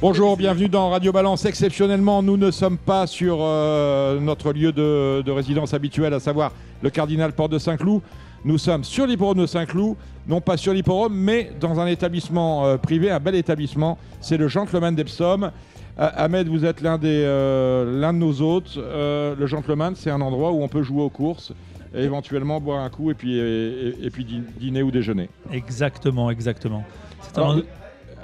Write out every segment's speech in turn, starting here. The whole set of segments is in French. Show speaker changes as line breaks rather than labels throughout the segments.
Bonjour, bienvenue dans Radio Balance. Exceptionnellement, nous ne sommes pas sur euh, notre lieu de, de résidence habituel, à savoir le Cardinal Port de Saint-Cloud. Nous sommes sur l'hipporome de Saint-Cloud, non pas sur l'hipporome, mais dans un établissement euh, privé, un bel établissement. C'est le Gentleman d'Epsom. Euh, Ahmed, vous êtes l'un des, euh, l'un de nos hôtes. Euh, le Gentleman, c'est un endroit où on peut jouer aux courses, et éventuellement boire un coup et puis, et, et- et puis dî- dîner ou déjeuner.
Exactement, exactement. C'est un,
Alors,
endro-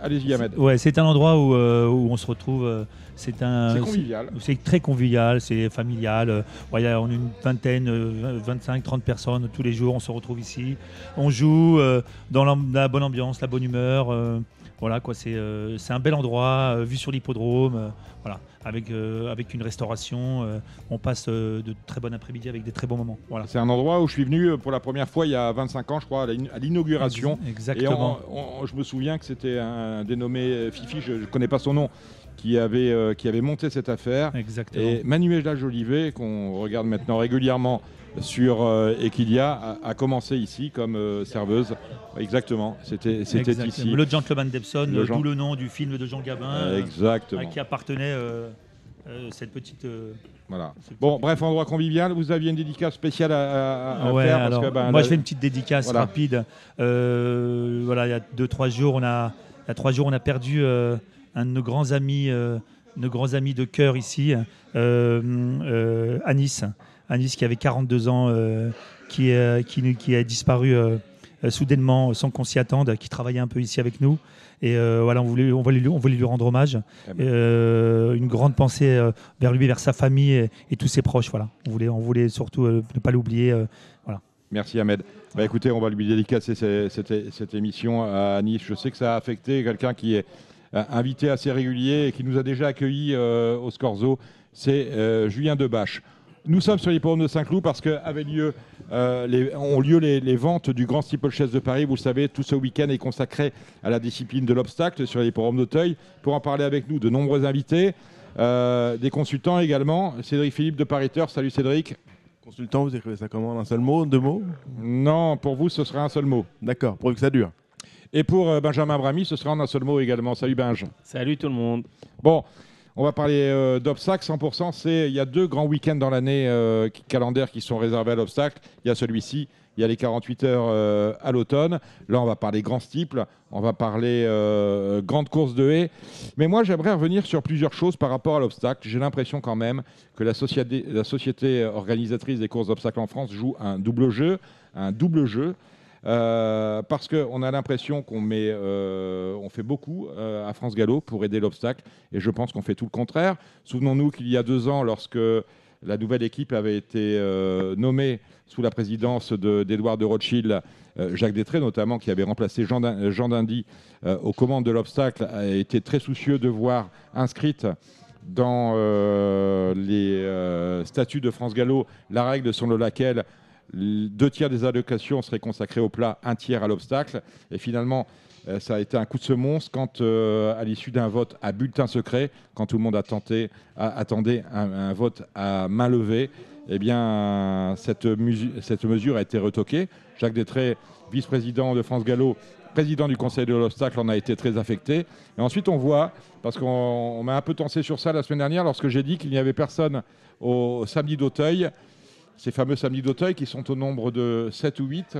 Allez-y, Ahmed.
ouais, c'est un endroit où, euh, où on se retrouve. euh, c'est un.
C'est convivial.
c'est- c'est très convivial, c'est familial. euh, voilà, on est une vingtaine, euh, 25, 30 personnes tous les jours. On se retrouve ici. On joue euh, dans l'am- la bonne ambiance, la bonne humeur. euh, voilà quoi, c'est euh, c'est un bel endroit, euh, vu sur l'hippodrome. euh, voilà, avec, euh, avec une restauration. euh, on passe euh, de très bon après-midi avec des très bons moments. Voilà.
C'est un endroit où je suis venu euh, pour la première fois il y a 25 ans, je crois, à la- à l'inauguration. Et
Exactement.
on- on- je me souviens que c'était un dénommé euh, Fifi, je ne connais pas son nom, qui avait, euh, qui avait monté cette affaire.
Exactement.
Et Manuela Jolivet, qu'on regarde maintenant régulièrement sur euh, Equilia, a, a commencé ici comme euh, serveuse. Exactement, c'était c'était
Exactement.
ici.
Le Gentleman d'Epson,
Le
euh,
Gen-
d'où le nom du film de Jean Gabin, euh, à
Exactement.
qui appartenait euh, euh, cette petite. euh,
Voilà. Bon, bref, endroit convivial. Vous aviez une dédicace spéciale à, à- à
Ouais,
faire
alors,
parce que, ben,
moi,
la-
je fais une petite dédicace hein.
Voilà.
rapide. Euh, voilà, il y a deux, trois jours, on a, il y a trois jours, on a perdu euh, un de nos grands amis, euh, nos grands amis de cœur ici, euh, euh, Anis, Anis qui avait 42 ans, euh, qui, euh, qui, qui a disparu euh, euh, soudainement sans qu'on s'y attende, qui travaillait un peu ici avec nous. Et euh, voilà, on voulait, on voulait, lui- on voulait lui rendre hommage.
Eh ben.
Euh, une grande pensée euh, vers lui, vers sa famille et, et tous ses proches. Voilà, on voulait, on voulait surtout euh, ne pas l'oublier. euh,
Merci Ahmed. Bah, écoutez, on va lui dédicacer ce- cette, cette émission à Nice. Je sais que ça a affecté quelqu'un qui est euh, invité assez régulier et qui nous a déjà accueillis euh, au Scorzo, c'est euh, Julien Debache. Nous sommes sur l'hippodrome de Saint-Cloud parce que avaient lieu, euh, les- ont lieu les, les ventes du Grand Steeple Chess de Paris. Vous le savez, tout ce week-end est consacré à la discipline de l'obstacle sur l'hippodrome d'Auteuil. Pour en parler avec nous, de nombreux invités, euh, des consultants également. Cédric Philippe de Pariteur. Salut Cédric.
Consultant, vous écrivez ça comment En Un seul mot Deux mots
Non, pour vous, ce serait un seul mot.
D'accord, pour que ça dure.
Et pour euh, Benjamin Brami, ce sera en un seul mot également. Salut Benj.
Salut tout le monde.
Bon, on va parler euh, d'obstacles. 100%, c'est il y a deux grands week-ends dans l'année euh, qui- calendaire qui sont réservés à l'obstacle. Il y a celui-ci, il y a les 48 heures euh, à l'automne. Là, on va parler grands steeples, on va parler euh, grandes courses de haies. Mais moi, j'aimerais revenir sur plusieurs choses par rapport à l'obstacle. J'ai l'impression quand même que la société, la société organisatrice des courses d'obstacles en France joue un double jeu, un double jeu. Euh, parce qu'on a l'impression qu'on met, euh, on fait beaucoup euh, à France Gallo pour aider l'obstacle, et je pense qu'on fait tout le contraire. Souvenons-nous qu'il y a deux ans, lorsque la nouvelle équipe avait été euh, nommée sous la présidence de- d'Édouard de, Rothschild, euh, Jacques Détré notamment, qui avait remplacé Jean, Din- euh, Jean Dindy euh, aux commandes de l'obstacle, a été très soucieux de voir inscrite dans euh, les euh, statuts de France Gallo la règle selon laquelle l- deux tiers des allocations seraient consacrées au plat, un tiers à l'obstacle. Et finalement, euh, ça a été un coup de semonce quand, euh, à l'issue d'un vote à bulletin secret, quand tout le monde a tenté, a- attendait un, un vote à main levée, eh bien, cette, musu- cette mesure a été retoquée. Jacques Détré, vice-président de France Gallo, président du Conseil de l'obstacle, en a été très affecté. Et ensuite, on voit, parce qu'on on m'a un peu tensé sur ça la semaine dernière, lorsque j'ai dit qu'il n'y avait personne au samedi d'Auteuil, ces fameux samedis d'Auteuil qui sont au nombre de 7 ou 8,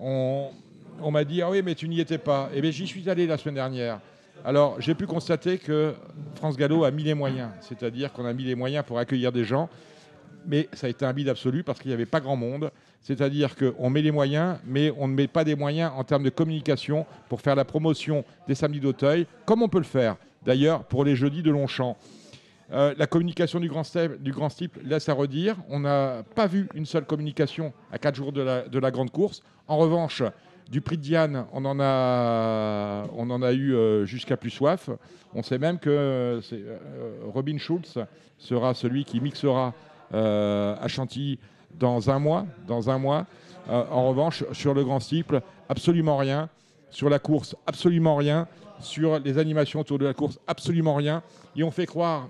on, on m'a dit Ah oui, mais tu n'y étais pas. Eh bien, j'y suis allé la semaine dernière. Alors, j'ai pu constater que France Gallo a mis les moyens, c'est-à-dire qu'on a mis les moyens pour accueillir des gens, mais ça a été un bide absolu parce qu'il n'y avait pas grand monde. C'est-à-dire qu'on met les moyens, mais on ne met pas des moyens en termes de communication pour faire la promotion des samedis d'Auteuil, comme on peut le faire d'ailleurs pour les jeudis de Longchamp. Euh, la communication du grand, step- du grand steeple laisse à redire. On n'a pas vu une seule communication à 4 jours de la, de la grande course. En revanche, du prix de Diane, on en a, on en a eu euh, jusqu'à plus soif. On sait même que euh, c'est, euh, Robin Schulz sera celui qui mixera euh, à Chantilly dans un mois. Dans un mois. Euh, en revanche, sur le grand steeple, absolument rien. Sur la course, absolument rien. Sur les animations autour de la course, absolument rien. Et on fait croire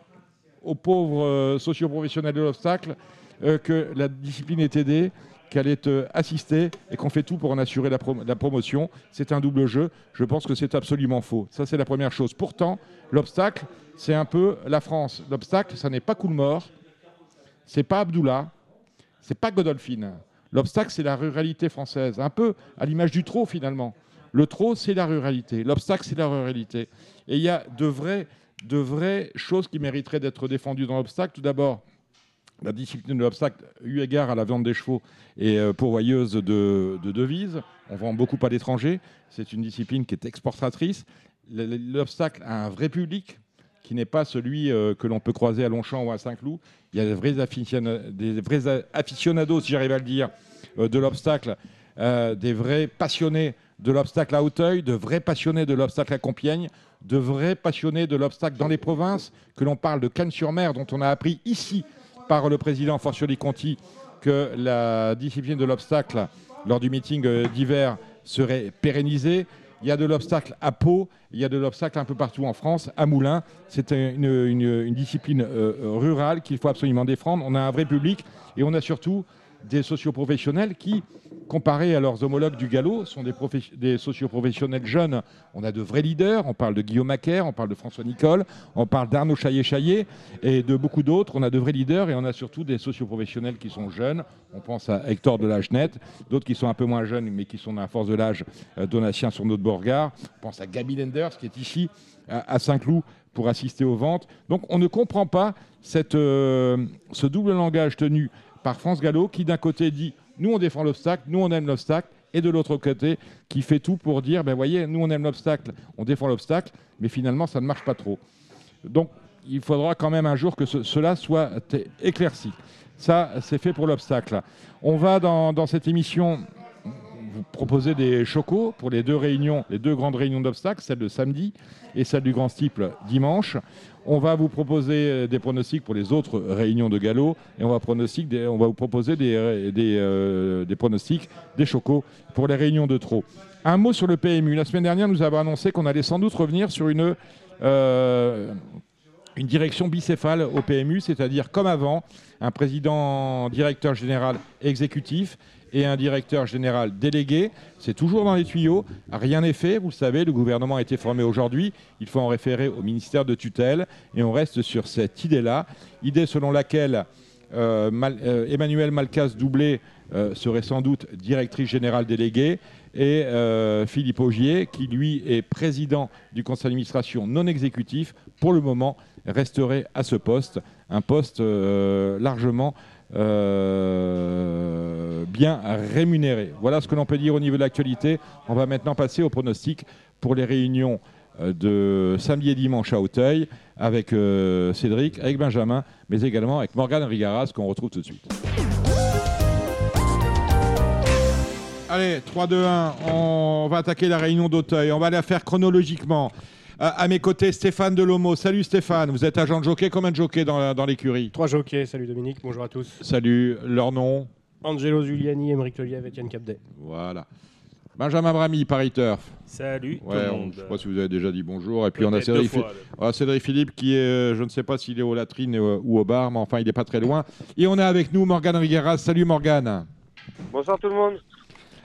aux pauvres euh, socioprofessionnels de l'obstacle euh, que la discipline est aidée, qu'elle est euh, assistée et qu'on fait tout pour en assurer la, pro- la promotion. C'est un double jeu. Je pense que c'est absolument faux. Ça, c'est la première chose. Pourtant, l'obstacle, c'est un peu la France. L'obstacle, ça n'est pas Coolmore, c'est pas Abdoullah, c'est pas Godolphin. L'obstacle, c'est la ruralité française, un peu à l'image du trot finalement. Le trot, c'est la ruralité. L'obstacle, c'est la ruralité. Et il y a de vraies, de vraies choses qui mériteraient d'être défendues dans l'obstacle. Tout d'abord, la discipline de l'obstacle, eu égard à la vente des chevaux, est euh, pourvoyeuse de, de devises. On vend beaucoup à l'étranger. C'est une discipline qui est exportatrice. Le- le- L'obstacle a un vrai public qui n'est pas celui euh, que l'on peut croiser à Longchamp ou à Saint-Cloud. Il y a des vrais, aficiona- des vrais a- aficionados, si j'arrive à le dire, euh, de l'obstacle, euh, des vrais passionnés de l'obstacle à Hauteuil, de vrais passionnés de l'obstacle à Compiègne, de vrais passionnés de l'obstacle dans les provinces, que l'on parle de Cannes-sur-Mer, dont on a appris ici par le président Fortioli Conti que la discipline de l'obstacle lors du meeting euh, d'hiver serait pérennisée. Il y a de l'obstacle à Pau, il y a de l'obstacle un peu partout en France, à Moulins. C'est une, une- une discipline euh, rurale qu'il faut absolument défendre. On a un vrai public et on a surtout des socioprofessionnels qui, comparés à leurs homologues du galop, sont des, professe- des socioprofessionnels jeunes. On a de vrais leaders, on parle de Guillaume Macaire, on parle de François Nicole, on parle d'Arnaud Chaillet-Chaillet et de beaucoup d'autres. On a de vrais leaders et on a surtout des socioprofessionnels qui sont jeunes. On pense à Hector de la Genette, d'autres qui sont un peu moins jeunes mais qui sont à la force de l'âge, euh, Donatien sur notre Borgard. On pense à Gabi Lenders qui est ici à, à Saint-Cloud pour assister aux ventes. Donc on ne comprend pas cette, euh, ce double langage tenu par France Gallo qui d'un côté dit nous on défend l'obstacle, nous on aime l'obstacle et de l'autre côté qui fait tout pour dire ben voyez nous on aime l'obstacle, on défend l'obstacle mais finalement ça ne marche pas trop. Donc il faudra quand même un jour que ce- cela soit é- éclairci. Ça c'est fait pour l'obstacle. On va dans, dans cette émission vous proposer des chocos pour les deux réunions, les deux grandes réunions d'obstacles, celle de samedi et celle du Grand Steeple dimanche. On va vous proposer euh, des pronostics pour les autres réunions de galop et on va, pronostic des- on va vous proposer des, euh, des, euh, des pronostics, des chocos pour les réunions de trot. Un mot sur le PMU. La semaine dernière, nous avons annoncé qu'on allait sans doute revenir sur une, euh, une direction bicéphale au PMU, c'est-à-dire comme avant, un président directeur général exécutif et un directeur général délégué. C'est toujours dans les tuyaux. Rien n'est fait. Vous le savez, le gouvernement a été formé aujourd'hui. Il faut en référer au ministère de tutelle. Et on reste sur cette idée-là. Idée selon laquelle euh, Mal- euh, Emmanuel Malkas Doublé euh, serait sans doute directrice générale déléguée et euh, Philippe Augier, qui lui est président du conseil d'administration non exécutif, pour le moment resterait à ce poste, un poste euh, largement euh, bien rémunéré. Voilà ce que l'on peut dire au niveau de l'actualité. On va maintenant passer au pronostic pour les réunions euh, de samedi et dimanche à Auteuil avec euh, Cédric, avec Benjamin, mais également avec Morgane Rigaras qu'on retrouve tout de suite. Allez, 3, 2, 1, on va attaquer la réunion d'Auteuil. On va la faire chronologiquement. Euh, à mes côtés, Stéphane Delomo. Salut Stéphane, vous êtes agent de jockey, combien de jockey dans la- dans l'écurie
Trois jockeys, salut Dominique, bonjour à tous.
Salut, leur nom
Angelo Giuliani, Émeric Leliev, Etienne Capdet.
Voilà. Benjamin Brami, Paris Turf.
Salut tout
Ouais,
le
on-
monde.
je sais pas si vous avez déjà dit bonjour. Et puis on a
Peut-être deux
Cédric, Fi-
fois, là.
Ah, Cédric Philippe qui est, euh, je ne sais pas s'il est aux latrines euh, ou au bar, mais enfin il n'est pas très loin. Et on a avec nous Morgane Rigueras. Salut Morgane.
Bonsoir tout le monde.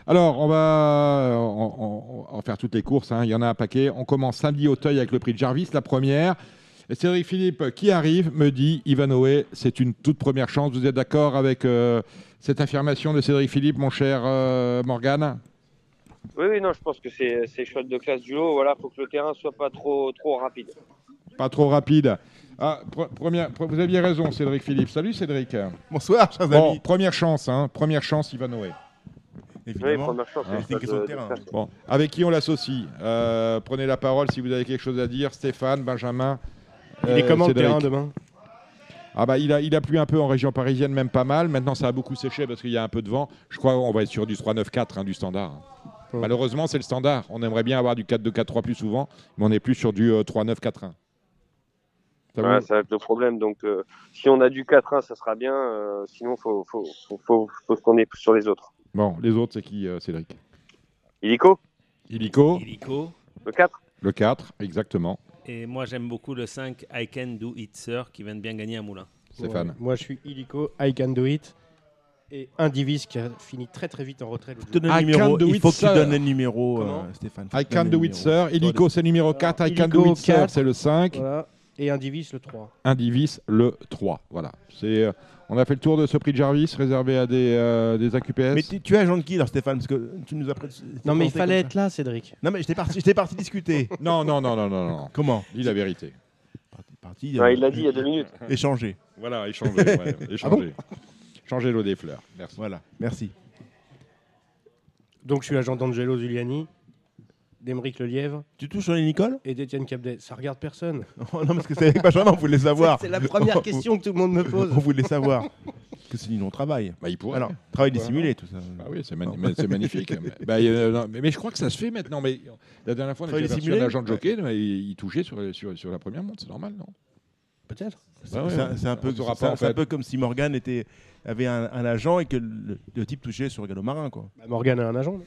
Alors, on va euh, en faire toutes les courses. hein, Il y en a un paquet. On commence samedi au Teuil avec le prix de Jarvis, la première. Et Cédric Philippe, euh, qui arrive, me dit Ivanoé, c'est une toute première chance. Vous êtes d'accord avec euh, cette affirmation de Cédric Philippe, mon cher euh, Morgane
Oui, oui, non, je pense que c'est c'est shot de classe du lot. Voilà, faut que le terrain soit pas trop trop rapide.
Pas trop rapide. Ah, pre- première, pre- vous aviez raison, Cédric Philippe. Salut, Cédric.
Bonsoir, chers
Bon,
amis.
première chance, hein, première chance, Ivanoé.
Oui,
Évidemment.
première chance.
Ah,
c'est
c'est une
shot
question de
de- de
terrain.
classe.
Bon, avec qui on l'associe Euh, Prenez la parole si vous avez quelque chose à dire. Stéphane, Benjamin.
Il est
euh,
comment le
Cédric.
terrain demain
Ah bah il a, il a plu un peu en région parisienne, même pas mal. Maintenant ça a beaucoup séché parce qu'il y a un peu de vent. Je crois qu'on va être sur du 3-9-4, hein, du standard.
Ouais.
Malheureusement c'est le standard. On aimerait bien avoir du 4-2-4-3 plus souvent, mais on est plus sur du euh, 3-9-4-1. Ça
Voilà,
vous-
ça va être le problème. Donc, euh, si on a du 4-1, ça sera bien. euh, sinon, faut, faut, faut, faut, faut se tourner sur les autres.
Bon, les autres, c'est qui, euh, Cédric
Illico,
Illico,
Illico.
le 4
le 4, exactement.
Et moi, j'aime beaucoup le 5, I Can Do It Sir, qui vient de bien gagner à Moulin.
Stéphane.
Moi, je suis illico, I can do it. Et Indivis qui a fini très très vite en retrait. le
Donne
jeu.
le
I
numéro.
can do
Il
it,
faut que tu
sir.
donnes le numéro, euh,
Comment
Stéphane. Faut
I
que tu donnes
can
le
do it,
numéro.
sir. Illico, c'est le numéro 4. I can
Illico,
do it, sir,
4.
c'est le 5.
Voilà. Et Indivis le 3.
Indivis, le 3. Voilà. C'est, euh, on a fait le tour de ce prix de Jarvis réservé à des, euh, des AQPS.
Mais tu tu es agent de qui, alors, Stéphane Parce que tu nous as pré-
Non,
présenté
mais il
comme
fallait
ça.
être là, Cédric.
Non, mais j'étais parti, j'étais parti discuter.
Non, non, non, non, non, non.
Comment
Dis la vérité.
Parti- Parti.
Ouais,
euh,
Il l'a dit il y a deux minutes.
Échanger.
Voilà, échanger.
Ah
ouais, échanger. Changer l'eau des fleurs. Merci.
Voilà. Merci.
Donc, je suis l'agent d'Angelo Zuliani, d'Emeric Lelièvre
Tu touches sur les Nicole
et d'Étienne Capdet. Ça regarde personne.
Oh Non, parce que c'est avec Benjamin, on voulait savoir.
C'est la première question que tout le monde me pose.
On voulait savoir. Parce que c'est du non-travail.
Bah, il pourrait.
Alors, travail
Ouais.
dissimulé, tout ça.
Bah oui, c'est mani- mais c'est magnifique. mais, bah, euh, non, mais- mais je crois que ça se fait maintenant. Mais la dernière fois, on
Travail
avait reçu un
dissimulé
agent de jockey, mais il, il touchait sur, sur, sur la première montre, c'est normal, non
Peut-être.
C'est
Bah, ouais,
c'est un-
ouais.
c'est un, peu-
On saura
c'est un-
pas, en
c'est un
fait.
peu comme si Morgan était, avait un, un agent et que le, le type touchait sur le galop marin. Quoi.
Bah, Morgane a un agent. non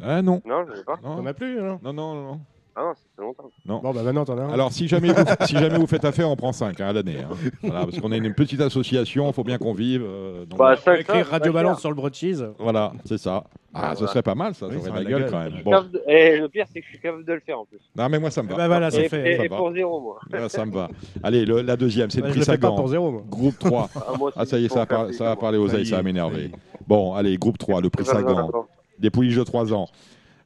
Ah non.
Non, je ne sais pas.
Non,
T'en
non,
as plus, alors
non, non. non.
Ah non, ça fait longtemps.
hein. Bon, bah maintenant, t'en as un.
Hein
Alors, si jamais, vous, si jamais vous faites affaire, on prend 5 à l'année. hein. Voilà, parce qu'on est une petite association, il faut bien qu'on vive. euh, donc,
Bah,
On va
cinq,
écrire
ça,
Radio
ça,
Balance sur le broad cheese.
voilà, c'est ça. Ah, ce
Voilà.
serait pas mal, ça.
Oui,
Ça
ça aurait
aurait de la
de la gueule.
gueule quand
Je
même.
suis
Bon.
capable de- Et le pire, c'est que je suis capable de le faire en plus.
Non, mais moi, ça me va.
bah voilà, ça
et,
fait.
et-
ça
et
va.
pour zéro, moi.
Là, ça me va. Allez, le- la deuxième, c'est
Bah,
le
je
prix
le fais pas pour
Sagan.
zéro, moi.
Groupe 3.
Ah, moi aussi,
Ah, ça y est,
faut
ça va,
en faire
par-
plus,
ça va
moi.
parler aux ailes, ça va m'énerver. Bon, allez, groupe 3, le prix
J'ai pas besoin
Sagan.
d'attendre.
Des pouliches de 3 ans.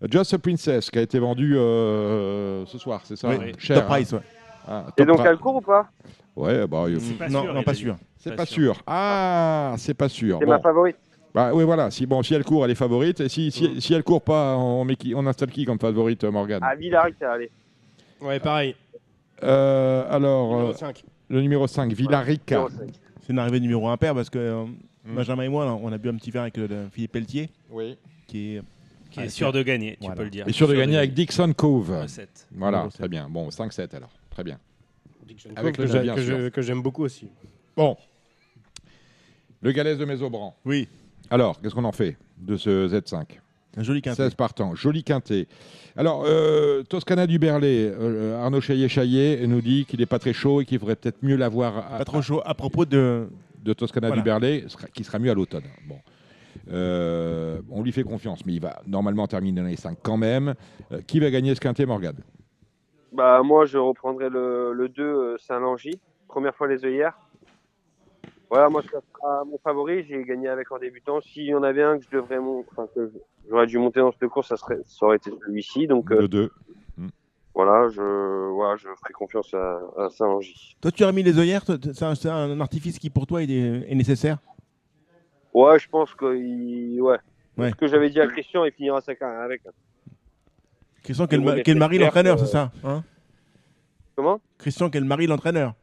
Just a Princess, qui a été vendu euh, ce soir, c'est ça
Oui,
hein
Top
Cher, hein.
price, ouais.
Ah, top
Et donc,
pri-
elle court ou pas
Ouais, bah, euh,
C'est pas
non,
sûr, il
non,
a
pas
dit.
sûr.
c'est pas sûr. Ah, c'est pas sûr.
C'est
Bon.
ma favorite.
Bah, oui, voilà. Si, bon, si elle court, elle est favorite. Et si,
Mm.
si, si elle court pas, on, met qui, on installe qui comme favorite, euh, Morgane
À Villaric, ça va aller.
Ouais, pareil.
Euh, Alors,
Numéro
euh,
5.
le numéro 5, Villarica.
Zéro cinq.
C'est une arrivée numéro impair parce que euh,
Mm.
Benjamin et moi, là, on a bu un petit verre avec euh, Philippe Pelletier
Oui.
qui est
Qui
Ah,
est
c'est-
sûr de gagner, tu
voilà.
peux le dire.
Et sûr de gagner avec Dixon Cove.
7.
Voilà,
Numéro sept.
très bien. Bon, 5-7 alors. Très bien. Avec
Avec
le
que
jeu, bien
j'ai- que
sûr.
je- que j'aime beaucoup aussi.
Bon. Le Galaise de Mésobran.
Oui.
Alors, qu'est-ce qu'on en fait de ce Z5
un joli quintet.
16 partants, joli quintet. Alors, euh, Toscana du Berlay, euh, Arnaud Chaillet-Chaillet nous dit qu'il n'est pas très chaud et qu'il faudrait peut-être mieux l'avoir à,
Pas trop chaud. À propos de.
de Toscana
Voilà.
du Berlay, sera- qui sera mieux à l'automne. Bon. Euh, on lui fait confiance, mais il va normalement terminer dans les 5 quand même. Euh, qui va gagner ce quintet, Morgane
Bah, moi, je reprendrai le, le 2 euh, Saint-Langy. Première fois les œillères. Voilà, moi, ça sera mon favori. J'ai gagné avec en débutant. S'il y en avait un que je devrais mon... enfin, que j'aurais dû monter dans cette course, ça, serait... ça aurait été celui-ci. Donc, euh,
Le 2.
voilà, je... voilà, je ferai confiance à, à Saint-Langy.
Toi, tu as mis les œillères. toi, t- C'est un, c'est un artifice qui, pour toi, il est, est nécessaire.
Ouais, je pense que. il- Ouais.
Ouais.
Ce que j'avais dit à Christian, il finira sa carrière avec.
Christian, quel,
Oui,
ma-
mais
quel
c'est
mari
clair
l'entraîneur,
que-
c'est ça hein
Comment
Christian, quel mari l'entraîneur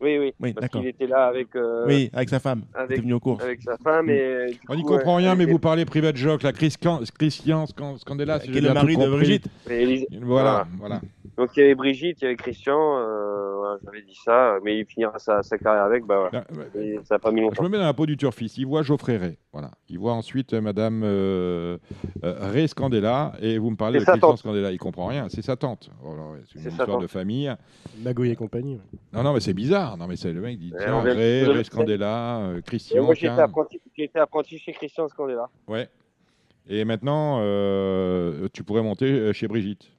Oui, oui.
Oui,
parce
d'accord.
qu'il était là avec, euh,
Oui, avec sa femme. Il
avec-
était venu aux courses.
avec sa femme. Et, euh, du
On n'y
coup,
comprend
euh,
rien, mais
et-
vous parlez privé de joc, la Chris Can- Christian Scan- Scandella, si
Qui
j'ai
est le
bien
mari
tout
de
compris.
Brigitte. Ah.
et Elise-
Voilà, voilà.
Donc il y avait Brigitte, il y avait Christian, euh, voilà, j'avais dit ça, mais il finira sa, sa carrière avec, bah voilà. Et ça n'a pas mis
Je me
longtemps.
mets dans la peau du turfiste. Il voit Geoffrey Ray. Voilà. Il voit ensuite euh, Madame euh, euh, Ray Scandella. Et vous me parlez
C'est
de
sa
Christian
tante.
Scandella. Il comprend rien. C'est sa tante. Oh là, ouais, c'est une
C'est sa
histoire
tante.
de famille.
Magouille et compagnie. ouais.
Non, non, mais c'est bizarre. Non, mais c'est le mec qui dit
Ouais,
tiens,
Eh, on vient de-
Ray,
de-
Ray Scandella, euh,
Et
Christian.
moi j'étais
tiens.
apprenti, j'étais apprenti chez Christian Scandella.
Ouais. Et maintenant, euh, tu pourrais monter euh, chez Brigitte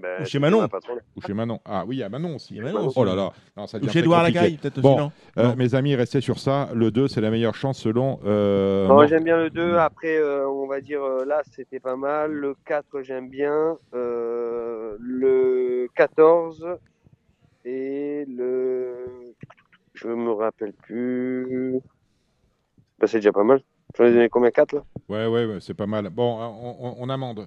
Ben,
chez Manon.
ma patronne.
ou chez Manon. Ah oui, à Manon aussi.
Il y a Manon aussi.
Oh là là. Non, ça
Ou
devient
chez
très
Edouard
compliqué.
Lacaille, peut-être aussi,
Bon.
non
Euh,
Non.
mes amis, restez sur ça. Le 2, c'est la meilleure chance selon. euh,
Non,
Mor-
j'aime bien le 2, après euh, on va dire euh, là c'était pas mal, le 4 j'aime bien, euh, le 14 et le... Je me rappelle plus... Bah, c'est déjà pas mal. J'en ai donné combien 4 là
Ouais, ouais, ouais, c'est pas mal. Bon, hein, on, on- on amende.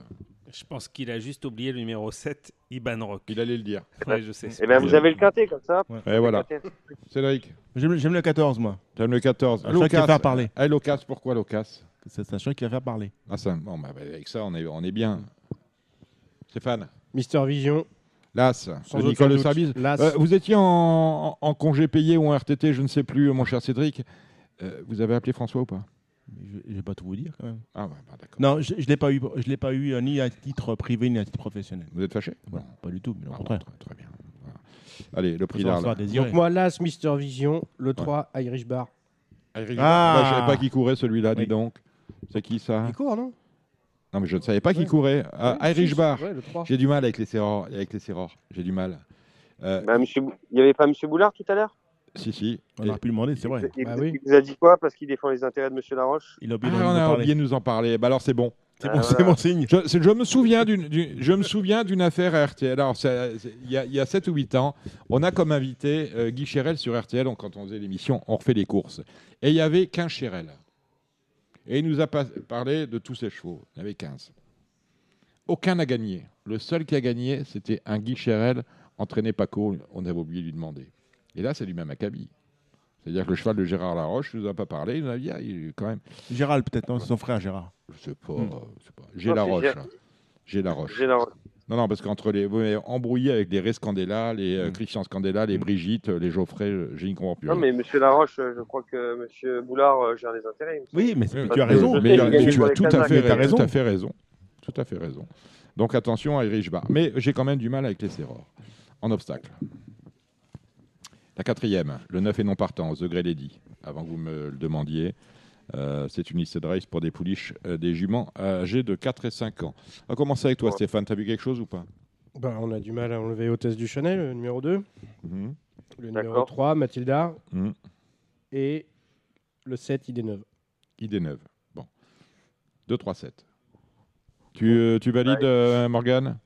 Je pense qu'il a juste oublié le numéro 7, Iban Rock.
Il allait le dire.
Ouais, je sais.
Et ben vous avez le quintet comme ça.
Et voilà.
Quintet.
Cédric,
J'aime j'aime le 14, moi.
t'aimes le 14.
Un choix qui va faire parler.
Eh, Locas, pourquoi Locas
C'est un choix qui va faire parler.
ben, ah, ça, bon, bah, bah, Avec ça, on est, on est bien. Stéphane,
Mister Vision,
L'As,
Sans
de
aucun
Nicole de
doute.
Service.
L'As.
Euh, vous étiez en, en- en congé payé ou en RTT, je ne sais plus, mon cher Cédric. Euh, vous avez appelé François ou pas
Mais Je ne vais pas tout vous dire quand même.
Ah, ouais, bah, d'accord.
Non, je ne l'ai pas eu, je l'ai pas eu euh, ni à titre privé ni à titre professionnel.
Vous êtes fâché
Voilà, pas du tout, mais au
Ah,
contraire.
très- Très bien. Voilà. Allez, le prix
Ça va se
d'Arles.
faire désirer.
Moi, l'As, Mister Vision, le 3, Irish Bar.
Ah,
Ah.
je savais pas qu'il courait celui-là, dis
Oui.
donc. C'est qui ça
Il court, non
Non, mais je ne savais pas qu'il
Ouais.
courait. Ah,
Ouais,
Irish
si,
Bar.
Ouais, le 3.
J'ai du mal avec les serrors. Avec les serrors. J'ai du mal. Euh,
Bah, monsieur Bou- Il n'y avait pas Monsieur Boulard tout à l'heure
si, si.
on aurait pu le demander, c'est vrai.
Il,
Bah
il-
oui.
il nous a dit quoi Parce qu'il défend les intérêts de Monsieur Laroche
Il a
Ah,
oublié
on
d'en- d'en
a
parler.
oublié de nous en parler. Bah, alors, c'est bon.
C'est
Ah,
bon, c'est
voilà.
bon signe.
Je, c'est- je me souviens d'une, d'une- je me souviens d'une affaire à RTL. Alors, ça- c'est- il y, a- il y a 7 ou 8 ans, on a comme invité euh, Guy Chérel sur RTL. On- quand on faisait l'émission, on refait les courses. Et il y avait 15 Chérel. Et il nous a pas- parlé de tous ses chevaux. Il y avait 15. Aucun n'a gagné. Le seul qui a gagné, c'était un Guy Chérel entraîné Paco. On avait oublié de lui demander. Et là, c'est du même acabit. C'est-à-dire que le cheval de Gérard Laroche ne nous a pas parlé. Il nous a dit, ah, il est quand même.
Gérald, peut-être, non C'est son frère, Gérard.
Je sais pas. euh,
Hmm.
je sais pas. J'ai
Non,
la
c'est
roche.
Gérard.
hein. J'ai la roche.
J'ai la roche.
Non, non, parce qu'entre les. Vous m'avez embrouillé avec les Ray Scandella, les
Mm.
euh, Christian Scandella, les Brigitte, euh, les Geoffrey, euh, je n'y comprends plus.
Non,
rien.
mais Monsieur Laroche, euh, je crois que Monsieur Boulard euh, gère les intérêts. il me semble.
Oui, mais c'est-
Oui,
tu as
parce que-
raison.
Mais,
il
euh,
gagne
mais tu
pour
as
les
tout
Kazakhs.
à, fait,
Mais t'as
raison. tout à
raison.
fait raison. Tout à fait raison. Donc attention à Irish Bar. Mais j'ai quand même du mal avec les Serrors. En obstacle. La quatrième, le 9 et non partant, The Grey Lady, avant que vous me le demandiez. Euh, c'est une liste de race pour des pouliches, euh, des juments âgés de 4 et 5 ans. On va commencer avec toi,
Ouais.
Stéphane. T'as vu quelque chose ou pas
Bah, on a du mal à enlever Hôtesse du Chanel, le numéro 2.
Mhm.
Le numéro
D'accord.
3, Mathilda.
Mhm.
Et le 7, idée 9.
Idée neuve. Bon. 2, 3, 7. Tu, euh, tu valides, euh, Morgane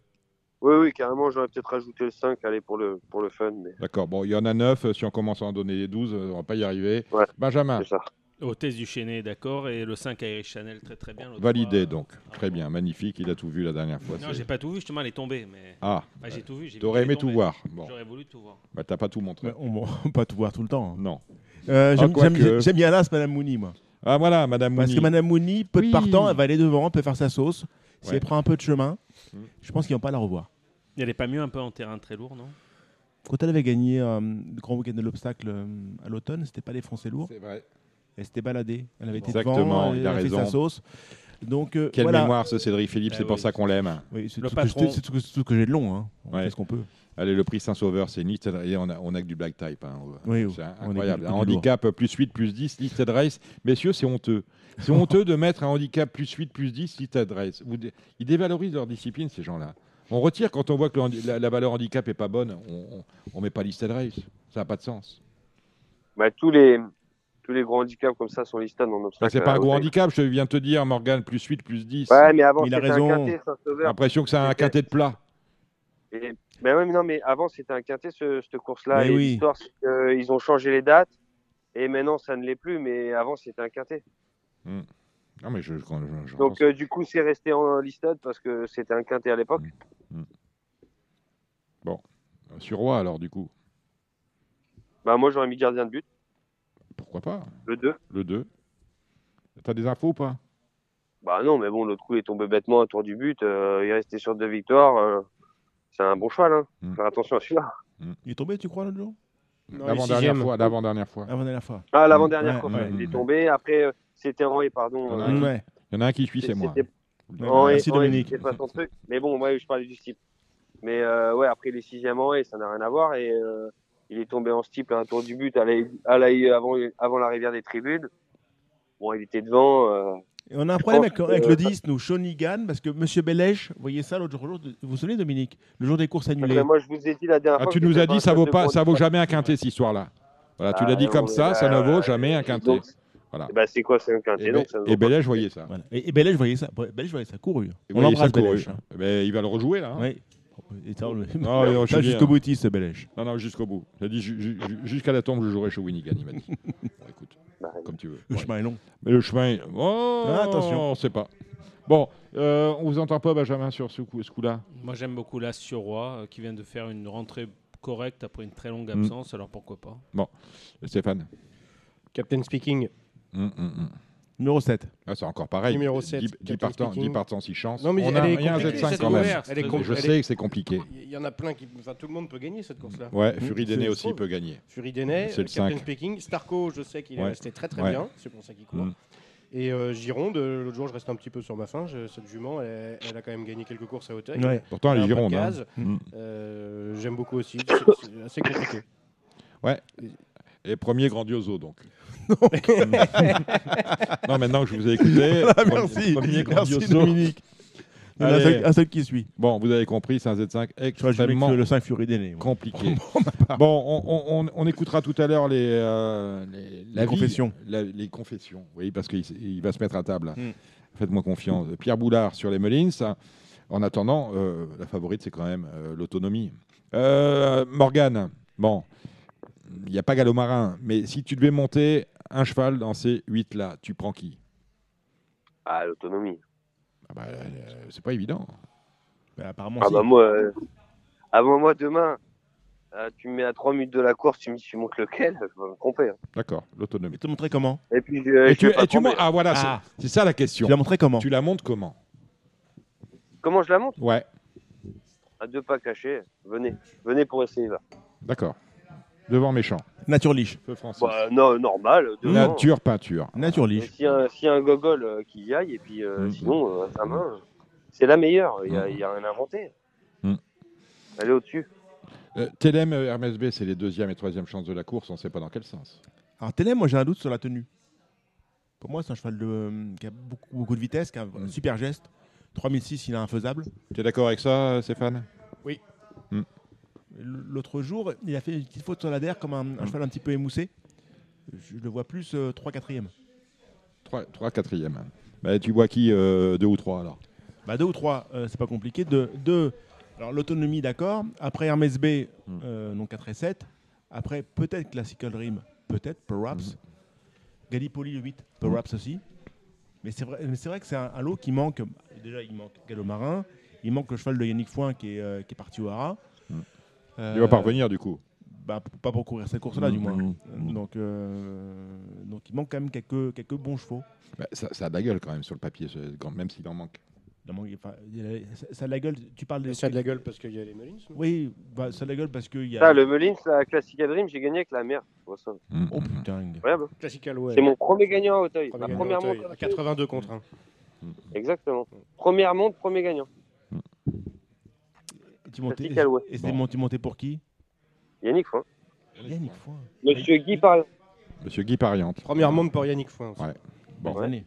Oui, oui, carrément, j'aurais peut-être rajouté le 5, allez, pour le, pour le fun, mais
D'accord. Bon, il y en a 9. Si on commence à en donner 12, euh, on va pas y arriver.
Ouais.
Benjamin,
c'est ça.
Hôtesse du Chénet, d'accord. Et le 5 Irish Channel, très très bien. l'autre
validé
fois, euh,
donc.
ah,
Très
bon.
bien, magnifique. Il a tout vu la dernière fois.
Non,
c'est-
j'ai pas tout vu, justement, elle est tombée. Mais...
Ah,
Enfin, j'ai tout vu. j'ai
t'aurais
vu qu'elle
aimé
est
tout
tombée.
voir. Bon,
J'aurais voulu tout voir.
bah, t'as pas tout montré.
Mais On va pas tout voir tout le temps. hein.
Non.
Euh,
Ah,
J'aime
quoique.
j'aime- j'aime bien l'as, Madame Mouni, moi.
Ah voilà, Madame
Parce
Mouni.
que Madame Mouni, peu
Oui.
de partant, elle va aller devant, peut faire sa sauce. Si
Ouais.
elle prend un peu de chemin,
Mm.
je pense qu'ils vont pas la revoir.
Elle est pas mieux un peu en terrain très lourd, non
Quand elle avait gagné euh, le grand week-end de l'obstacle euh, à l'automne, c'était pas les Français lourds.
C'est vrai.
Elle s'était baladée. Elle avait été
Exactement,
devant, elle
il a
avait fait
raison.
sa sauce. Donc, euh,
Quelle
voilà.
mémoire, ce Cédric Philippe.
Ah
c'est pour
oui.
ça qu'on l'aime.
Oui, c'est
Le
tout, ce que je-
patron.
c'est tout ce que- c'est tout ce que j'ai de long. hein. On
Ouais.
fait ce qu'on peut.
Allez, le prix Saint-Sauveur, c'est Listed Race. On a, on a que du black type. hein.
Oui,
c'est
on est
incroyable.
que
Un
du lourd.
handicap euh, plus 8, plus 10, Listed Race. Messieurs, c'est honteux. C'est honteux de mettre un handicap plus 8, plus 10, Listed Race. Vous dé- Ils dévalorisent leur discipline, ces gens-là. On retire quand on voit que le handi- la, la valeur handicap est pas bonne. On, on, on met pas Listed Race. Ça n'a pas de sens.
Bah, tous, les, tous les gros handicaps comme ça sont listés en
Enfin,
Bah,
obstacle.
c'est pas
à
un gros
Hôtel.
handicap. Je viens de te dire, Morgane, plus 8, plus 10.
euh, Ouais, mais avant,
Il a
c'était un
raison.
quintet,
J'ai
Saint-Sauveur.
l'impression que c'est un
C'était-
quintet de plat.
Et- Ben ouais, mais non, mais avant, c'était un quintet, ce- cette course-là.
Mais
Et
oui.
l'histoire, c'est qu'ils ont changé les dates. Et maintenant, ça ne l'est plus, mais avant, c'était un quintet.
Non, mais je, je- je- je-
Donc, euh, du coup, c'est resté en listade parce que c'était un quintet à l'époque.
euh, Sur roi, alors, du coup.
Bah, moi, j'aurais mis gardien de but,
Pourquoi pas
le 2.
Le 2. T'as des infos ou pas
Bah, non, mais bon, l'autre coup, il est tombé bêtement autour du but. euh, il est resté sur deux victoires. euh, c'est un bon cheval, hein.
Mm.
Faire attention à celui-là.
Il est tombé, tu crois, l'autre jour
Non,
L'avant-dernière
sixième.
fois. L'avant-dernière fois.
Avant la fois.
Ah, l'avant-dernière
Ouais,
course,
Mm. ouais.
il est tombé. Après, euh, c'était Henri, pardon.
Ouais.
euh,
Mm.
Ouais.
Il y en a un qui suit, c'est
c'était-
moi.
Henri,
Merci,
Henri,
Dominique.
c'était pas son truc. Mais bon, ouais, je parlais du steep. Mais euh, ouais, après les sixièmes Henri, ça n'a rien à voir. Et euh, il est tombé en steep à un tour du but à la, à la- avant, avant la rivière des tribunes. Bon, il était devant. euh,
Et on a un problème
pense
avec, avec
que-
le 10, nous, Shonigan, parce que Monsieur Belèche, vous voyez ça l'autre jour, l'autre- vous vous souvenez, Dominique Le jour des courses annulées.
après, moi, je vous ai dit la dernière
Ah,
fois.
tu
que
nous
c'était
as
pas
dit
un
ça
cheval
vaut
de
pas,
gros
ça vaut
handicap.
jamais un quintet cette histoire-là. Voilà, tu
Ah,
l'as dit
non,
comme
mais
ça,
bah,
ça ne vaut jamais un quintet. Eh ben
Donc,
Voilà.
bah, c'est quoi,
Eh
c'est un
ben,
quintet
Et,
donc,
Bé-
ça ne
et
vaut pas.
Bélèche voyait ça.
Voilà. Et, et Belèche, voyez ça. Ouais, Belèche, voyez ça, couru.
Il
On
voyait ça
l'embrasse,
courir.
Belèche. hein.
Mais il va le rejouer là. hein.
Ouais. Et ça, on le-
Non, il est au
Ça,
Chili, hein.
jusqu'au boutiste, ce Belèche.
Non, non, jusqu'au bout. Il a dit ju- ju- ju- jusqu'à la tombe, je jouerai chez Winnigan, il m'a dit. Bon, écoute,
Bah,
comme tu veux.
Le
Ouais.
chemin est long.
Mais le chemin, oh,
Ah,
attention,
attention.
on ne sait pas. Bon, euh, on vous entend pas, Benjamin, sur ce coup- ce coup-là.
Moi, j'aime beaucoup l'As sur Roi, euh, qui vient de faire une rentrée correcte après une très longue
Mm.
absence, alors pourquoi pas
Stéphane.
Captain Speaking.
Hum, hum, hum.
Numéro 7.
Ah, c'est encore pareil.
Numéro sept,
10,
Captain
partants,
Speaking.
10 partants, 6 chances.
Non, mais
On
elle
a
est
rien
compliquée,
Z5
cette
quand même.
ouverte. Elle est compl-
Je
elle
sais que c'est compliqué.
Il y en a plein qui. Enfin, tout le monde peut gagner cette course-là.
Ouais,
Mmh,
Fury
c'est-
Dene
c'est
aussi
faux.
peut gagner.
Fury Deney,
C'est le
Captain
cinq.
Speaking, Starco, je sais qu'il est
Ouais.
resté très très
Ouais.
bien, c'est pour ça qu'il court.
Mm.
Et euh, Gironde, euh, l'autre jour, je reste un petit peu sur ma fin. je- cette jument, elle, elle a quand même gagné quelques courses à Hauteuil.
Ouais.
Pourtant,
Elle a
les
un peu de
Girondes. hein.
gaz.
Mm.
Euh, J'aime beaucoup aussi. C'est- C'est assez compliqué.
Et premier grandioso, donc. non, maintenant que je vous ai écouté,
Merci.
premier
Merci
grandioso.
Dominique. Il y en a Un
Allez.
seul, un seul qui suit.
Bon, vous avez compris, c'est un Z5
Je crois que je vais
extrêmement
mettre le 5 Fury Dene. ouais.
compliqué. Bon, on, on- on- on écoutera tout à l'heure les, euh, les, la vie-
confessions.
la- les confessions, oui, parce qu'il s- il va se mettre à table.
Hmm.
Faites-moi confiance. Pierre Boulard sur les Melins. En attendant, euh, la favorite, c'est quand même euh, l'autonomie. Euh, Morgane, bon, il n'y a pas Gallo-Marin, mais si tu devais monter un cheval dans ces 8-là, tu prends qui
Ah, l'autonomie.
Ah bah, euh, C'est pas évident.
Bah, apparemment,
Ah
si.
bah moi, euh, ah bah moi demain, euh, tu me mets à 3 minutes de la course, tu me tu montes lequel Je vais me tromper. hein.
D'accord, l'autonomie.
Je vais te montrer comment.
Et puis, euh,
Et
je
tu,
vais pas
et tu
trembler.
mon- ah voilà,
Ah.
c'est- c'est ça la
Tu
question.
l'as montré comment
Tu la montes comment
Comment je la monte
Ouais,
À deux pas cachés. Venez, venez pour essayer là.
d'accord. Devant méchant.
Nature liche.
Feu Francis.
Bah, non, normal. devant.
Nature, peinture.
Nature
Et
liche.
Si un, si un gogol euh, qui y aille, et puis euh,
Mm.
sinon, euh, sa main, euh, c'est la meilleure. Il y a, il y a rien inventé.
Mm.
Elle est au-dessus.
Euh, TLM, euh, Hermès B, c'est les deuxième et troisième chances de la course, on ne sait pas dans quel sens.
Alors Télé, moi j'ai un doute sur la tenue. Pour moi, c'est un cheval de, euh, qui a beaucoup, beaucoup de vitesse, qui a un
Mm.
super geste. 3006, il est infaisable.
Tu es d'accord avec ça, euh, Stéphane
L- L'autre jour, il a fait une petite faute sur l'ADR comme un, un cheval un petit peu émoussé. Je le vois plus 3 4 e
3, 4 e Bah, tu vois qui 2 ou 3 alors
Bah 2 ou 3, c'est pas compliqué. Deux, deux. Alors l'autonomie, d'accord. Après Hermes B,
Mm.
euh, donc 4 et 7. Après peut-être Classical Rim, peut-être, perhaps.
Mm-hmm.
Gallipoli le 8, perhaps aussi. Mais c'est vrai, mais c'est vrai que c'est un, un lot qui manque. Déjà, il manque Gallo Marin. Il manque le cheval de Yannick Foin qui est, euh, qui est parti au Hara.
Mm.
Euh,
Il va pas revenir du coup.
bah, p- pas pour courir cette course-là,
Mm,
du moins.
mm, mm.
Donc, euh, donc il manque quand même quelques, quelques bons chevaux.
Bah, ça, ça a de la gueule quand même sur le papier, ce- quand- même s'il en manque.
Il en manque- enfin, il a- ça, ça a de la gueule. Tu parles des.
Ça a de la gueule parce qu'il y a les Melins. non
Oui, bah, ça a de la gueule parce qu'il y a.
Ça, le Melins, la Classic Dream, j'ai gagné avec la merde. Oh, ça,
Mm,
Oh putain.
incroyable.
Classical, ouais.
bah. C'est mon premier gagnant à Hauteuil.
Premier
Ma
gagnant
première
à Hauteuil,
monte. à
à
Hauteuil.
82 contre 1.
Exactement. Première monte, premier gagnant.
Tu montais,
Classical, ouais.
et c'était
Bon.
mon- tu montais pour qui
Yannick Foin.
Yannick Foin.
Monsieur Guy parle.
Monsieur Guy Pariante.
Première monte pour Yannick Foin. aussi.
Ouais. Bon.
Bonne année.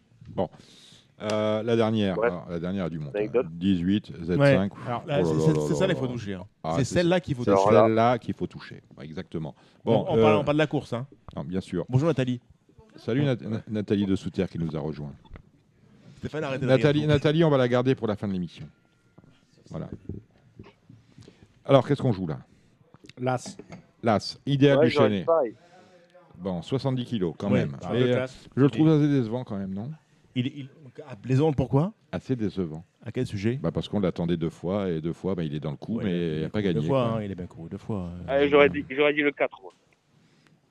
Euh, la dernière,
Ouais.
alors, la dernière du monde.
Anecdote.
18, Z5. Ouf.
Alors là,
Oh
c'est-
là
c'est
là
c'est
là
ça les
là
faut
là.
toucher. hein.
Ah,
c'est
c'est-
celle-là qu'il faut
C'est
toucher.
Alors là-
celle-là qu'il faut toucher. Ouais, Exactement. Bon,
on, on
euh,
parle, on parle de la course. hein.
non, bien sûr.
Bonjour Nathalie.
Salut Nat- Nat- Nathalie de Souter qui nous a rejoint.
Stéphane, arrêtez de rire.
Nathalie, Nathalie, on va la garder pour la fin de l'émission. Voilà. Alors, qu'est-ce qu'on joue là
L'As.
L'As, idéal
Ouais,
du
j'aurais
Chenet.
dit pareil.
Bon, 70 kilos quand
Ouais,
même.
Cheval
Mais,
de
euh,
classe.
je le trouve assez décevant quand même, non
Il, il, ah, plaisante, pourquoi
Assez décevant.
À quel sujet
Bah, parce qu'on l'attendait deux fois et deux fois, bah, il est dans le coup,
Ouais,
mais il n'a pas gagné.
Deux fois,
quoi.
hein, il est bien couru. Deux fois. euh.
Allez, J'aurais dit, j'aurais dit le 4. moi.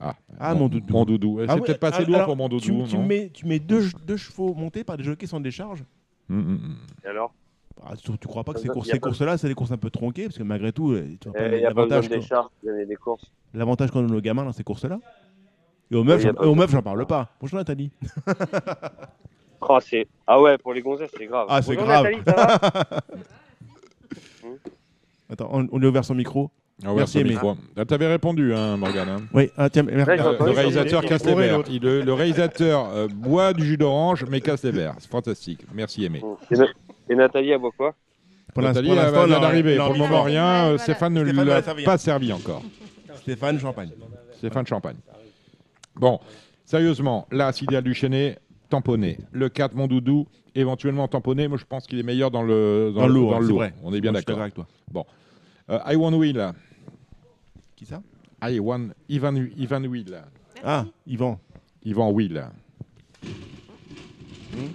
Ah,
Ah, mon doudou.
Mon doudou. Eh,
Ah
C'est
ouais,
peut-être pas assez
ah,
lourd
alors,
pour mon doudou.
Tu, tu
non
mets, tu mets deux, deux chevaux montés par des jockeys sans décharge.
Mm, mm, mm.
Et alors
Ah, tu, tu crois pas que ces
Y a
courses-
pas-
ces courses-là, c'est des courses un peu tronquées Parce que malgré tout, euh, tu vois pas
Eh, Il n'y a pas besoin
l'avantage
de
qu'on-
décharge, vous avez des courses.
l'avantage qu'on donne aux gamins dans ces courses-là. Et aux meufs,
y a
j'en-
pas
et aux
de-
meufs, j'en parle pas. Bonjour Nathalie.
Oh, c'est- ah ouais, pour les gonzesses, c'est grave.
Ah, c'est
Bonjour,
grave.
Nathalie, ça va
Attends, on, on lui a ouvert son micro.
Ah ouais,
Merci,
c'est
mais-
micro. Ah, T'avais répondu, hein, Morgane. hein.
Oui, ah, tiens, merci.
Ouais, je vois
Euh,
pas,
le
oui, ça-
réalisateur
il- il-
casse les
il-
verres.
l'autre.
Il- Le, le réalisateur euh, boit du jus d'orange, mais casse les verres. C'est fantastique. Merci, Aimé.
Et Na- Et Nathalie, elle boit quoi
Pour
Nathalie,
l'instant- pour
elle
l'instant,
vient
non,
d'arriver.
non,
Pour le
non,
moment,
non.
rien. euh,
Voilà.
Stéphane ne
Stéphane
l'a
va servir.
pas servi encore.
Stéphane Champagne.
Stéphane Champagne. Bon, sérieusement, là, idéal du Chenet, tamponné. Le 4, mon doudou, éventuellement tamponné. Moi, je pense qu'il est meilleur dans le,
Dans le lourd,
dans
c'est vrai.
On est bien
Moi, je suis
d'accord.
avec toi.
Euh, I One Will.
Qui ça
I One Ivan, Ivan Will.
Ah, Yvan.
Ivan Will.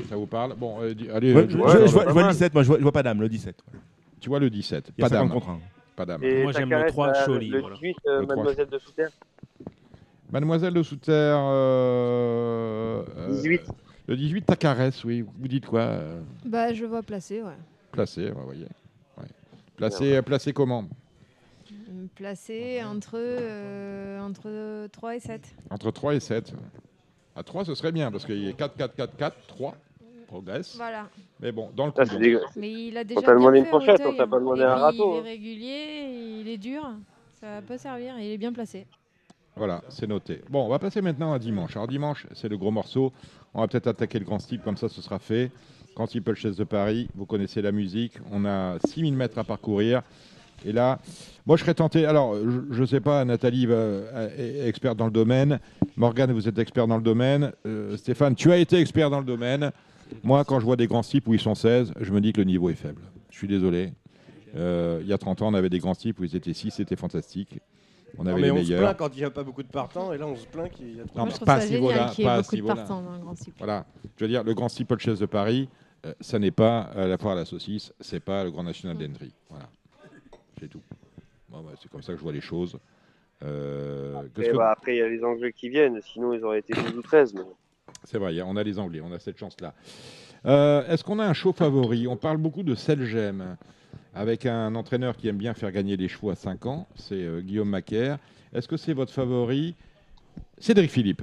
Ça vous parle Bon, euh, di- allez,
Hmm Ouais,
euh,
je, je-
je- je-
je vois, je vois
pas
le
mal.
17, moi je vois, je vois pas d'âme, le 17.
tu vois le 17.
Il y a
Pas
50
d'âme.
contre un.
Pas d'âme.
Et
Moi,
ta
j'aime le
caresse,
trois,
là,
Choli,
Le
voilà.
18, euh,
Le trois.
Mademoiselle de Souterre.
Mademoiselle de Souterre. euh, euh,
18.
Le 18, Tacarès, oui. Vous dites quoi euh,
Bah, je vois placer, ouais.
Placé, vous voyez. Ouais. Placé, placé comment
Mm, Placer entre, euh, entre 3 et 7.
Entre 3 et 7. À 3, ce serait bien, parce qu'il y a 4, 4, 4, 4, 3. Progresse.
Voilà.
Mais bon, dans le
Ah, c'est
coup.
dégueu.
Mais il a déjà.
t'a
bien
demandé
fait
une fourchette,
Auteuil,
on t'a pas
hein.
demandé
Et
un
puis,
râteau,
Il
hein.
est régulier, il est dur, ça va pas servir, il est bien placé.
Voilà, c'est noté. Bon, on va passer maintenant à dimanche. Alors dimanche, c'est le gros morceau. On va peut-être attaquer le grand style, comme ça ce sera fait. Grand Steeple Chase de Paris, vous connaissez la musique. On a 6000 mètres à parcourir. Et là, moi je serais tenté, alors je ne sais pas, Nathalie va- est experte dans le domaine, Morgane vous êtes expert dans le domaine, Euh, Stéphane, tu as été expert dans le domaine. Moi quand je vois des grands types où ils sont 16, je me dis que le niveau est faible. Je suis désolé. Euh, il y a 30 ans, on avait des grands types où ils étaient 6, c'était fantastique. On
Non,
avait
mais
les
on se
meilleurs.
plaint quand il n'y a pas beaucoup de partants, et là on se plaint qu'il y a trop
Moi,
Non, mais
je trouve
pas à
ça
ce niveau-là,
génial qu'il y
pas à
ait
ce
beaucoup de
niveau-là.
partants dans un grand cycle.
Voilà. Je veux dire, le grand steeple chase de Paris, euh, ça n'est pas euh, la foire à la saucisse, c'est pas le grand national d'Hendry. Voilà. C'est tout. Moi, moi, c'est comme ça que je vois les choses. Euh, qu'est-ce
Et
que-
bah, après, il y a les Anglais qui viennent, sinon ils auraient été 12 ou 13. mais-
C'est vrai, on a les Anglais, on a cette chance-là. Euh, Est-ce qu'on a un show favori On parle beaucoup de Selgem, avec un entraîneur qui aime bien faire gagner les chevaux à 5 ans, c'est euh, Guillaume Macaire. Est-ce que c'est votre favori Cédric Philippe.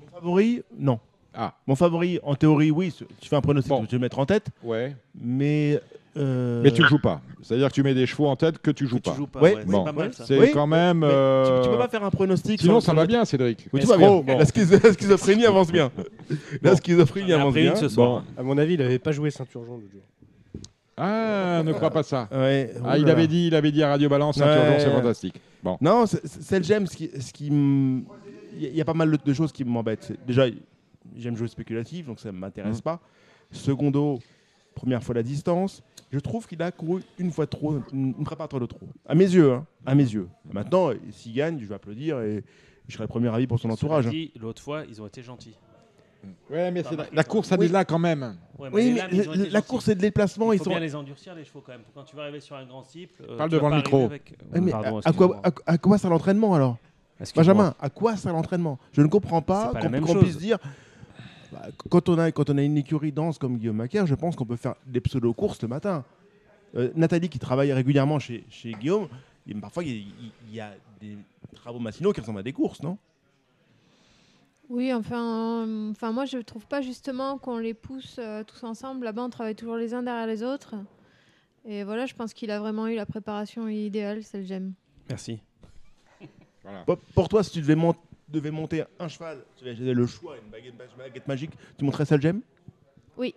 Mon favori, non.
Ah.
Mon favori, en théorie, oui, ce- tu fais un pronostic,
Bon.
tu vais le mettre en tête,
Ouais.
mais. euh,
Mais tu joues pas. C'est-à-dire que tu mets des chevaux en tête que tu joues
Tu
pas.
joues pas.
Ouais,
ouais,
bon.
C'est pas mal ça.
C'est
Oui,
quand même.
mais tu-
euh,
Tu peux pas faire un pronostic.
Sinon,
sur-
ça va bien, Cédric.
Oui, tout va bien.
Escroc,
La, schizo- la schizophrénie avance bien. La schizophrénie
On a
avance
pris
bien.
une ce
Bon.
soir.
À mon avis, il n'avait pas joué Saint-Urgent l'autre jour.
Ah, ne crois pas ça.
Ouais,
Ah, il
oulala.
avait dit, il avait dit à Radio Balance, Saint-Urgent,
Ouais.
c'est fantastique. Bon,
Euh, Non, c'est- c'est c'est le j'aime, ce qui, ce qui m- il y a- il y a pas mal de- de choses qui m'embêtent. C'est- Déjà, j'aime jouer spéculatif, donc ça ne
Mm.
m'intéresse pas. Secondo, première fois la distance. Je trouve qu'il a couru une fois trop, une, une préparatoire de trop. À mes yeux, hein, à mes yeux. Maintenant, euh, s'il gagne, je vais applaudir et je serai le premier ravi pour son entourage. hein.
Cela
hein.
dit, L'autre fois, ils ont été gentils.
ouais, mais c'est la,
marqué.
la course, ça
Oui.
dit là Ah, quand même.
Ouais,
Oui,
les
mais
lames, ils ont
la,
été
la
gentils.
course et de déplacement,
Il
ils
faut
sont.
bien les endurcir, les chevaux, quand même. Quand tu vas arriver sur un grand cible. euh,
Parle
tu
devant
vas
le
pas
micro.
arriver avec-
Ouais, Eh, mais
Pardon,
à, à quoi,
excuse-moi.
à, à quoi sert l'entraînement alors
Excuse-moi.
Benjamin, à quoi sert l'entraînement Je ne comprends pas
Ah,
C'est pas la
qu'on
même
qu'on
chose.
puisse dire. Bah, quand, on a, quand on a une écurie dense comme Guillaume Macaire, je pense qu'on peut faire des pseudo-courses le matin. Euh, Nathalie, qui travaille régulièrement chez, chez Guillaume, il- parfois il il- il y, a des travaux massinaux qui ressemblent à des courses, non
Oui, enfin, euh, enfin, moi je trouve pas justement qu'on les pousse euh, tous ensemble. Là-bas, on travaille toujours les uns derrière les autres. Et voilà, je pense qu'il a vraiment eu la préparation idéale, celle j'aime.
Merci.
Pour- Pour toi, si tu devais, mon- devais monter un cheval, tu avais le choix, une baguette, une baguette magique, tu montrais Salgem
Oui.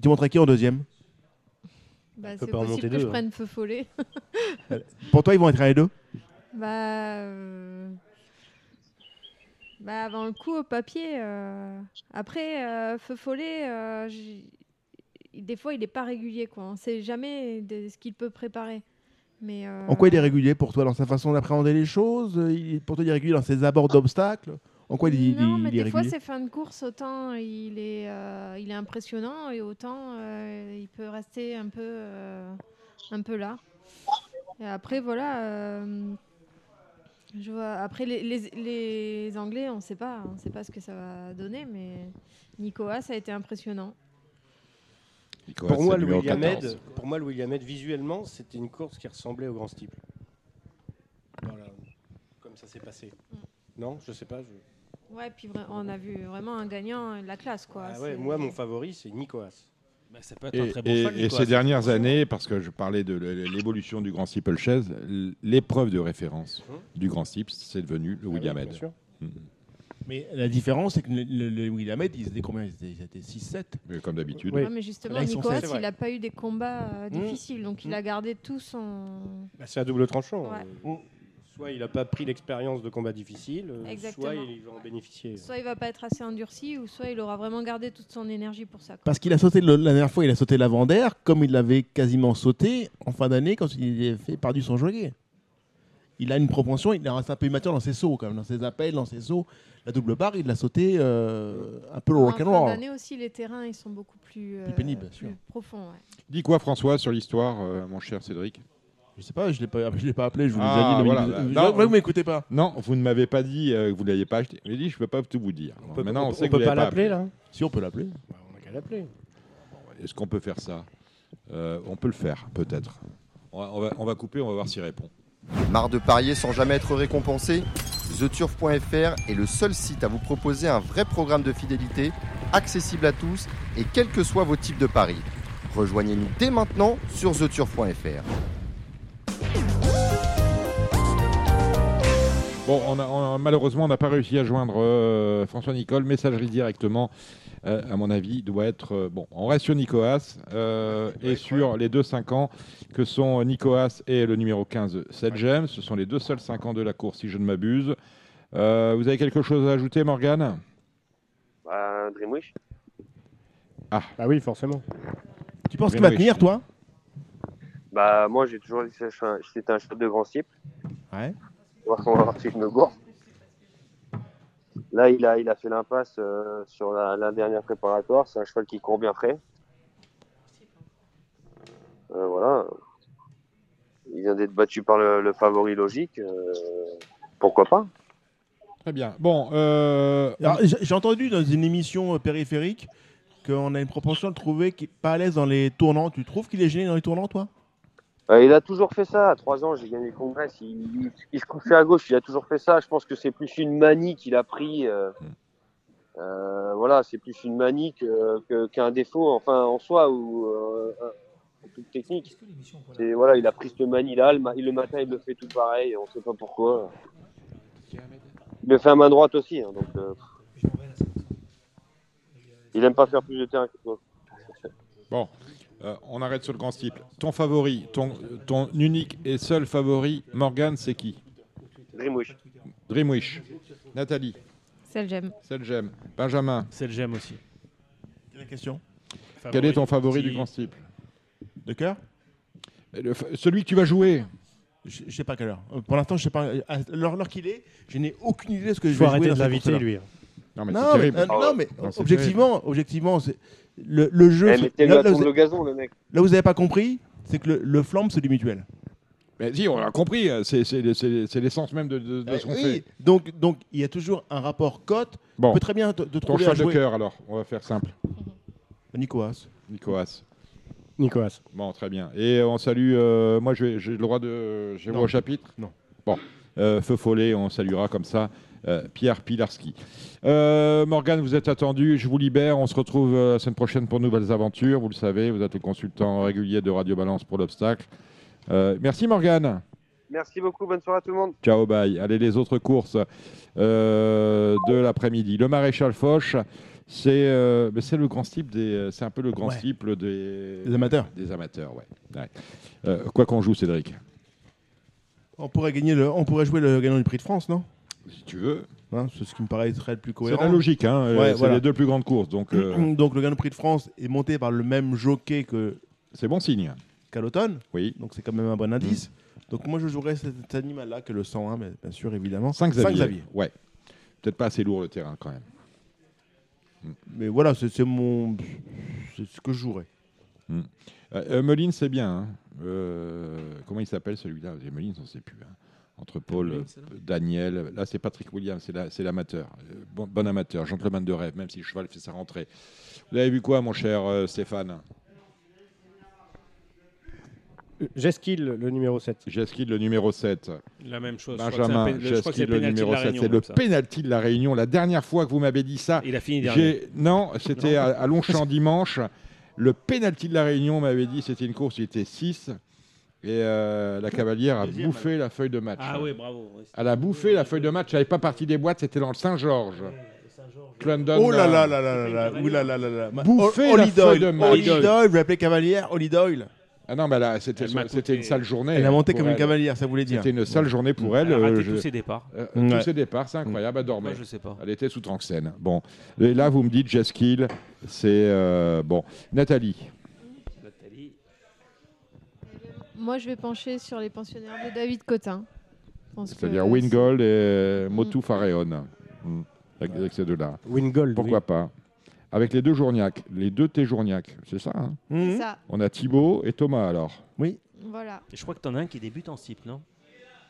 Tu montrais qui en deuxième
Bah,
Elle peut
c'est
pas remonter
possible que
deux,
je
hein.
prenne feu follet.
Pour toi, ils vont être à les deux
bah, euh, bah, avant le coup, au papier. euh, Après, euh, feu follet, euh, j- des fois, il est pas régulier. Quoi. On sait jamais de- ce qu'il peut préparer. Mais, euh,
En quoi il est régulier pour toi Dans sa façon d'appréhender les choses Euh, il- Pour toi, il est régulier dans ses abords d'obstacles En quoi il, il-
non,
il
mais
est
des fois,
régulier
ses fins de course, autant il est, euh, il est impressionnant et autant euh, il peut rester un peu, euh, un peu là. Et après, voilà. euh, je vois, après, les, les- les Anglais, on ne sait pas, on sait pas ce que ça va donner, mais Nicolas, ça a été impressionnant.
Pour moi, le
numéro
William
14.
Ed- pour moi, le William Ed, visuellement, c'était une course qui ressemblait au Grand Steeple. Voilà, comme ça s'est passé. Non, je sais pas. je-
Ouais, puis vra- on a vu vraiment un gagnant de la classe, quoi.
Ah ouais,
C'est-
moi, mon favori, c'est Nicolas.
Bah, ça peut être un
Et,
très bon
et-
cheval,
et
Nicolas.
ces dernières années, parce que je parlais de l'é- l'évolution du Grand Steeple Chase, l- l'épreuve de référence
Hum.
du Grand Steeple, c'est devenu
Ah
le William Mm.
Ed.
Ed.
Mais la différence, c'est que le, le, le Willamette, ils étaient combien Ils étaient, ils étaient 6-7.
Euh, Comme d'habitude.
Oui.
Ouais, mais justement,
Là, ils sont
Nicolas,
sept,
c'est
il n'a pas eu des combats euh,
Mmh.
difficiles, donc il
Mmh.
a gardé tout son.
Bah, c'est à double tranchant.
Ouais.
Euh, Soit il n'a pas pris l'expérience de combat difficile, euh,
Exactement.
soit il va en bénéficier.
Soit il va pas être assez endurci, ou soit il aura vraiment gardé toute son énergie pour ça. quoi.
Parce qu'il a sauté, le- la dernière fois, il a sauté l'avant-d'air, comme il l'avait quasiment sauté en fin d'année quand il avait fait perdu son jockey. Il a une propension, il reste un peu immature dans ses sauts, quand même, dans ses appels, dans ses sauts. La double barre, il l'a sauté euh, un peu
En
rock
fin
and roll.
d'année aussi, les terrains ils sont beaucoup plus, euh,
Plus hein. pénibles, bien
plus
sûr.
profonds. ouais.
Dis quoi, François, sur l'histoire, euh, mon cher Cédric
Je sais pas, je l'ai pas, je l'ai pas appelé, je vous l'ai déjà
Ah,
dit.
voilà.
mais vous-
Non,
vous- vous m'écoutez pas.
Non, vous ne m'avez pas dit euh, que vous ne l'aviez pas acheté. J'ai dit, je ne peux pas tout vous dire. Alors, Maintenant, on, sait
on
que vous
peut pas
l'avez
l'appeler là
Si on peut l'appeler.
Bah, On n'a qu'à l'appeler.
appelé. Est-ce qu'on peut faire ça Euh, On peut le faire, peut-être. On va, on va- on va couper, on va voir s'il répond.
Marre de parier sans jamais être récompensé TheTurf.fr est le seul site à vous proposer un vrai programme de fidélité, accessible à tous et quels que soient vos types de paris. Rejoignez-nous dès maintenant sur TheTurf.fr.
Bon, on a- on a- malheureusement, on n'a pas réussi à joindre euh, François Nicole. Messagerie directement, euh, à mon avis, doit être. euh, bon, on reste sur Nicoas euh, et sur les deux 5 ans que sont euh, Nicoas et le numéro 15, 7 Gems. Ce sont les deux seuls 5 ans de la course, si je ne m'abuse. Euh, vous avez quelque chose à ajouter, Morgane
Bah, Dreamwish.
Bah oui, forcément.
Tu penses qu'il
Bien
va
Ah. oui,
tenir,
je-
toi
Bah, moi, j'ai toujours dit que c'était un- c'était un shot de grand cible.
Ouais.
On va on va voir si je me gourre. Là, il a, il a fait l'impasse euh, sur la, la dernière préparatoire. C'est un cheval qui court bien frais. Euh, voilà. Il vient d'être battu par le, le favori logique. euh, pourquoi pas
Très bien. Bon, euh,
Alors, j'ai- J'ai entendu dans une émission euh, périphérique qu'on a une propension de trouver qui est pas à l'aise dans les tournants. Tu trouves qu'il est gêné dans les tournants, toi
Euh, Il a toujours fait ça. À 3 ans, j'ai gagné le congrès. Il, il- il se couchait à gauche. Il a toujours fait ça. Je pense que c'est plus une manie qu'il a pris. euh, euh, voilà, c'est plus une manie que- que- qu'un défaut, enfin en soi ou euh, un- un truc technique. C'est- voilà, il a pris cette manie-là. Le, ma- le matin, il le fait tout pareil. On ne sait pas pourquoi. Il le fait à main droite aussi. hein, donc, euh, il aime pas faire plus de terrain que toi.
euh, on arrête sur le grand style. Ton favori, ton, ton unique et seul favori, Morgane, c'est qui
Grimouche.
Dreamwish. Nathalie,
Celle j'aime.
celle j'aime. Benjamin,
C'est le j'aime aussi.
Quelle question
quel est ton favori
Petit.
du grand style
De cœur
Et le fa- celui que tu vas jouer.
je, je sais pas quelle heure. Euh, Pour l'instant, je sais pas. euh, à l'heure l'heure qu'il est, je n'ai aucune idée de ce que
Il
je
faut
vais jouer
arrêter
dans
de
cette
l'inviter,
course-là.
lui. hein.
Non, mais
Non,
c'est
mais,
terrible.
euh, non, mais
Non, c'est
objectivement, objectivement, c'est- le, le jeu.
Eh,
c'est-
Mettez-le
là,
à
là, vous,
tourner le gazon, le mec.
là, vous avez pas compris, c'est que le, le flambe, c'est du mutuel.
Mais si, on l'a compris, euh, c'est c'est- c'est- c'est l'essence même de, de- de
Euh,
ce qu'on
oui,
fait.
donc donc il y a toujours un rapport cote.
Bon.
On peut très bien te, te
Ton
trouver à
choix de
jouer.
cœur, alors, on va faire simple.
Nicoas.
Nicoas.
Nicolas.
Bon, très bien. Et on salue. euh, moi, je vais- j'ai le droit de. J'ai le
Non.
droit au chapitre
Non.
Bon. Euh, Feu Follet, on saluera comme ça euh, Pierre Pilarski. Euh, Morgane, vous êtes attendu. Je vous libère. On se retrouve euh, la semaine prochaine pour de nouvelles aventures. Vous le savez, vous êtes le consultant régulier de Radio Balance pour l'obstacle. Euh, merci, Morgane.
Merci beaucoup. Bonne soirée à tout le monde.
Ciao, bye. Allez, les autres courses euh, de l'après-midi. Le Maréchal Foch, c'est euh, mais c'est le grand cible des. euh, C'est un peu le grand
Ouais.
cible des,
Les amateurs.
Des amateurs, ouais. Ouais. Euh, quoi qu'on joue, Cédric,
On pourrait gagner le, on pourrait jouer le gagnant du Prix de France, non
si tu veux.
Hein, C'est ce qui me paraîtrait le plus
C'est
cohérent.
la logique, hein. euh,
Ouais,
c'est
voilà.
les deux plus grandes courses, donc euh,
Donc le gagnant du Prix de France est monté par le même jockey que
c'est bon signe.
qu'à l'automne.
Oui. Mm.
Donc c'est quand même un bon indice. Donc moi je jouerais cet, cet animal-là que le 101, mais bien sûr évidemment.
5
Cinq
Xavier. Ouais. Peut-être pas assez lourd le terrain quand même.
Mais voilà, c'est c'est mon, c'est ce que je jouerais.
Euh, euh, Moline, c'est bien. hein. Euh, comment il s'appelle celui-là Les Moline, on ne sait plus. hein. Entre Paul, euh, Daniel. Là, c'est Patrick Williams, c'est la- c'est l'amateur. Euh, Bon, bon amateur, gentleman de rêve, même si le cheval fait sa rentrée. Vous avez vu quoi, mon cher euh, Stéphane
J'esquille le numéro 7.
J'esquille le numéro 7.
La même chose. Je crois que c'est un
Benjamin,
pén- le- je crois que c'est
j'esquille le
pénalty de
numéro
la
7.
Réunion,
C'est le
comme ça.
penalty de la Réunion. La dernière fois que vous m'avez dit ça,
Il a fini dernier.
J'ai- Non, c'était à, à Longchamp dimanche. Le pénalty de la Réunion m'avait dit c'était une course, il était 6. Et euh, la cavalière a
Deuxième,
bouffé la feuille de match.
Ah oui, bravo. Ouais,
Elle a bouffé la feuille de match. Elle n'avait pas partie des boîtes, c'était dans le Saint-Georges. Clundon,
Oh là
euh,
là là là là là, ouh là là là là. Ma-
Bouffer
Ho-
la
Holly
feuille de
Doyle,
match.
Holly Doyle, je vais appeler cavalière, Holly Doyle.
Ah non, mais là, c'était
Elle m'a
c'était
coûté-
une sale journée. hein,
Elle a monté
pour
comme une
elle.
cavalière, ça voulait dire.
C'était une sale journée pour elle.
Elle a
euh,
raté
je-
tous ses départs.
euh, tous
Ouais.
ses départs, c'est incroyable. Elle dormait.
Moi, je sais pas.
Elle était sous Tranxène. Bon. Et là, vous me dites Jeskill. C'est. euh, bon. Nathalie.
Nathalie.
Moi, je vais pencher sur les pensionnaires de David Cotin. Je pense que-
C'est-à-dire Wingold et Motu Fareon. Mm. Avec, avec ces deux-là.
Wingold.
Pourquoi pas Avec les deux Journiac, les deux T Journiac, c'est ça. hein
C'est
Mhm.
ça.
On a Thibaut et Thomas alors.
Oui.
Mm. Voilà.
Et je crois que t'en as un qui débute en steep, non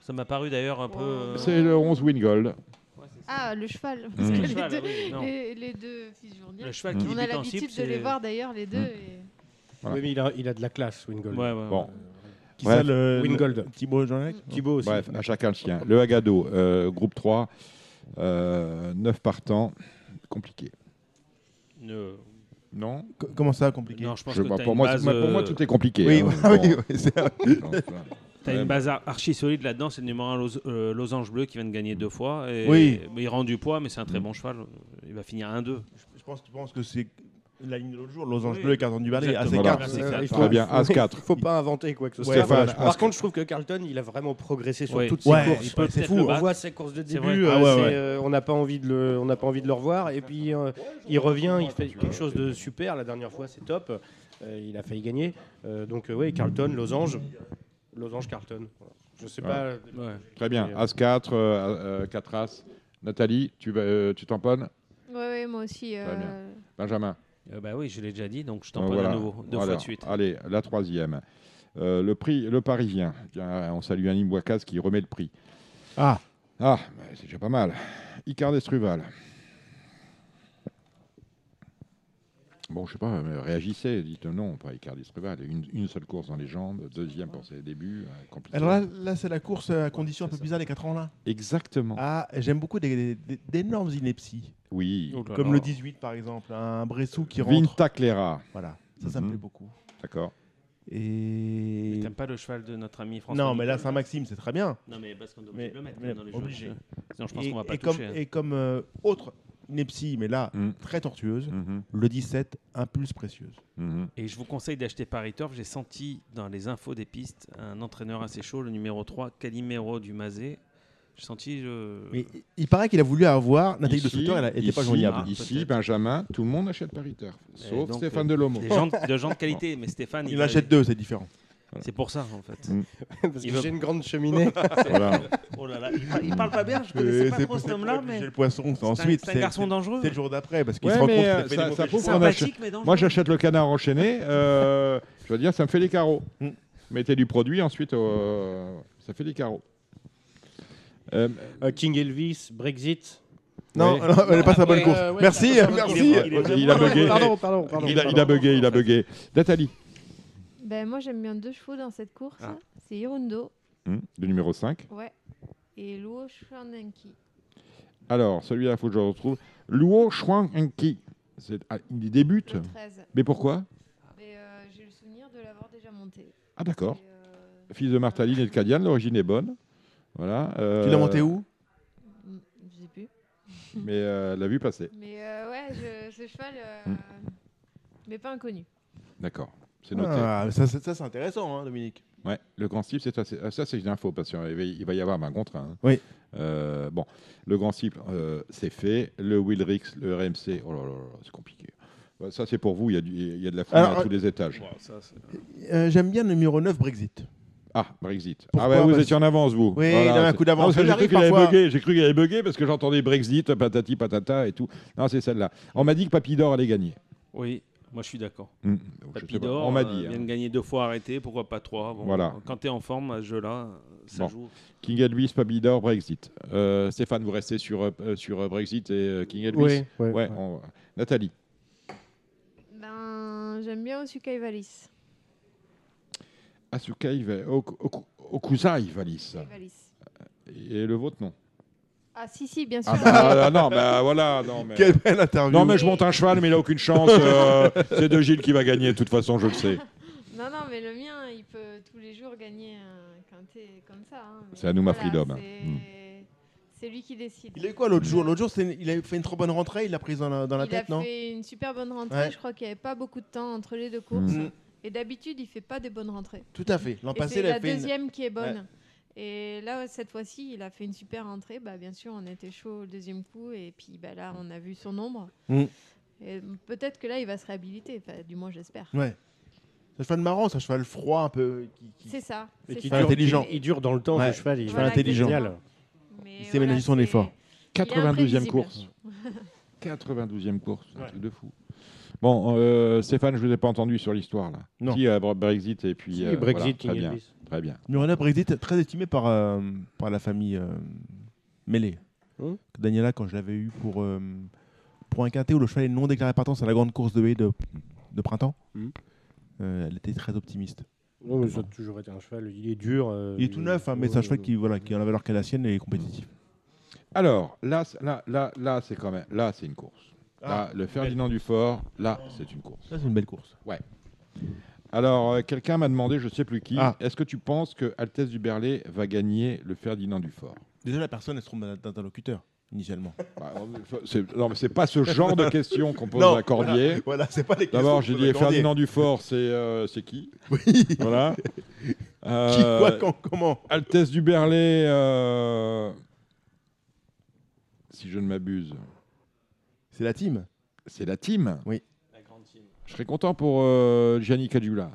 Ça m'a paru d'ailleurs un peu. euh,
C'est le 11 Wingold.
ouais, c'est ça.
Ah, le cheval.
Mm.
Parce que
Le
les,
cheval,
deux,
ah oui, non.
les, les deux fils journiers.
Le cheval qui
Mm. On a
débute en steep,
l'habitude de les
c'est- Mmh.
voir d'ailleurs, les deux.
Mm.
et-
Voilà.
Oui, mais il a, il a de la classe, Wingold.
Ouais, ouais, ouais.
Bon.
Qui
Bref.
ça, le,
Wingold.
Euh, Thibaut Jean-Jacques
Thibaut aussi.
Bref, à chacun le sien. Le Agado, euh, groupe 3, 9 partants, compliqué.
Ne-
Non,
Co- Comment ça, compliqué
Non, je pense
Je-
que
bah,
euh, t'as
pour,
une
moi,
base,
c'est- pour moi,
euh,
tout est compliqué.
Oui,
hein.
oui, oui,
Bon,
oui, c'est-
donc, voilà.
T'as
Ouais.
une base ar- archi solide là-dedans, c'est le numéro euh, 1 Losange Bleu qui vient de gagner deux fois. Et
Oui.
mais il rend du poids, mais c'est un très
Mm.
bon cheval. euh, Il va finir 1-2.
je pense, tu penses que c'est la ligne de l'autre jour, losange
Oui.
bleu et carton du balai, à
Exactement.
ses
Voilà.
cartes.
c'est clair.
il faut-
Très bien,
il faut-
As-4.
Il faut pas inventer quoi que ce soit.
Stéphane,
Voilà.
As-quatre.
Par contre, je trouve que Carlton, il a vraiment progressé sur
Ouais.
toutes ses
Ouais,
courses.
il peut
peut-être
fou,
le
hein.
On
battre.
voit ses courses de
C'est
début,
vrai.
Ah
euh,
ouais,
c'est,
ouais.
euh, on n'a pas envie de le, on n'a pas envie de le revoir. Et puis euh, il revient, il fait quelque chose de super. La dernière fois, c'est top. Euh, il a failli gagner. Euh, donc oui, Carlton, Losange, Losange Carlton. Voilà. Je sais
Ouais.
pas.
Très bien,
Et, euh,
As-4, 4 euh, As. Nathalie, tu, vas- euh, tu tamponnes
Ouais, ouais, moi aussi.
Très bien.
euh,
Benjamin
Euh, bah oui, je l'ai déjà dit, donc je
Euh,
t'en parle
voilà.
à nouveau, deux fois
Alors,
de suite.
Allez, la troisième. Euh, le prix, le Parisien. Tiens, on salue Annie Boicaz qui remet le prix.
Ah.
Ah, bah, c'est déjà pas mal. Icard Estruval. Bon, je sais pas, mais réagissez, dites non, pas Icard Estruval. Une, une seule course dans les jambes, deuxième pour ses débuts. euh, compliqué.
Alors là, là, c'est la course euh, à condition un peu bizarre, les 4 ans là.
Exactement.
Ah, j'aime beaucoup des- des- d'énormes inepties.
Oui.
Oh là
Comme
là.
le 18 par exemple, un Bressou qui rentre.
Vinta Clara.
Voilà, ça, ça me
Mhm.
plaît beaucoup.
D'accord.
Et.
T'aimes pas le cheval de notre ami François
Non, mais là, c'est
Nicolas
un Maxime, c'est très bien.
Non, mais parce qu'on est
Mais-
obligé de le mettre
mais
hein, dans les jeux.
obligé.
Sinon, je pense
et,
qu'on va pas
et
toucher.
comme,
hein.
et comme euh, autre ineptie, mais là,
Mhm.
très tortueuse,
Mhm,
le 17, impulse précieuse.
mhm.
Et je vous conseille d'acheter Paris Turf. J'ai senti dans les infos des pistes un entraîneur assez chaud, le numéro 3, Calimero du Mazé. J'ai senti. euh,
Mais il- il paraît qu'il a voulu avoir Nathalie de
Ici-
Souter, elle n'était pas
ici-
joignable.
Ah,
Ici,
peut-être.
Benjamin, tout le monde achète Paris Turf, sauf
donc,
Stéphane
euh,
Delomo.
des gens, de gens de qualité, mais Stéphane,
Il
a-
achète deux, c'est différent.
C'est pour ça, en fait.
Mm. Parce
Il
que
veut-
j'ai une grande cheminée.
Voilà.
Oh là là, il, pa- il parle pas bien, je
Euh,
connaissais pas
c'est
trop
pour-
cet homme-là,
J'ai
mais
le poisson, c'est
c'est un-
ensuite.
c'est un garçon dangereux.
C'est le jour d'après, parce qu'il
Ouais,
se rend compte
mais,
qu'il a fait
euh, ça-
des
ça
mauvais
prouve
choix.
qu'on achète-
Sympathique, mais dangereux.
Moi, j'achète le canard enchaîné. euh, je veux dire, ça me fait les carreaux.
Mm.
Mettez du produit, ensuite, euh, ça fait des carreaux. Euh,
Euh, King Elvis, Brexit.
Non,
Oui.
non, elle n'est pas sa bonne
Ah,
course.
Euh, ouais,
Merci,
c'est pas sa bonne
merci.
course.
Il est- il est-
Il a
Pardon,
bugué.
Pardon, pardon, pardon.
il, a, il
pardon.
a bugué, il a bugué. Nathalie,
Ben, moi, j'aime bien deux chevaux dans cette course.
Ah.
C'est Hirundo
Hmm, le numéro 5.
ouais, et Luo Shuanenki.
Alors, celui-là, il faut que je le retrouve. Luo Shuang Enki. C'est- ah, il débute.
Le 13.
Mais pourquoi
Mais, euh, j'ai le souvenir de l'avoir déjà monté.
Ah, d'accord.
Et, euh,
Fils de Martaline et de Cadiane, l'origine est bonne. Voilà. euh,
Tu l'as monté où
mm, Je sais plus.
Mais euh, elle l'a vu passer.
Mais euh, ouais, je- ce cheval, euh,
Mm.
mais pas inconnu.
D'accord. C'est noté.
Ah, Ça, c'est- ça, c'est intéressant, hein, Dominique.
Ouais, le grand cible, c'est assez- ah, ça, c'est une info parce qu'il va y- il va y avoir un contre un. hein.
Oui.
Euh, bon, le grand cible, euh, c'est fait. Le Willrix, le RMC, oh là là, là, c'est compliqué. Bah, ça, c'est pour vous. Il y a, du- il y a de la foule
Alors,
à tous les étages.
Wow, ça, c'est-
Euh, J'aime bien le numéro 9, Brexit.
Ah, Brexit.
Pourquoi
ah ouais, vous
Parce-
étiez en avance, vous.
Oui, il avait un
c'est-
coup d'avance.
Non,
Ça
parce que J'ai cru
arrive
qu'il avait
parfois.
bugué. J'ai cru qu'il avait bugué parce que j'entendais Brexit, patati patata et tout. Non, c'est celle-là. On m'a dit que Papidor allait gagner.
Oui, moi je suis d'accord.
Mm.
Hum, donc, je sais pas.
Papidor,
On m'a
euh,
dit. hein.
vient de gagner deux fois arrêté, pourquoi pas trois bon,
Voilà.
Quand t'es en forme, à ce jeu-là, ça
Bon.
joue.
King Elvis, Papidor, Brexit. Euh, Stéphane, vous restez sur, euh, sur euh, Brexit et euh, King Elvis.
Oui, ouais.
Ouais, on- Nathalie.
Ben, j'aime bien aussi Kaivalis.
Asukai Va- Ok- Ok- Okusai Valis.
Kaivalis.
Et le vôtre, non.
Ah si si, bien sûr.
Euh. Ah, bah, ah, non, bah, voilà, non, mais...
Quelle belle interview.
Non, mais je monte un cheval, mais il n'a aucune chance. euh, c'est De Gilles qui va gagner, de toute façon, je le sais.
Non, non, mais le mien, il peut tous les jours gagner un quintet comme ça. hein, mais
C'est Anouma Freedom. Mm.
C'est... c'est lui qui décide.
Il a eu quoi l'autre jour L'autre jour, c'est- il a fait une trop bonne rentrée, il l'a prise dans la, dans la
Il
tête,
a
non
fait une super bonne rentrée.
Ouais.
Je crois qu'il n'y avait pas beaucoup de temps entre les deux courses.
Mm.
Et d'habitude, il fait pas des bonnes rentrées.
Tout à fait. L'an
Et
passé,
c'est
il a
la
fait une-
deuxième qui est bonne. Et là, cette fois-ci, il a fait une super rentrée. Bah, bien sûr, on était chaud au deuxième coup. Et puis bah, là, on a vu son ombre.
Mm.
Et peut-être que là, il va se réhabiliter. Enfin, du moins, j'espère.
Ouais. C'est un cheval marrant, c'est un cheval froid un peu. qui- qui-
C'est ça.
Mais
c'est
qui
ça.
Enfin,
dure,
intelligent.
qui- Il dure dans le temps,
Ouais.
ce cheval. Il
Voilà,
est
intelligent.
génial.
Mais
Il sait ménager son
c'est-
effort.
il est
92e
imprévisible.
course. 92e course, un truc de fou. Bon, euh, Stéphane, je ne vous ai pas entendu sur l'histoire là.
Non.
Si, euh, Bre- Brexit et puis.
Si,
euh,
Brexit,
voilà, très bien,
Inglis.
très bien.
Murena Brexit, très estimée par, euh, par la famille euh, Mêlée.
Hum.
Daniela, quand je l'avais eu pour, euh, pour un quintet où le cheval est non déclaré partant, c'est la grande course de haie de, de printemps.
Hum.
euh, elle était très optimiste.
Non, mais ça a toujours été un cheval. Il est dur. euh,
Il est tout neuf, hein, mais c'est un
ouais,
cheval qui, voilà, qui a la valeur qu'elle a la sienne et est compétitif.
Alors, là, c- là, là, là c'est quand même. Là, c'est une course.
Ah,
là, le Ferdinand Dufort, là, c'est une course.
Ça, c'est une belle course.
Alors, euh, quelqu'un m'a demandé, je ne sais plus qui,
Ah.
est-ce que tu penses que Altesse du Berlay va gagner le Ferdinand Dufort
Déjà, la personne, elle se trompe d'in- d'interlocuteur, initialement.
Bah, c'est- Non, mais c'est pas ce genre de question qu'on pose
Non,
à Cordier.
voilà, c'est pas les
D'abord, j'ai
questions
dit
qu'on peut
Ferdinand Dufort, c'est euh, c'est qui
accorder. Oui.
Voilà.
Qui,
Euh,
quoi, quand, comment
Altesse du Berlay, euh, si je ne m'abuse,
C'est la team.
c'est la team.
La grande team.
Je serais content pour euh, Gianni Cadula.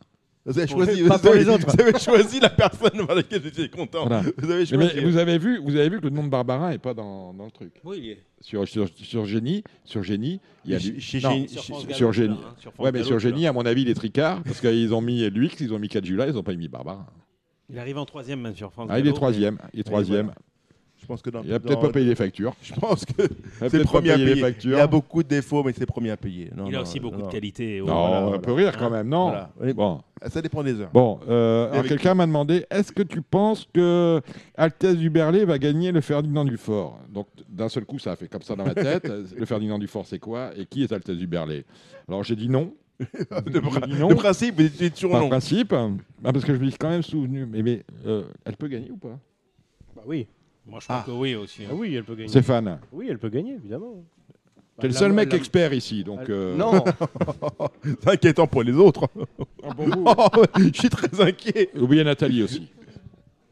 Vous avez choisi,
pas
vous
pour
avez-
les autres.
Vous avez choisi la personne par laquelle j'étais content.
Voilà.
Vous avez
Mais
choisi.
vous avez vu, vous avez vu que le nom de Barbarin est pas dans, dans le truc.
Oui, il est.
Sur sur sur Génie, sur Génie, il y a
Chez-
du-
chez
non,
Génie-
sur-
chez-
France
sur
Gallo,
Génie.
là, hein, sur France
Ouais, mais
Gallo,
sur
tu l'as.
Génie, à mon avis, il est tricard parce qu'ils ont mis Luix, ils ont mis Cadula, ils ont pas mis Barbarin.
Il arrive en troisième même sur France.
Ah, il
Gallo,
est troisième, il est troisième.
Je pense que dans-
Il a
dans-
peut-être pas payé les factures.
Je pense que
Il a
c'est le
peut-être pas
premier à
payé les
payer. Il y a
factures.
beaucoup de défauts, mais c'est le premier à payer. Non,
Il a
non,
aussi
non,
beaucoup
non.
de qualité.
Non,
Hein,
Voilà,
on
voilà.
peut rire quand même, non
Voilà. Oui,
Bon.
Ah, Ça dépend des heures.
Bon, euh, alors
avec-
quelqu'un m'a demandé est-ce que tu penses que Altesse du Berlay va gagner le Ferdinand du Fort Donc d'un seul coup, ça a fait comme ça dans ma tête. Euh, le Ferdinand du Fort, c'est quoi Et qui est Altesse du Berlay Alors j'ai dit non,
de, pra-
dis non.
de principe, vous étiez toujours
par
non.
principe, hein, parce que je me suis quand même souvenu. Mais, mais, euh, elle peut gagner ou pas
Bah oui.
Moi, je crois
Ah.
que oui aussi. hein.
Ah oui, elle peut gagner.
Stéphane,
Oui, elle peut gagner, évidemment.
t'es le
Bah,
seul
la-
mec
la-
expert ici, donc.
la-
euh,
Non,
C'est inquiétant pour les autres. Oh, je suis très inquiet.
Ah, Oubliez Nathalie aussi.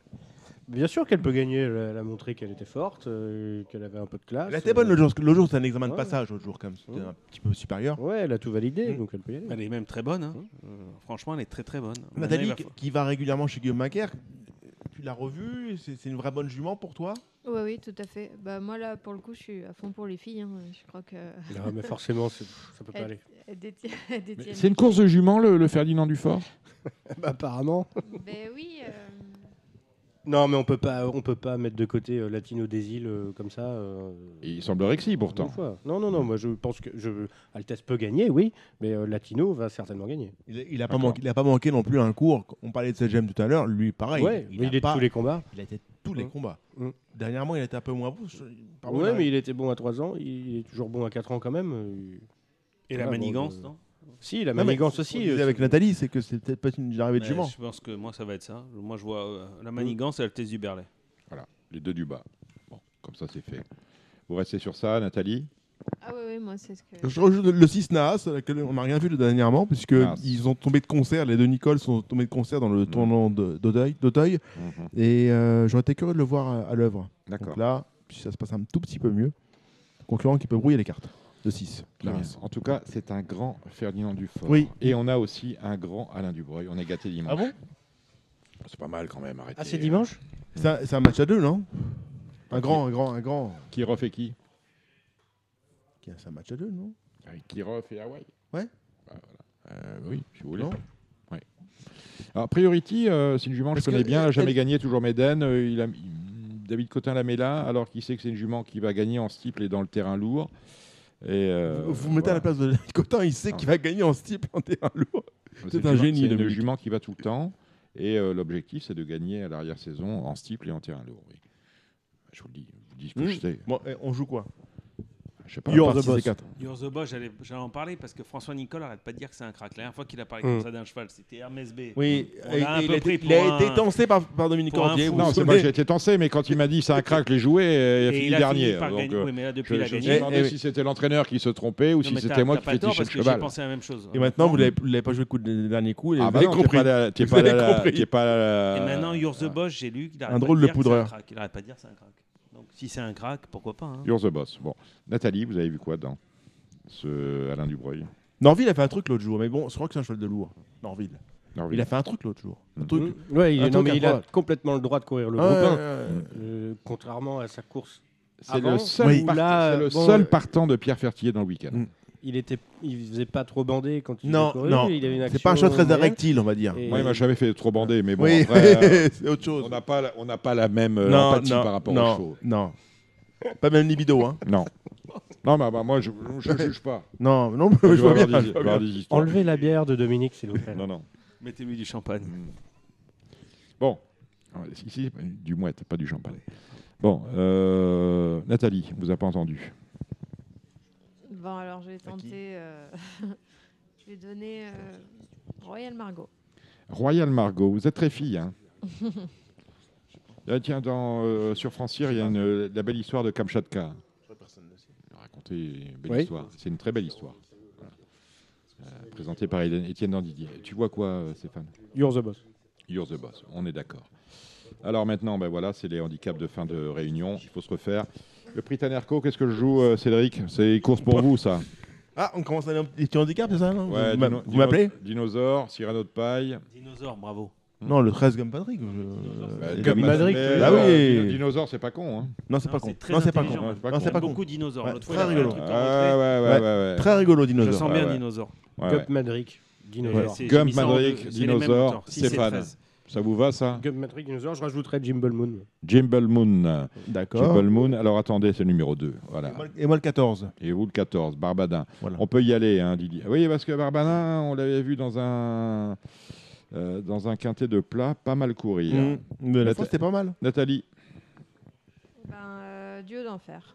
bien sûr qu'elle peut gagner. Elle, elle a montré qu'elle était forte, euh, qu'elle avait un peu de classe.
Elle était
euh.
bonne le jour. Le jour, c'est un examen
Ouais.
de passage. L'autre jour, quand même, c'était
Ouais.
un petit peu supérieur.
Ouais, elle a tout validé,
Mmh.
Mm.
donc elle peut y aller.
Elle est même très bonne. hein. Euh, franchement, elle est très très bonne. Maintenant, il
Nathalie,
va
qui-
fa-
qui va régulièrement chez Guillaume Macaire, tu l'as revue C'est c'est une vraie bonne jument pour toi
Oui, oui, tout à fait. Bah, moi, là, pour le coup, je suis à fond pour les filles. hein. Je crois que.
Non, mais forcément, c'est- ça peut pas aller.
Elles déti- elles
Mais
détiennent-
C'est une course de juments, le, le Ferdinand du Fort
Bah, apparemment.
Ben oui. euh,
Non, mais on peut pas, on peut pas mettre de côté euh, Latino des îles euh, comme ça. euh,
Et Il semblerait que si,
une
pourtant.
fois. Non, non, non. Moi, je pense que je, Altesse peut gagner, oui, mais euh, Latino va certainement gagner.
Il a- il a, pas
D'accord.
manqué, il a pas manqué non plus un cours. On parlait de Sejem tout à l'heure. Lui, pareil.
ouais,
il,
mais
a
il est de
pas-
tous les combats.
il a été tous les
Hum.
combats.
Hum.
Dernièrement, il a été un peu moins bon. Je- par
Ouais,
moi,
mais il était bon à 3 ans, il est toujours bon à 4 ans quand même. euh,
Et la
Ah, bon,
manigance,
euh,
non
Si, la
Non, mais
manigance
on
aussi.
disait
euh,
avec
c'est-
Nathalie, c'est que c'est peut-être pas une arrivée de
Mais
jument.
Je pense que moi, ça va être ça. Moi, je vois euh, la manigance et l'altesse du Berlay.
Les deux du bas. Bon, comme ça, c'est fait. Vous restez sur ça, Nathalie
Ah oui, oui, moi, c'est ce que.
Je rejoue le 6 Naas, à laquelle on n'a rien vu dernièrement, puisque
Naas.
ils ont tombé de concert, les deux Nicole sont tombés de concert dans le
Mm.
tournant de- d'Auteuil, d'Auteuil, et euh, j'aurais été curieux de le voir à, à l'œuvre.
Mm-hmm. D'accord.
Donc là, si ça se passe un tout petit peu mieux, concurrent qui peut brouiller les cartes. Le 6.
Très bien.
Naas.
En tout cas, c'est un grand Ferdinand Dufort.
Oui.
Et on a aussi un grand Alain Dubreuil. On est gâté dimanche.
bon
C'est pas mal quand même, arrêtez.
Ah, c'est dimanche
C'est un- c'est un match à deux, non Un grand, un grand, un grand.
Qui refait qui Ah,
C'est un match à deux, non
Qui refait Hawaï
Ouais.
Bah, voilà. Euh, oui, si vous voulez.
Non.
Ouais. Ah, Alors, Priority, euh, c'est une jument que je
Parce
connais
que
bien, elle n'a
elle-
jamais gagné, toujours Méden. Euh, il a... mis- David Cotin la met là, alors qu'il sait que c'est une jument qui va gagner en steeple et dans le terrain lourd. Et euh,
Vous vous mettez à la
voilà.
place de Cotin, il sait
Ah.
qu'il va gagner en steep en terrain lourd.
C'est
C'est
une
un
jument-
génie,
C'est une
Dominique.
jument qui va tout le temps. Et euh, l'objectif, c'est de gagner à l'arrière-saison en steeple et en terrain lourd. oui. Je vous le dis, je vous dis ce que
Mm.
je sais.
Bon, eh, on joue quoi
Je sais pas.
You're
à part
the
si c'est
boss.
quatre.
You're the boss, j'allais j'allais en parler parce que François Nicole arrête pas de dire que c'est un crack. La dernière fois qu'il a parlé
Mm.
comme ça d'un cheval, c'était Hermès B.
Oui,
On
et-
l'a un
et il,
peu
a été-
pris pour
il a été
un-
tensé par, par Dominique
pour un
Cordier.
fou.
vous
Non,
vous
c'est pas
souvenez
j'ai été tensé, mais quand il m'a dit c'est un crack, les jouets, euh, il a
Et
fini
il a
dernier.
fini par
donc,
gagner.
euh,
Oui, mais là,
je,
depuis, il a
je me
gagné.
suis
Eh,
demandé
eh oui.
si c'était l'entraîneur qui se trompait ou
Non,
si
mais
c'était
t'as-
moi
t'as
qui
pas tort
fétichais le
parce que J'ai
cheval.
pensé à la même chose.
Et maintenant, vous ne l'avez pas joué le coup de- le dernier coup. et
Ah
vous
bah
avez
non, t'es
compris.
pas là- t'es
Vous
pas
avez
là-
compris.
t'es Euh, pas là-
Et maintenant, You're the boss, j'ai lu qu'il arrête
Un
pas
drôle de
dire que c'est un
poudreur.
crack. Il arrête pas de dire que c'est un crack. Donc, si c'est un crack, pourquoi pas hein.
You're the boss. Bon, Nathalie, vous avez vu quoi dans ce Alain Dubreuil
Norville a fait un truc l'autre jour, mais bon, je crois que c'est un cheval de lourd. Norville.
Non,
Il a fait un truc l'autre jour. Un truc.
Mm. Ouais, il, est-
Attends,
non, mais il a
qu'un droit.
Ah,
complètement le droit de courir le
Ah,
groupe un.
euh,
Euh, contrairement à sa course
C'est
Avant,
le, seul,
oui.
part-
Là,
c'est le
bon,
seul
euh,
partant de Pierre Fertillier dans le week-end.
Mm.
Il était, il faisait pas trop bander quand il
Non,
a couru,
non.
Il avait une
C'est pas un choix
action
très
moyenne.
rectile, on va dire.
Et-
Moi, il m'a jamais fait trop bander, mais bon,
oui,
après, euh,
c'est autre
on
chose.
n'a pas, la- on n'a pas la même euh,
non,
empathie
non,
par rapport
non,
au show.
non. Pas même libido, hein.
Non. Non, mais bah, moi, je ne juge pas.
Non, non,
Je
mais je
vais
vois bien.
avoir des-
je
je vais
vois
avoir
bien.
des histoires.
Enlevez la bière de Dominique, s'il vous plaît.
Non, non.
Mettez-lui du champagne.
Mm.
Bon. Ah, si, si, du mouette, pas du champagne. Bon, euh, Nathalie, on vous a pas entendu.
Bon, alors je vais tenter. euh, je vais donner euh, Royal Margot.
Royal Margot, vous êtes très fille, hein Ah, Tiens, dans, euh, sur Francir, il y a une, euh, la belle histoire de Kamchatka. Raconter une belle
Oui.
histoire. C'est une très belle histoire. Voilà. Euh, présentée par Hélène- Étienne Dandidier. Tu vois quoi, euh, Stéphane
You're the boss.
You're the boss, on est d'accord. Alors maintenant, ben voilà, c'est les handicaps de fin de réunion, il faut se refaire. Le prix Tanerco, qu'est-ce que je joue, euh, Cédric C'est course pour vous, ça
Ah, on commence à aller un petit handicap, c'est ça non
Ouais, Hmm.
Vous
dino-
m'a- Vous
dino-
m'appelez
Dinosaure, Cyrano de paille.
Dinosaure, bravo.
Non, le 13 Patrick.
Bah,
Gum Madrid,
Mais,
bah
euh,
oui.
Dinosaure, c'est pas con, hein.
Non, c'est pas
Non,
con.
très
Non, c'est pas
intelligent.
con.
Non, c'est pas
Non,
con.
c'est pas con.
Beaucoup de dinosaures.
Ouais,
L'autre
très
fois, il y avait un
rigolo.
truc en
Ah, Ouais,
rentrée.
ouais, ouais, ouais, ouais.
Très rigolo,
Je
dinosaure.
sens bien
ouais.
dinosaure.
Ouais, ouais.
Gump Madrick, dinosaure.
C'est- j'ai
Gump,
mis ça en
Mandrake,
deux. C'est les mêmes
dinosaure,
auteurs. Six et
Stéphane.
treize.
Ça vous va, ça
Gump Madrick, dinosaure. Je rajouterais Jimble Moon.
Jimble Moon.
D'accord.
Jimble Moon, alors attendez, c'est le numéro 2. Voilà.
Et moi- Et moi le 14.
Et vous, le 14, Barbadin.
Voilà.
On peut y aller, hein, Didier. Oui, parce que Barbadin, on l'avait vu dans un, euh, dans un quintet de plat, pas mal courir.
Mmh. Mais
Nat-
la fois, c'était pas mal.
Nathalie,
Ben, euh, Dieu d'enfer.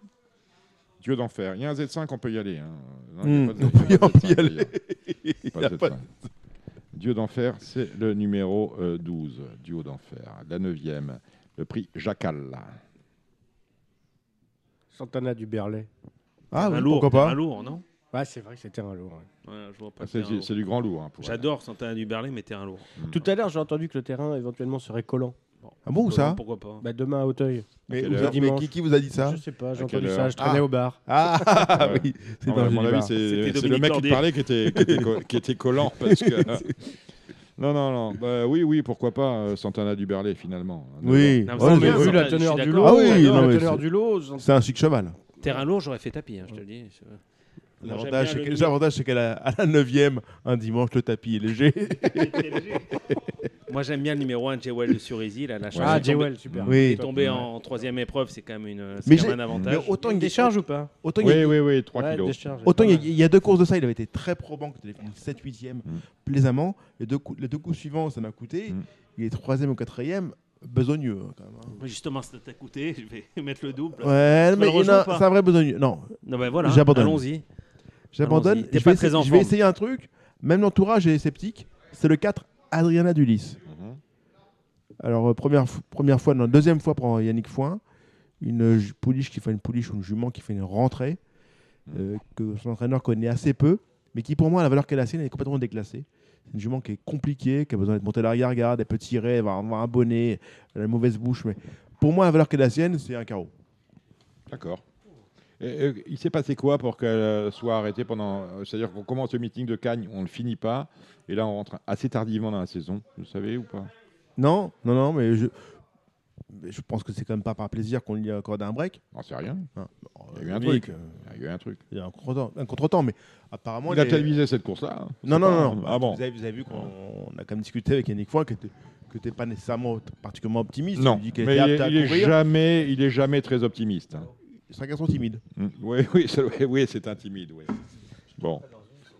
Dieu d'enfer. Il y a un Z5, on peut y aller. hein. Non,
Mmh. On
il y a
peut y-
pas
on
de Z5,
peut y aller.
il y a pas
Il y a
de
pas
Z5. Dieu d'enfer, c'est le numéro euh, 12, Duo d'enfer, la neuvième, le prix Jacal.
Santana du Berlay.
Ah
un
oui,
lourd,
pourquoi
Un
pas
lourd, non
Ouais, c'est vrai que c'était un lourd. ouais.
Ouais, je vois
Ah,
pas.
C'est
terrain lourd.
c'est du grand lourd. hein, pour elle.
J'adore Santana du Berlin, mais terrain lourd.
Mm.
Tout à l'heure, j'ai entendu que le terrain éventuellement serait collant.
Ah bon,
Pourquoi-
ça
Pourquoi pas
Bah, demain à Auteuil.
Mais
quelle
vous
heure
avez-
Dimanche.
mais qui qui vous a dit ça
Je sais pas, j'ai
À quelle
entendu ça.
heure
Je traînais
Ah.
au bar.
Ah
Ouais.
oui, c'est
Non,
dans
mais à
le
mon avis,
bar.
c'est
C'était
c'est le mec
Dominique
qui
Cordier.
parlait qui était, qui était co- qui était collant. Parce que, hein. non, non, non. Bah, oui, oui, pourquoi pas euh, Santana du Berlay, finalement.
Oui.
Non, mais
Ouais,
c'est
j'ai
bien,
vu
ça.
la-
je suis d'accord.
Ah oui,
j'adore
non,
la
mais
teneur
c'est-
du lot. j'en-
C'est un chic cheval.
Terrain lourd, j'aurais fait tapis, hein, je te le dis. Je- Moi, j'aime
L'avantage,
bien
c'est
le
que-
mini.
L'avantage, c'est qu'à la, à la 9 un dimanche, le tapis est léger.
Moi, j'aime bien le numéro 1, Jewel de Surézy. Là, la chance
Ah,
est tombée-
Jewel, super.
Oui.
est tombée en troisième épreuve, c'est quand même une, c'est
Mais
quand
j'ai-
même un
Mais
avantage.
autant il y a-
Décharge ou pas
autant il y a-
Oui, oui, oui, 3
Ouais,
kilos.
décharge.
Autant il y, a- il y a deux courses de ça, il avait été très probant, que t'avais fini 7 8
Mm.
plaisamment. Les deux, coups, les deux coups suivants, ça m'a coûté.
Mm.
Il est troisième ou quatrième, besogneux hein, quand même. hein.
Justement, ça t'a coûté, je vais mettre le double.
Ouais, mais
le
il y en
rejoues
a-
ou pas
c'est un vrai besogneux. Non,
Non, ben voilà,
J'abandonne.
allons-y.
j'abandonne.
Allons-y, t'es
Je,
pas
vais
très
essayer-
en
je vais
forme.
essayer un truc. Même l'entourage est sceptique. C'est le 4, Adriana Dulis.
Mhm.
Alors, euh, première, fo- première fois, non, deuxième fois pour Yannick Foin. Une euh, ju- pouliche qui fait une pouliche ou une jument qui fait une rentrée, euh, que son entraîneur connaît assez peu, mais qui pour moi, à la valeur qu'elle a sienne, elle est complètement déclassée. C'est une jument qui est compliquée, qui a besoin d'être montée l'arrière-garde, elle peut tirer, elle va avoir un bonnet, elle a une mauvaise bouche, mais pour moi, la valeur qu'elle a sienne, c'est un carreau.
D'accord. Et, euh, il s'est passé quoi pour qu'elle euh, soit arrêtée pendant. euh, C'est-à-dire qu'on commence le meeting de Cagnes, on ne le finit pas, et là on rentre assez tardivement dans la saison, vous savez ou pas
Non, non, non, mais je, mais je pense que c'est quand même pas par plaisir qu'on lui a accordé un break.
On sait rien, Il y a eu un
Dominique,
truc.
euh,
il y a eu un truc.
Il y a un contretemps, un contretemps, mais apparemment.
il a
les-
télévisé cette course-là. hein.
Non,
C'est
non,
pas-
non, non.
Ah bon
Vous avez, vous avez vu qu'on on a quand même discuté avec Yannick Foin que tu n'es pas nécessairement t- particulièrement euh, optimiste.
Non,
Tu dis qu'elle
mais
est
il
apte
est,
à
il est
courir.
jamais, il est jamais très optimiste. hein.
C'est un garçon timide.
Mm. Oui, oui, ça- oui, oui, c'est intimide. Oui. Bon,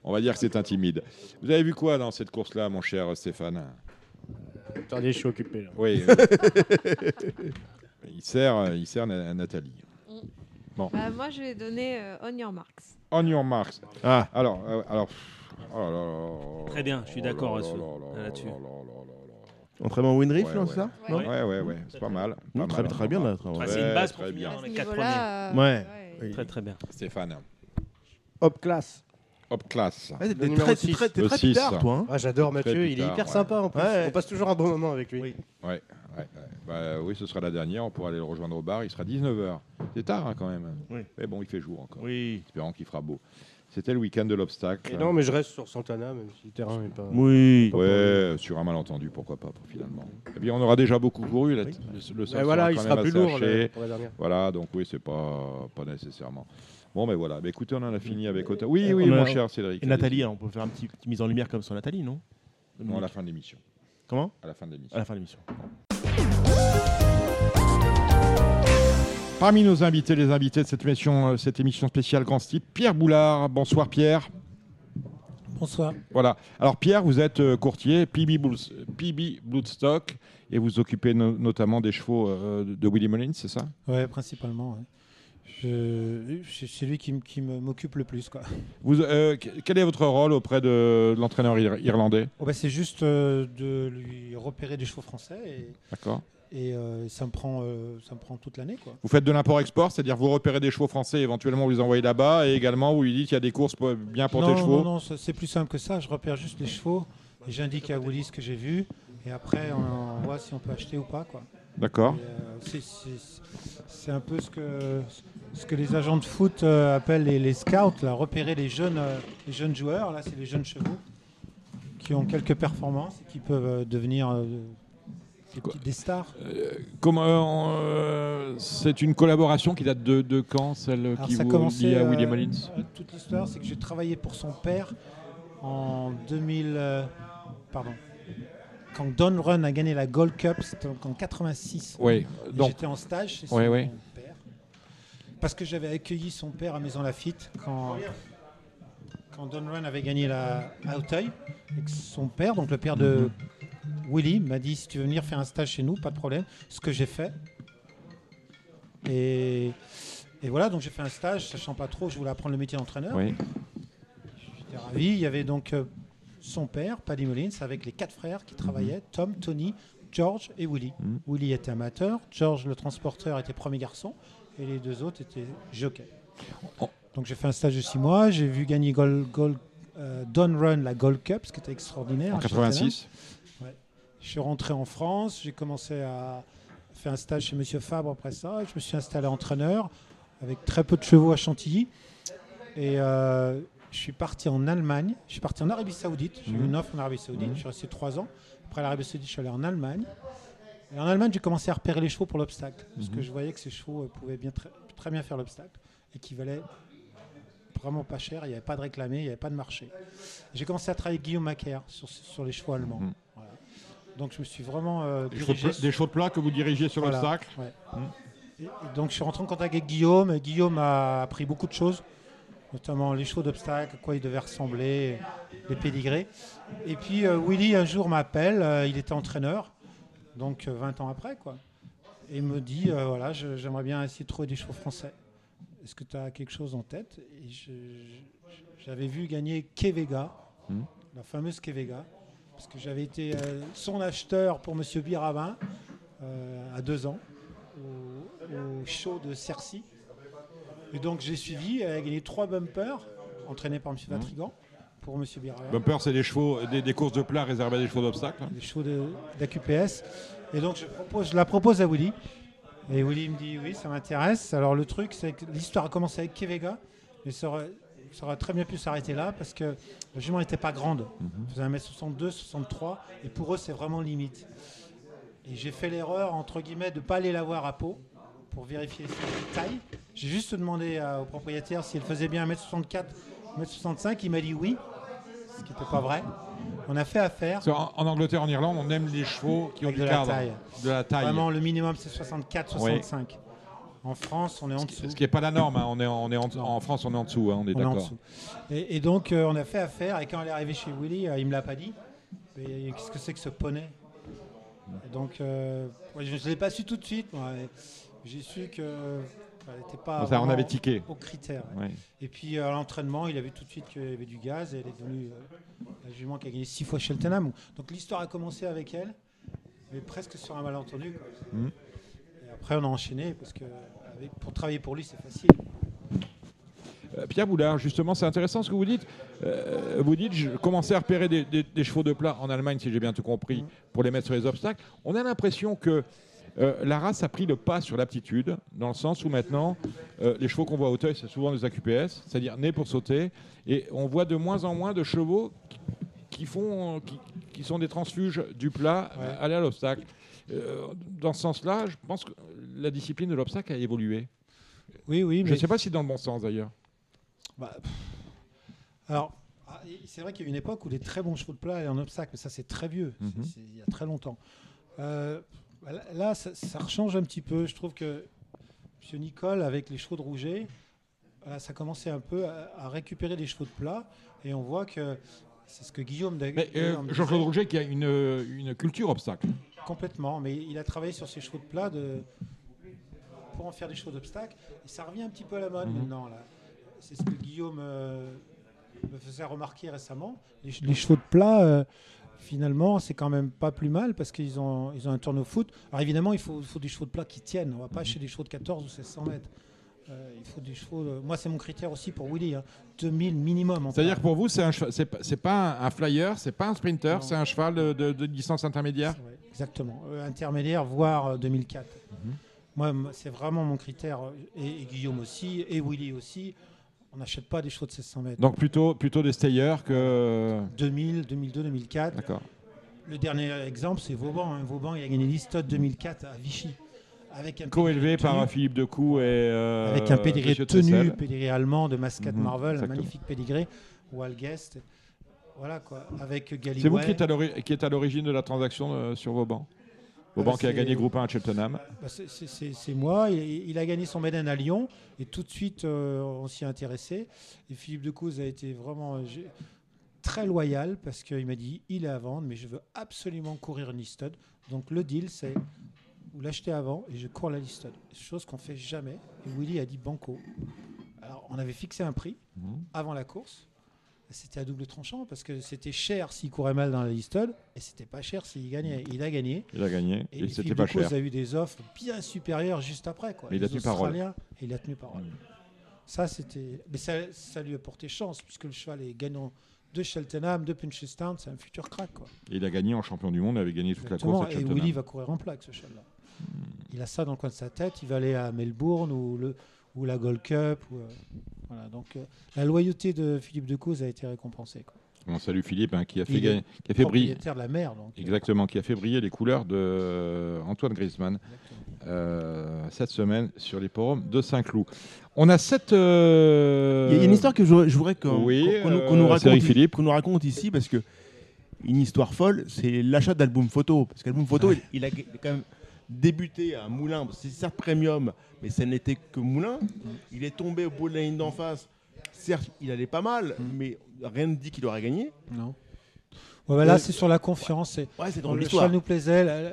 on va dire que c'est intimide. Vous avez vu quoi dans cette course-là, mon cher Stéphane
Attendez, je suis occupé là.
Oui. oui. il sert, euh, il sert Na- Nathalie.
Bah, moi, je vais donner euh, On Your Marks.
On your marks.
Ah,
Alors, euh, alors. pff, oh là là là.
Très bien, je suis
Oh là
d'accord
là
là-dessus.
là là
Là-dessus.
là là là
entraînement Winriff,
Ouais,
non,
ouais.
c'est ça
Ouais.
Non
là là. Ouais, ouais, ouais, c'est pas mal. pas
Non, Très,
mal,
très
pas
bien,
mal.
là, très-
Enfin,
Ah,
Ouais,
c'est une base pour
très
finir
bien.
dans
À ce
les quatre premiers.
niveau-là, euh,
Ouais.
ouais.
Très, très bien.
Stéphane,
Hop class.
hop classe.
Ouais, t'es
Le numéro
très,
six.
très, t'es
Le
très
six.
tard, toi. hein.
Ah, j'adore Mathieu, il est
tard,
hyper
ouais.
sympa en plus.
Ouais.
On passe toujours un bon moment avec lui.
Oui.
Ouais, ouais. Bah, oui, ce sera la dernière. On pourra aller le rejoindre au bar. Il sera 19h. C'est tard hein, quand même.
Oui.
Mais bon, il fait jour encore.
Oui.
Espérant qu'il fera beau. C'était le week-end de l'obstacle.
Et non, mais je reste sur Santana, même si le terrain n'est pas.
Oui.
Ouais, sur un malentendu, pourquoi pas, pour- finalement. Eh bien, on aura déjà beaucoup couru. la- Le, le sol
Et voilà, il
quand
sera
même
plus
assez
lourd
haché.
le- pour la dernière.
Voilà, donc oui, c'est pas, pas nécessairement. Bon, mais voilà. Mais écoutez, on en a fini avec Ota. Oui,
Et
oui,
Euh, on a-
mon cher Cédric.
Et Nathalie,
hein.
alors, on peut faire un petit, petite mise en lumière comme sur Nathalie, non
Non, à la fin de l'émission.
Comment
À la fin de l'émission.
À la fin de l'émission.
Parmi nos invités, les invités de cette émission, euh, cette émission spéciale Grand Style, Pierre Boulard. Bonsoir, Pierre.
Bonsoir.
Voilà. Alors, Pierre, vous êtes euh, courtier PB, Bulls- PB Bloodstock et vous occupez no- notamment des chevaux euh, de Willy Mullins, c'est ça
Ouais, principalement. ouais. Je- C'est c'est lui qui, m- qui me- m'occupe le plus. quoi.
vous, euh, qu- Quel est votre rôle auprès de, de l'entraîneur ir- irlandais
Oh, bah, c'est juste euh, de lui repérer des chevaux français et,
D'accord
et, euh, ça, me prend, euh, ça me prend toute l'année. quoi.
Vous faites de l'import-export, c'est-à-dire vous repérez des chevaux français, éventuellement vous les envoyez là-bas, et également vous lui dites qu'il y a des courses pour- bien pour tes
non,
chevaux.
non, non, ça- c'est plus simple que ça. Je repère juste les chevaux et j'indique à Willy ce que j'ai vu et après on voit si on peut acheter ou pas. quoi.
D'accord.
Et, euh, c'est- c'est- C'est un peu ce que, ce que les agents de foot euh, appellent les, les scouts, là, repérer les jeunes, euh, les jeunes joueurs, là c'est les jeunes chevaux, qui ont quelques performances et qui peuvent euh, devenir euh, des,
Quoi
petits- des stars.
Comment, euh, on, euh, c'est une collaboration qui date de, de quand, celle
Alors,
qui
ça a
vous
commencé,
lie à
euh,
William Hollins
euh, toute l'histoire, c'est que j'ai travaillé pour son père en 2000. euh, pardon. Quand Don Run a gagné la Gold Cup, c'était donc en 86.
Oui.
Et
Donc,
J'étais en stage chez
Ouais,
son
ouais.
père. Parce que j'avais accueilli son père à Maison Lafitte quand, quand Don Run avait gagné la à Auteuil. Et que son père, donc le père de
Mhm.
Willy, m'a dit si tu veux venir faire un stage chez nous, pas de problème. Ce que j'ai fait. Et, et voilà, donc j'ai fait un stage, sachant pas trop, je voulais apprendre le métier d'entraîneur.
oui.
J'étais ravi. Il y avait donc euh, son père, Paddy Mullins, avec les quatre frères qui travaillaient, Tom, Tony, George et Willy.
Mhm.
Willy était amateur, George, le transporteur, était premier garçon, et les deux autres étaient jockeys.
Oh.
Donc j'ai fait un stage de six mois, j'ai vu gagner Gold, Gold- euh, Don Run la Gold Cup, ce qui était extraordinaire.
En
à Cheltenham.
86.
Je suis rentré en France, j'ai commencé à faire un stage chez Monsieur Fabre après ça. et Je me suis installé entraîneur avec très peu de chevaux à Chantilly. Et euh, je suis parti en Allemagne, je suis parti en Arabie Saoudite. J'ai eu
Mhm.
une offre en Arabie Saoudite, je suis resté trois ans. Après l'Arabie Saoudite, je suis allé en Allemagne. Et en Allemagne, j'ai commencé à repérer les chevaux pour l'obstacle. Parce que je voyais que ces chevaux euh, pouvaient bien très, très bien faire l'obstacle et qu'ils valaient vraiment pas cher. Il n'y avait pas de réclamé, il n'y avait pas de marché. J'ai commencé à travailler avec Guillaume Macaire sur, sur les chevaux allemands.
Mhm.
Voilà. Donc je me suis vraiment euh,
Des chevaux de
dirigé
pla- Des chevaux de plat que vous dirigez sur
Voilà.
l'obstacle.
Ouais. Et- et donc je suis rentré en contact avec Guillaume. et Guillaume a appris beaucoup de choses, notamment les chevaux d'obstacles, à quoi ils devaient ressembler, les pédigrés. Et puis euh, Willy un jour m'appelle, euh, il était entraîneur, donc euh, 20 ans après quoi. Et il me dit euh, voilà, je- j'aimerais bien essayer de trouver des chevaux français. Est-ce que tu as quelque chose en tête Et je- je- J'avais vu gagner Kevega,
Mhm.
la fameuse Kevega, parce que j'avais été euh, son acheteur pour Monsieur Birabin euh, à deux ans au, au show de Cercy. Et donc j'ai suivi, elle a gagné trois bumpers, entraînés par M. Vatrigan, pour M. Birala.
Bumper, c'est des chevaux, des, des courses de plat réservées à des chevaux d'obstacle.
Les shows de- d'AQPS. Et donc je, propose, je la propose à Willy. Et Willy me dit oui, ça m'intéresse. Alors le truc, c'est que l'histoire a commencé avec Kevega, mais ça aurait, ça aurait très bien pu s'arrêter là parce que la jument n'était pas grande. Elle faisait 1m62, 63, et pour eux, c'est vraiment limite. Et j'ai fait l'erreur, entre guillemets, de ne pas aller la voir à peau pour vérifier sa taille. J'ai juste demandé à- au propriétaire si elle faisait bien 1m64, 1m65. Il m'a dit oui, ce qui n'était pas vrai. On a fait affaire.
Parce qu'en- en Angleterre, en Irlande, on aime les chevaux qui ont
Avec
du
de la
cadre,
taille.
de la taille.
Vraiment, le minimum, c'est 64, 65. En France, on est en dessous.
Ce qui n'est pas la norme. hein. On est, en- on est en, en France, on est en dessous. hein, On est
On est en
d'accord.
dessous. Et, et donc, euh, on a fait affaire. Et quand elle est arrivée chez Willy, euh, il me l'a pas dit. Mais, euh, Qu'est-ce que c'est que ce poney Et Donc, euh, ouais, je ne l'ai pas su tout de suite. moi, mais J'ai su que euh, elle n'était pas.
Ça, on
vraiment
avait tiqué.
Aux critères. ouais.
Ouais.
Et puis euh, à l'entraînement, il a vu tout de suite qu'il y avait du gaz et elle est devenue euh, la jument qui a gagné six fois Cheltenham. Donc l'histoire a commencé avec elle, mais presque sur un malentendu. quoi.
Mhm.
Et après, on a enchaîné parce que avec- pour travailler pour lui, c'est facile.
Euh, Pierre Boulard, justement, c'est intéressant ce que vous dites. Euh, vous dites, je commençais à repérer
Mm.
des, des- des chevaux de plat en Allemagne, si j'ai bien tout compris, pour les mettre sur les obstacles. On a l'impression que Euh, la race a pris le pas sur l'aptitude, dans le sens où maintenant, euh, les chevaux qu'on voit à Hauteuil, c'est souvent des AQPS, c'est-à-dire nés pour sauter, et on voit de moins en moins de chevaux qui- qui, font, qui, qui sont des transfuges du plat
Ouais.
à aller à l'obstacle. Euh, dans ce sens-là, je pense que la discipline de l'obstacle a évolué.
Oui, oui,
Je ne
mais
sais pas si dans le bon sens d'ailleurs.
Bah, pff. alors, ah, et c'est vrai qu'il y a une époque où les très bons chevaux de plat étaient en obstacle, mais ça c'est très vieux, C'est-
Mhm.
c'est il y a très longtemps. Euh, bah, là- là, ça, ça rechange un petit peu. Je trouve que M. Nicole, avec les chevaux de Rouget, voilà, ça commençait un peu à, à récupérer les chevaux de plat, et on voit que c'est ce que Guillaume d'a-
Mais euh,
Guillaume disait
Jean-Claude Rouget qui a une, euh, une culture obstacle.
complètement, mais il a travaillé sur ses chevaux de plat de- pour en faire des chevaux d'obstacle, et ça revient un petit peu à la mode
Mhm.
maintenant. là. C'est ce que Guillaume euh, me faisait remarquer récemment. Les, che- les chevaux de plat, euh, finalement, c'est quand même pas plus mal parce qu'ils ont, ils ont un tourne au foot. Alors évidemment, il faut, il faut des chevaux de plat qui tiennent. On va
Mhm.
pas chez des chevaux de 14 ou 1600 mètres. Euh, il faut des chevaux. de- Moi, c'est mon critère aussi pour Willy. hein. 2000 minimum. en
C'est-à-dire
plat.
que pour vous, c'est un cheval- c'est pas- c'est pas un, un flyer, c'est pas un sprinter,
Non.
c'est un cheval de, de- de distance intermédiaire.
Ouais, exactement. Euh, intermédiaire, voire euh, 2004.
Mhm.
Moi, m- c'est vraiment mon critère. euh, Et, et Guillaume aussi, et Willy aussi. On n'achète pas des chevaux de 1600 mètres.
Donc plutôt, plutôt des stayers que. euh,
2000, 2002, 2004.
D'accord.
Le dernier exemple, c'est Vauban. hein. Vauban, il a gagné l'Istot 2004 à Vichy. Avec un pédigré
Co-élevé par
tenu-
Philippe Decou et. euh,
avec un pédigré
Monsieur
tenu,
Tessel.
pédigré allemand de Mascate
Mhm,
Marvel, un
exactement.
magnifique pédigré, Walguest. Voilà quoi, avec Galilée.
C'est vous qui êtes à l'ori- qui êtes à l'origine de la transaction euh, sur Vauban. Vauban
Euh,
qui a
c'est-
gagné groupe 1 à Cheltenham.
Bah, c'est- c'est- C'est c'est moi. Il, il a gagné son Méden à Lyon et tout de suite euh, on s'y est intéressé. Et Philippe Decouze a été vraiment euh, j'ai- très loyal parce qu'il m'a dit il est à vendre, mais je veux absolument courir une listed. Donc le deal c'est vous l'achetez avant et je cours la listed. Chose qu'on fait jamais. Et Willy a dit banco. Alors on avait fixé un prix
Mhm.
avant la course. C'était à double tranchant parce que c'était cher s'il courait mal dans la listed et c'était pas cher s'il gagnait. Il a gagné.
Il a gagné
Et,
et, c'était
Philippe
pas
Ducos
cher.
a eu des offres bien supérieures juste après. Quoi.
Mais il a
Les
tenu parole. Mm.
Australiens, Et il a tenu parole. Ça, c'était... Mais ça, ça lui a porté chance, puisque le cheval est gagnant de Cheltenham, de Punchestown, c'est un futur crack. Quoi.
Et il a gagné en champion du monde, il avait gagné toute
Exactement.
la course à
Et
Cheltenham. Mm.
Willy va courir en plaque, ce cheval-là. Il a ça dans le coin de sa tête, il va aller à Melbourne ou, le, ou la Gold Cup. ou, euh, voilà. Donc, euh, la loyauté de Philippe Decaux a été récompensée. Quoi.
On salue Philippe hein, qui a fait,
Il est
gagner- qui a fait briller.
Propriétaire de la mer, donc.
Exactement, qui a fait briller les couleurs de euh, Antoine Griezmann euh, cette semaine sur les forums de Saint-Cloud. On a sept. euh,
Il y a une histoire que je, je voudrais qu'on
oui,
qu'on- qu'on nous-
euh,
qu'on nous, raconte
Cédric
i-
Philippe.
qu'on nous raconte ici parce que une histoire folle, c'est l'achat d'album photo. Parce qu'album photo, il, il a g- quand même débuté à Moulin. C'est certes premium, mais ça n'était que Moulin. Il est tombé au bout de la ligne d'en face. Certes, il allait pas mal, mais rien ne dit qu'il aurait gagné.
Non. Ouais, bah là,
Euh,
c'est sur la confiance. et-
Ouais, c'est dans
Donc, le
l'histoire.
cheval nous plaisait. la- la-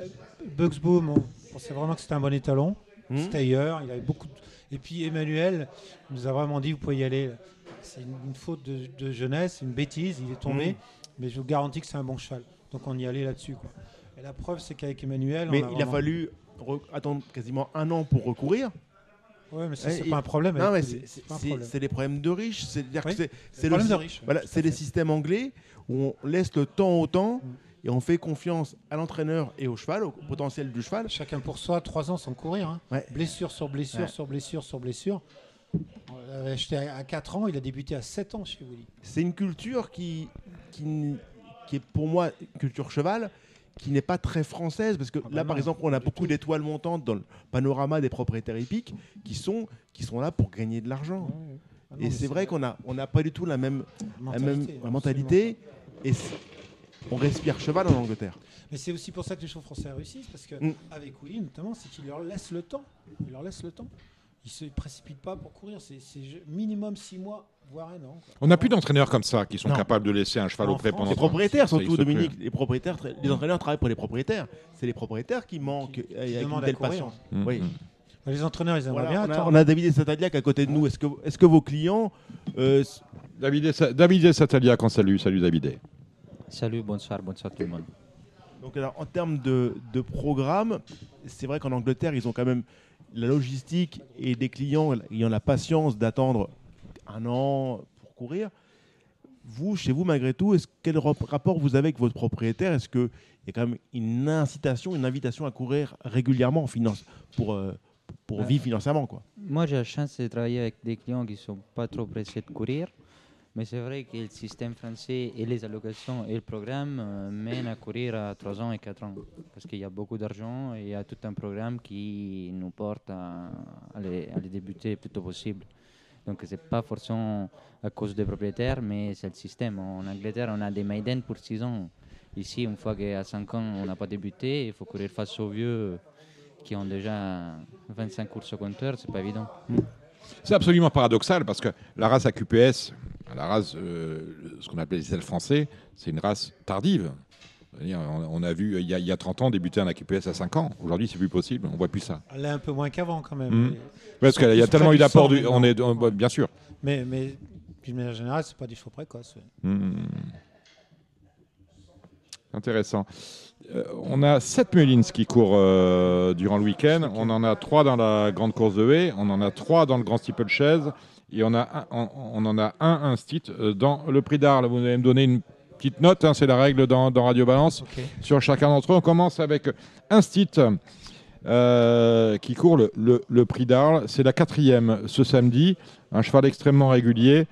Bugs Boom, on pensait vraiment que c'était un bon étalon.
Mhm.
C'était ailleurs. Il avait beaucoup de- Et puis Emmanuel nous a vraiment dit vous pouvez y aller. C'est une, une faute de, de jeunesse, une bêtise. Il est tombé.
Mhm.
Mais je vous garantis que c'est un bon cheval. Donc on y allait là-dessus. quoi. Et la preuve, c'est qu'avec Emmanuel. on
Mais il a
vraiment-
fallu re- attendre quasiment un an pour recourir.
Ouais, mais ça,
Ouais,
c'est
il-
pas un problème.
Non, mais
avec lui.
c'est- c'est
pas un
c'est-
problème.
c'est des problèmes de riches. C'est-à-dire
Oui,
que c'est-
C'est
c'est
le
le
problème de
sy-
riche.
Voilà,
tout à
c'est les
fait.
systèmes anglais où on laisse le temps au temps
Mm.
et on fait confiance à l'entraîneur et au cheval, au potentiel du cheval.
Chacun pour soi, trois ans sans courir. hein.
Ouais.
Blessure sur blessure,
Ouais.
sur blessure, sur blessure. On l'avait acheté à à 4 ans, il a débuté à 7 ans chez Willy.
C'est une culture qui, qui, n- qui est pour moi une culture cheval qui n'est pas très française parce que
Ah bah
là
non,
par exemple on a
du
beaucoup
tout.
d'étoiles montantes dans le panorama des propriétaires hippiques qui sont qui sont là pour gagner de l'argent
Ah non,
et
mais
c'est vrai qu'on a on n'a pas du tout la même la même- la
absolument.
mentalité et c'est- on respire cheval en Angleterre
Mais c'est aussi pour ça que les chevaux français réussissent, parce que
Mm.
avec Willy notamment, c'est qu'ils leur laissent le temps. Ils leur laissent le temps. Ils se précipitent pas pour courir. C'est c'est je- minimum 6 mois, voire un an. quoi.
On n'a plus d'entraîneurs comme ça qui sont
Non.
capables de laisser un cheval
En
au prêt
France,
Les
pendant
Les
trois-
propriétaires,
ça existe
surtout,
plus.
Dominique. Les, propriétaires, tra- les entraîneurs travaillent pour les propriétaires. C'est les propriétaires qui manquent euh, avec une
demandent à
telle
courir.
patience.
Mm,
Oui.
mm.
Les entraîneurs, ils aimeraient
Voilà,
bien.
on, a,
attendre.
on a David et Satadiac à côté de nous. Est-ce que, est que vos clients. euh, s-
David, et Sa- David et Satalia, qu'on salue. Salut David. et.
Salut, bonsoir, bonsoir tout le monde.
donc, alors, en termes de, de programme, c'est vrai qu'en Angleterre, ils ont quand même la logistique et des clients ayant la patience d'attendre un an pour courir. vous, chez vous, malgré tout, est-ce quel rap- rapport vous avez avec votre propriétaire Est-ce qu'il y a quand même une incitation, une invitation à courir régulièrement en finance pour, euh, pour
Ouais.
vivre financièrement quoi
Moi, j'ai la chance de travailler avec des clients qui ne sont pas trop pressés de courir. Mais c'est vrai que le système français et les allocations et le programme euh, mènent à courir à 3 ans et 4 ans. Parce qu'il y a beaucoup d'argent et il y a tout un programme qui nous porte à, à les, à les débuter le plus tôt possible. Donc ce n'est pas forcément à cause des propriétaires, mais c'est le système. En Angleterre, on a des maidens pour 6 ans. Ici, une fois qu'à 5 ans, on n'a pas débuté, il faut courir face aux vieux qui ont déjà 25 courses au compteur, c'est pas évident.
C'est absolument paradoxal parce que la race AQPS, la race, euh, ce qu'on appelait les ailes français, c'est une race tardive. C'est-à-dire, On on a vu, il y a, il y a 30 ans, débuter un AQPS à 5 ans. Aujourd'hui, c'est plus possible, on voit plus ça.
Elle est un peu moins qu'avant quand même.
Mhm.
Mais-
Parce qu'il y a
Ils sont
tellement eu
plus
d'apports,
forts
du- on est, on- bien sûr.
Mais, mais d'une manière générale, c'est pas du faux précoce. ouais.
Hmm. Intéressant. Euh, on a 7 Mullins qui courent euh, durant le week-end. On en a 3 dans la grande course de haie. On en a 3 dans le grand steeplechase. Et on, a un- on, on en a un instit euh, dans le prix d'Arles. Vous allez me donner une petite note. hein, C'est la règle dans, dans Radio Balance.
Ok.
Sur chacun d'entre eux, on commence avec instit euh, qui court le, le- le prix d'Arles. C'est la quatrième ce samedi. Un cheval extrêmement régulier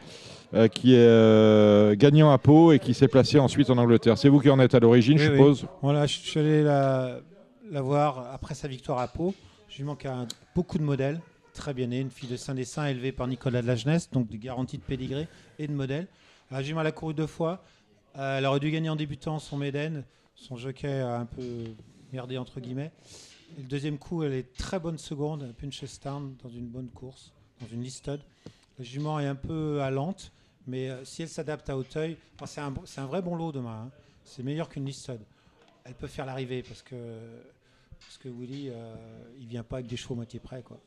euh, qui est euh, gagnant à Pau et qui s'est placé ensuite en Angleterre. C'est vous qui en êtes à l'origine,
Oui,
je
oui.
suppose.
Voilà, je suis allé la, la voir après sa victoire à Pau. Je lui manque un- beaucoup de modèles. Très bien née, une fille de Saint-Dessin élevée par Nicolas de la Jeunesse, donc de garantie de pédigré et de Euh, modèle. La jument l'a couru deux fois. Euh, elle aurait dû gagner en débutant son Méden. Son jockey a un peu merdé, entre guillemets. Et le deuxième coup, elle est très bonne seconde à Punchestown dans une bonne course, dans une listed. La jument est un peu allante, mais euh, si elle s'adapte à Hauteuil, enfin, c'est un, bon- c'est un vrai bon lot demain. hein. C'est meilleur qu'une listed elle peut faire l'arrivée parce que, parce que Willy, euh, il vient pas avec des chevaux moitié prêts. Quoi.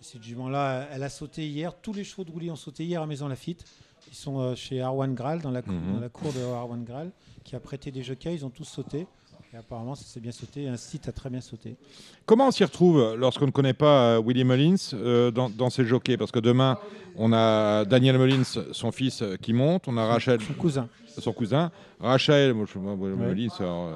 Et Cette jument-là, elle a sauté hier. Tous les chevaux de Willy ont sauté hier à Maison Lafitte. Ils sont euh, chez Arwan Graal, dans la, cou-
Mhm.
dans la cour de Arwan Graal, qui a prêté des jockeys. Ils ont tous sauté. Et apparemment, ça s'est bien sauté. Un site a très bien sauté.
Comment on s'y retrouve lorsqu'on ne connaît pas euh, Willy Mullins euh, dans, dans ses jockeys Parce que demain, on a Daniel Mullins, son fils, euh, qui monte. On a Rachel,
Son cousin.
son cousin. Rachel, moi, je- moi, moi,
Ouais.
Mullins, alors, euh,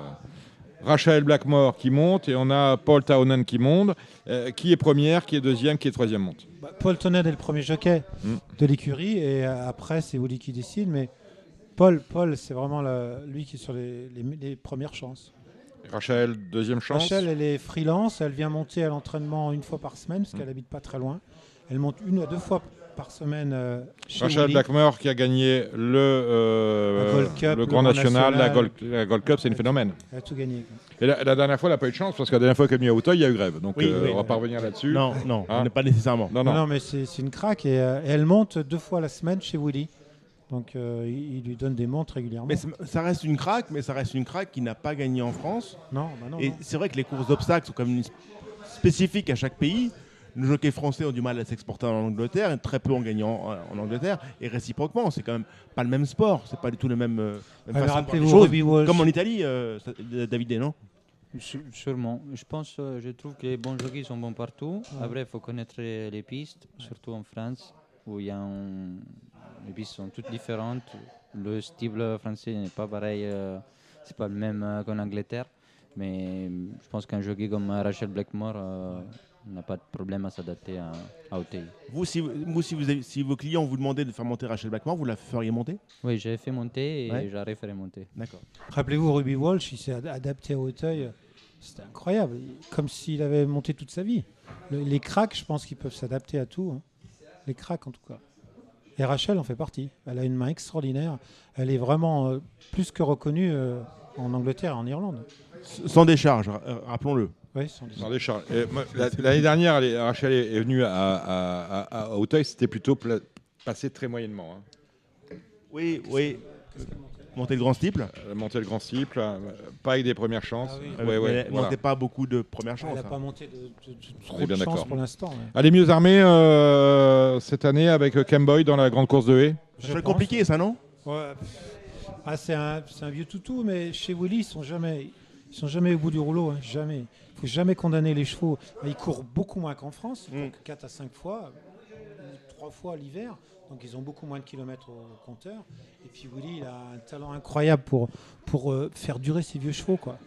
Rachel Blackmore qui monte. Et on a Paul Taonan qui monte. Euh, qui est première, qui est deuxième, qui est troisième monte
Bah, Paul Tonnet est le premier jockey
Mm.
de l'écurie et euh, après c'est Willy qui décide. Mais Paul, Paul c'est vraiment la- lui qui est sur les- les- les premières chances.
Rachel, deuxième chance.
Rachel, elle est freelance. Elle vient monter à l'entraînement une fois par semaine
Mm.
parce qu'elle habite pas très loin. Elle monte une à deux fois par semaine euh, chez
Rachel
Willy.
Blackmore qui a gagné le, euh,
La Gold Cup,
le
le
Grand
Grand
National, la
National.
Gold, la Gold Cup, c'est un phénomène.
Elle a tout gagné. quoi.
Et la, la dernière fois, elle n'a pas eu de chance parce que la dernière fois qu'elle est venue à Hauteuil, il y a eu grève. Donc
Oui,
euh,
oui.
on va pas revenir là-dessus.
Non, non,
Hein
pas nécessairement.
non,
Non,
non.
non, mais c'est c'est une craque et, euh, et elle monte deux fois la semaine chez Willy. Donc euh, il, il lui donne des montres régulièrement.
Mais ça ça reste une craque, mais ça reste une craque qui n'a pas gagné en France.
non, bah non,
Et
non.
c'est vrai que les courses d'obstacles sont quand même une- spécifiques à chaque pays. Nos jockeys français ont du mal à s'exporter en Angleterre, et très peu ont gagné en gagnant en, Angleterre, et réciproquement, c'est quand même pas le même sport, c'est pas du tout le même. euh, même façon
Alors,
de voir les
rappelez-vous
choses.
Ruby Walsh.
Comme en Italie, euh, ça- euh, David Day, non
Sû- Sûrement. Je pense, euh, je trouve que les bons jockeys sont bons partout. Après, il faut connaître euh, les pistes, surtout en France, où il y a un- les pistes sont toutes différentes. Le style français n'est pas pareil, euh, c'est pas le même euh, qu'en Angleterre. Mais euh, je pense qu'un jockey comme euh, Rachel Blackmore euh, n'a pas de problème à s'adapter à, à Hauteuil.
Vous, si, vous- vous, si, vous avez- si vos clients vous demandaient de faire monter Rachel Blackmore, vous la feriez monter
Oui, j'ai fait monter et
Ouais.
j'arrive à remonter.
D'accord.
Rappelez-vous, Ruby Walsh, il s'est ad- adapté à Hauteuil. C'était incroyable. Comme s'il avait monté toute sa vie. Le- les cracks, je pense qu'ils peuvent s'adapter à tout. hein. Les cracks, en tout cas. Et Rachel en fait partie. Elle a une main extraordinaire. Elle est vraiment euh, plus que reconnue euh, en Angleterre et en Irlande.
S- Sans décharge, ra- euh, rappelons-le.
Oui, sans doute.
Sans décharge. Et moi, la- L'année dernière, elle est- Rachel est est venue à, à, à- à Hauteuil, c'était plutôt pla- passé très moyennement. hein.
Oui, oui. Monter le grand steeple
Elle a monté le grand cible, pas avec des premières chances.
Ah oui.
Ouais, ouais,
Elle
voilà.
montait pas beaucoup de premières
Elle
chances.
n'a
hein.
pas monté de, de- de-
est
trop
bien
de chance
d'accord.
pour l'instant. mais
Elle est mieux armée euh, cette année avec Camboy dans la grande course de haie.
Ça
je
serait
pense.
compliqué, ça, non
Ouais. Ah, c'est un, c'est un vieux toutou, mais chez Willy, ils sont jamais, ils sont jamais au bout du rouleau, hein, jamais. Il faut Ah, jamais condamner les chevaux. Ils courent beaucoup moins qu'en France,
Mm.
4 à 5 fois, trois fois l'hiver, donc ils ont beaucoup moins de kilomètres au compteur. Et puis Willy, il a un talent incroyable pour, pour euh, faire durer ses vieux chevaux. Quoi.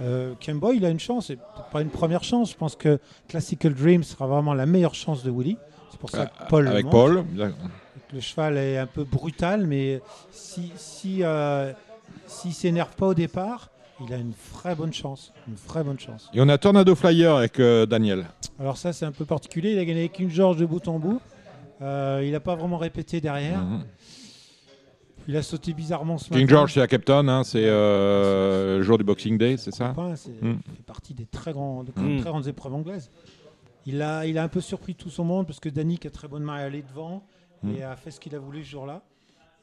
Euh, Kemboy, il a une chance, et peut-être pas une première chance. Je pense que Classical Dream sera vraiment la meilleure chance de Willy. C'est pour ça
Ah,
que Paul. le
avec
monte.
Paul, bien.
Le cheval est un peu brutal, mais si si euh, s'il s'énerve pas au départ, il a une vraie bonne chance, une vraie bonne chance.
Et on a Tornado Flyer avec euh, Daniel.
Alors ça, c'est un peu particulier. Il a gagné avec une George de bout en bout. Euh, il n'a pas vraiment répété derrière.
Mhm.
Il a sauté bizarrement ce matin.
King George, c'est à Cape Town, hein, c'est euh, le jour du Boxing Day, c'est ça
Enfin, c'est-
Mm.
fait partie des très, grands, des
Mm.
très grandes épreuves anglaises. Il a, il a un peu surpris tout son monde parce que Danny, qui a très bonne main, est allé devant et
Mm.
a fait ce qu'il a voulu ce jour-là.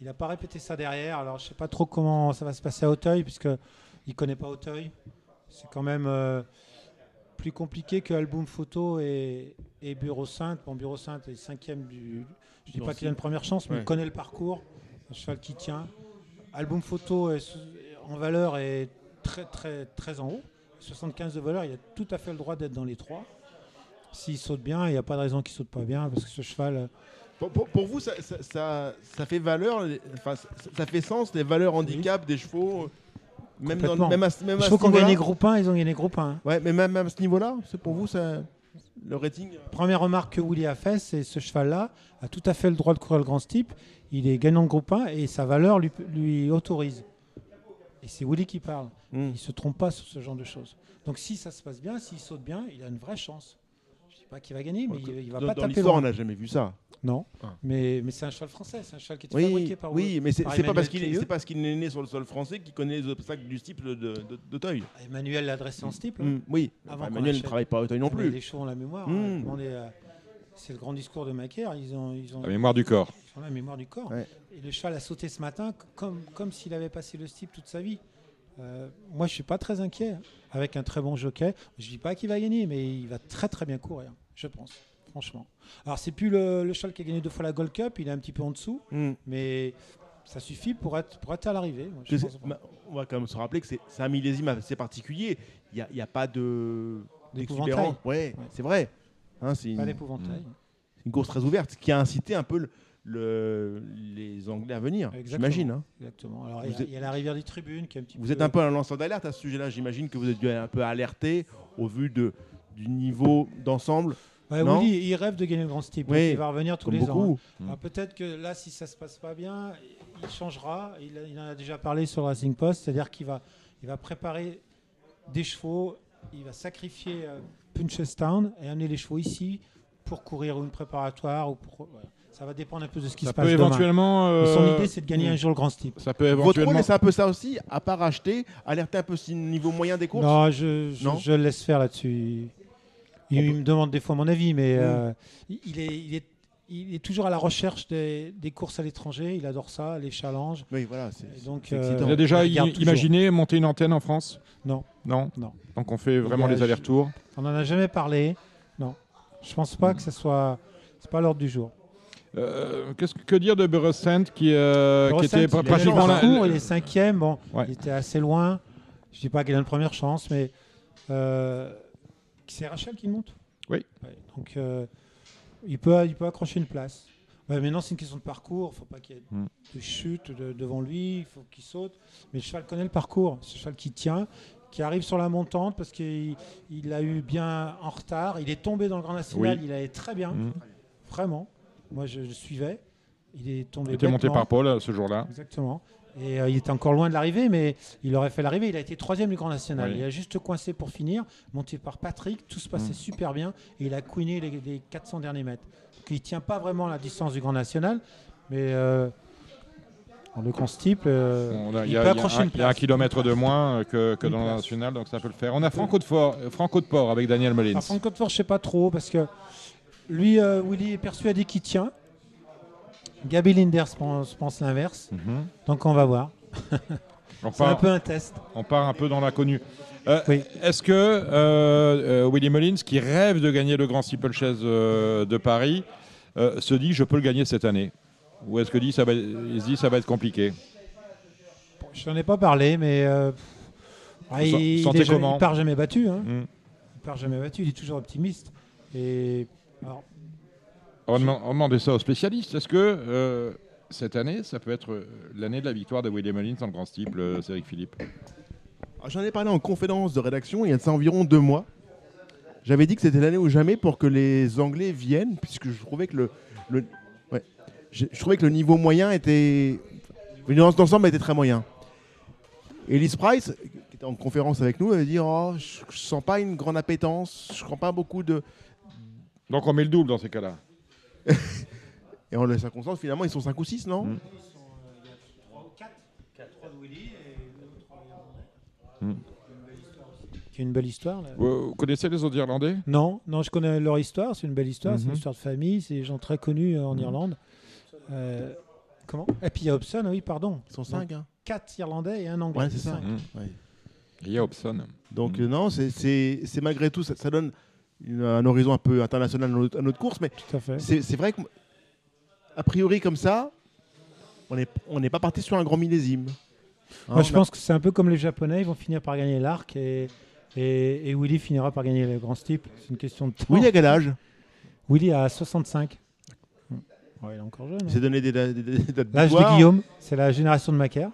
Il n'a pas répété ça derrière. Alors, je ne sais pas trop comment ça va se passer à Auteuil puisque il ne connaît pas Auteuil. C'est quand même euh, plus compliqué que Album Photo et, et Bureau Sainte. Bon, Bureau Sainte est cinquième du. Je ne dis
Bureau
pas qu'il a une
Sainte.
première chance, mais
Ouais.
il connaît le parcours. Un cheval qui tient. Album photo est sous- en valeur est très très très en haut. 75 de valeur, il a tout à fait le droit d'être dans les trois. S'il saute bien, il n'y a pas de raison qu'il saute pas bien parce que ce cheval. euh,
Pour, pour- pour vous, ça, ça- ça- ça fait valeur, les- enfin, ça, ça fait sens les valeurs handicap des chevaux, euh, même, dans,
complètement.
même à, ce- même
Il
à
faut
ce
qu'on gagne
niveau-là
les groupes 1, ils ont gagné groupe 1.
Ouais, mais même à ce niveau-là, c'est pour vous, ça, le rating. euh,
Première remarque que Willy a fait, c'est ce cheval-là a tout à fait le droit de courir le grand steep. Il est gagnant de groupe 1 et sa valeur lui, lui autorise. Et c'est Willy qui parle.
Mm.
Il ne se trompe pas sur ce genre de choses. Donc si ça se passe bien, s'il saute bien, il a une vraie chance. Je ne dis pas qu'il va gagner, mais il ne va
dans
pas
dans
taper
l'histoire,
loin.
on n'a jamais vu ça.
Non,
Ah.
mais, mais c'est un cheval français, c'est un cheval qui est
Oui,
fabriqué par
oui, mais c'est
par
c'est pas
Emmanuel
parce qu'il est,
Cléeux.
c'est parce qu'il est né sur le sol français qu'il connaît les obstacles du type de, de- d'Auteuil.
Ah, Emmanuel l'a adressé en steeple.
Mm, oui,
Avant
Enfin,
qu'on
Emmanuel ne
l'achète.
travaille pas à Auteuil non
Mais
plus.
Les chevaux ont la mémoire.
Mm.
hein. Demandez, euh, c'est le grand discours de Macaire. Ils ont, ils ont,
La mémoire du corps.
ils ont la mémoire du corps.
Ouais.
Et le cheval a sauté ce matin c- comme, comme s'il avait passé le steeple toute sa vie. Euh, moi, je suis pas très inquiet. hein. Avec un très bon jockey, je dis pas qu'il va gagner, mais il va très très bien courir, je pense, franchement. Alors, c'est plus le, le cheval qui a gagné deux fois la Gold Cup. Il est un petit peu en dessous,
Mm.
mais ça suffit pour être, pour être à l'arrivée. moi, je
Je sais-
pense.
ma- on va quand même se rappeler que c'est c'est un millésime assez particulier. Il n'y a, il y a pas de
D'épouvantail.
d'exubérance. Ouais,
Ouais.
c'est vrai. Hein, c'est
Pas
une,
l'épouvantail.
une course très ouverte ce qui a incité un peu le- le- les Anglais à venir.
Exactement.
J'imagine. hein.
Exactement. Alors,
Vous
il y, a-
êtes-
il y a la rivière des tribunes qui est un petit
Vous
peu.
êtes un peu un lanceur d'alerte à ce sujet-là. J'imagine que vous êtes dû un peu alerté au vu de, du niveau d'ensemble.
Ouais,
non
Willy, il rêve de gagner le Grand Steep.
Oui,
il va revenir tous
Comme
les ans.
beaucoup.
hein. Alors, Peut-être que là, si ça se passe pas bien, il changera. Il, a- il en a déjà parlé sur Racing Post, c'est-à-dire qu'il va, il va préparer des chevaux, il va sacrifier euh, Punchestown et amener les chevaux ici pour courir une préparatoire ou pour. voilà. Ça va dépendre un peu de ce qui
Ça
se passe
peut
demain.
éventuellement.
Mais son
euh,
idée, c'est de gagner un jour le Grand Steep.
Ça peut
Votre rôle,
éventuellement.
c'est un peu ça aussi, à part acheter, alerter un peu si le niveau moyen des courses.
Non, je, je,
Non
je le laisse faire là-dessus. Il, il me demande des fois mon avis,
Hmm.
mais euh, il- il, est, il, est, il est toujours à la recherche des, des courses à l'étranger. Il adore ça, les challenges.
Oui, voilà. c'est-
Et donc,
c'est excitant.
Il a déjà
Il regarde
i-
toujours.
imaginé monter une antenne en France
Non.
Non
Non.
Donc on fait vraiment
Il y a-
les allers-retours.
On n'en a jamais parlé. Non. Je pense pas que ce soit. C'est pas l'ordre du jour.
Euh, qu'est-ce que, que dire de Burrosent qui, euh, qui était pr-
Rossent, il est allé
pratiquement
dans
la-
le cours, il est cinquième. Bon,
Ouais.
il était assez loin. Je dis pas qu'il a une première chance, mais euh, c'est Rachel qui monte.
Oui.
Ouais, donc euh, il peut, il peut accrocher une place. Ouais, maintenant c'est une question de parcours. Faut pas qu'il y ait
Mm.
de chute de- devant lui. Il faut qu'il saute. Mais le cheval connaît le parcours. C'est le cheval qui tient, qui arrive sur la montante parce qu'il il a eu bien en retard. Il est tombé dans le Grand National.
Oui.
Il allait très bien,
Mm.
vraiment. Moi je, le suivais. Il est tombé.
Il était monté
bêtement.
par Paul euh, ce jour-là.
Exactement. Et euh, il était encore loin de l'arrivée, mais il aurait fait l'arrivée. Il a été troisième du Grand National.
Oui.
Il a juste coincé pour finir, monté par Patrick. Tout se passait
Mm.
super bien. Et il a couiné les, les 400 derniers mètres. Donc, il tient pas vraiment la distance du Grand National, mais euh, on le constiple. euh,
On a-
il
Il y a-
peut
il y a
accrocher
un-
une
il y a un
place.
kilomètre de moins euh, que, que
Une
dans le
place.
national, donc ça peut le faire. On a Franco de Fort, euh, Franco de Port avec Daniel Mullins.
Alors, Franck Hautefort, je sais pas trop, parce que lui, euh, Willy est persuadé qu'il tient. Gabi Linders pense, pense l'inverse.
Mhm.
Donc on va voir.
On,
C'est un
part,
peu un test.
on part un peu dans l'inconnu. Euh,
Oui.
Est-ce que euh, euh, Willy Mullins, qui rêve de gagner le Grand Steeple Chase de Paris, euh, se dit je peux le gagner cette année Ou est-ce que dit, ça va, il se dit ça va être compliqué
Bon, Je n'en ai pas parlé, mais euh, pff, ah,
Vous
il,
sentez
il est jamais-
comment
il part jamais battu. hein.
Mm.
Il part jamais battu. Il est toujours optimiste. Et alors,
On va deman- on va demander ça aux spécialistes. Est-ce que euh, cette année, ça peut être euh, l'année de la victoire de William Mullins dans le grand style, euh, Cédric Philippe
Alors, J'en ai parlé en conférence de rédaction il y a de ça environ deux mois. J'avais dit que c'était l'année ou jamais pour que les Anglais viennent, puisque je trouvais que le, le- ouais. je, je trouvais que le niveau moyen était, le niveau d'ensemble était très moyen. Et Liz Price, qui était en conférence avec nous, avait dit oh, je, je sens pas une grande appétence, je prends pas beaucoup de.
Donc on met le double dans ces cas-là.
Et en les circonstances, finalement, ils sont 5 ou 6, non
Qui est une belle histoire. là.
Vous, vous connaissez les autres Irlandais
Non, non, je connais leur histoire. C'est une belle histoire. C'est
Mhm.
une histoire de famille. C'est des gens très connus euh, en
Mhm.
Irlande. Euh, comment Et puis il y a Hobson, oui, pardon.
Ils sont cinq, hein.
Quatre Irlandais et un Anglais.
Ouais, c'est ça.
Cinq.
Mm. Ouais.
Il y a Hobson.
Donc
Mm.
euh, non, c'est- c'est c'est malgré tout, ça, ça donne une- un horizon un peu international à notre, à notre course, mais
à fait.
c'est c'est vrai que a priori comme ça, on n'est on n'est pas parti sur un grand millésime.
Ah,
Hein,
Moi,
bah.
je pense que c'est un peu comme les Japonais. Ils vont finir par gagner l'arc et, et, et Willy finira par gagner le grand steeple. C'est une question de temps.
Willy a quel âge
Willy a 65. Mm. Ouais, il est encore jeune. hein.
c'est donné des, da- des- des- des dates
L'âge
butoirs,
de Guillaume, c'est la génération de Macaire.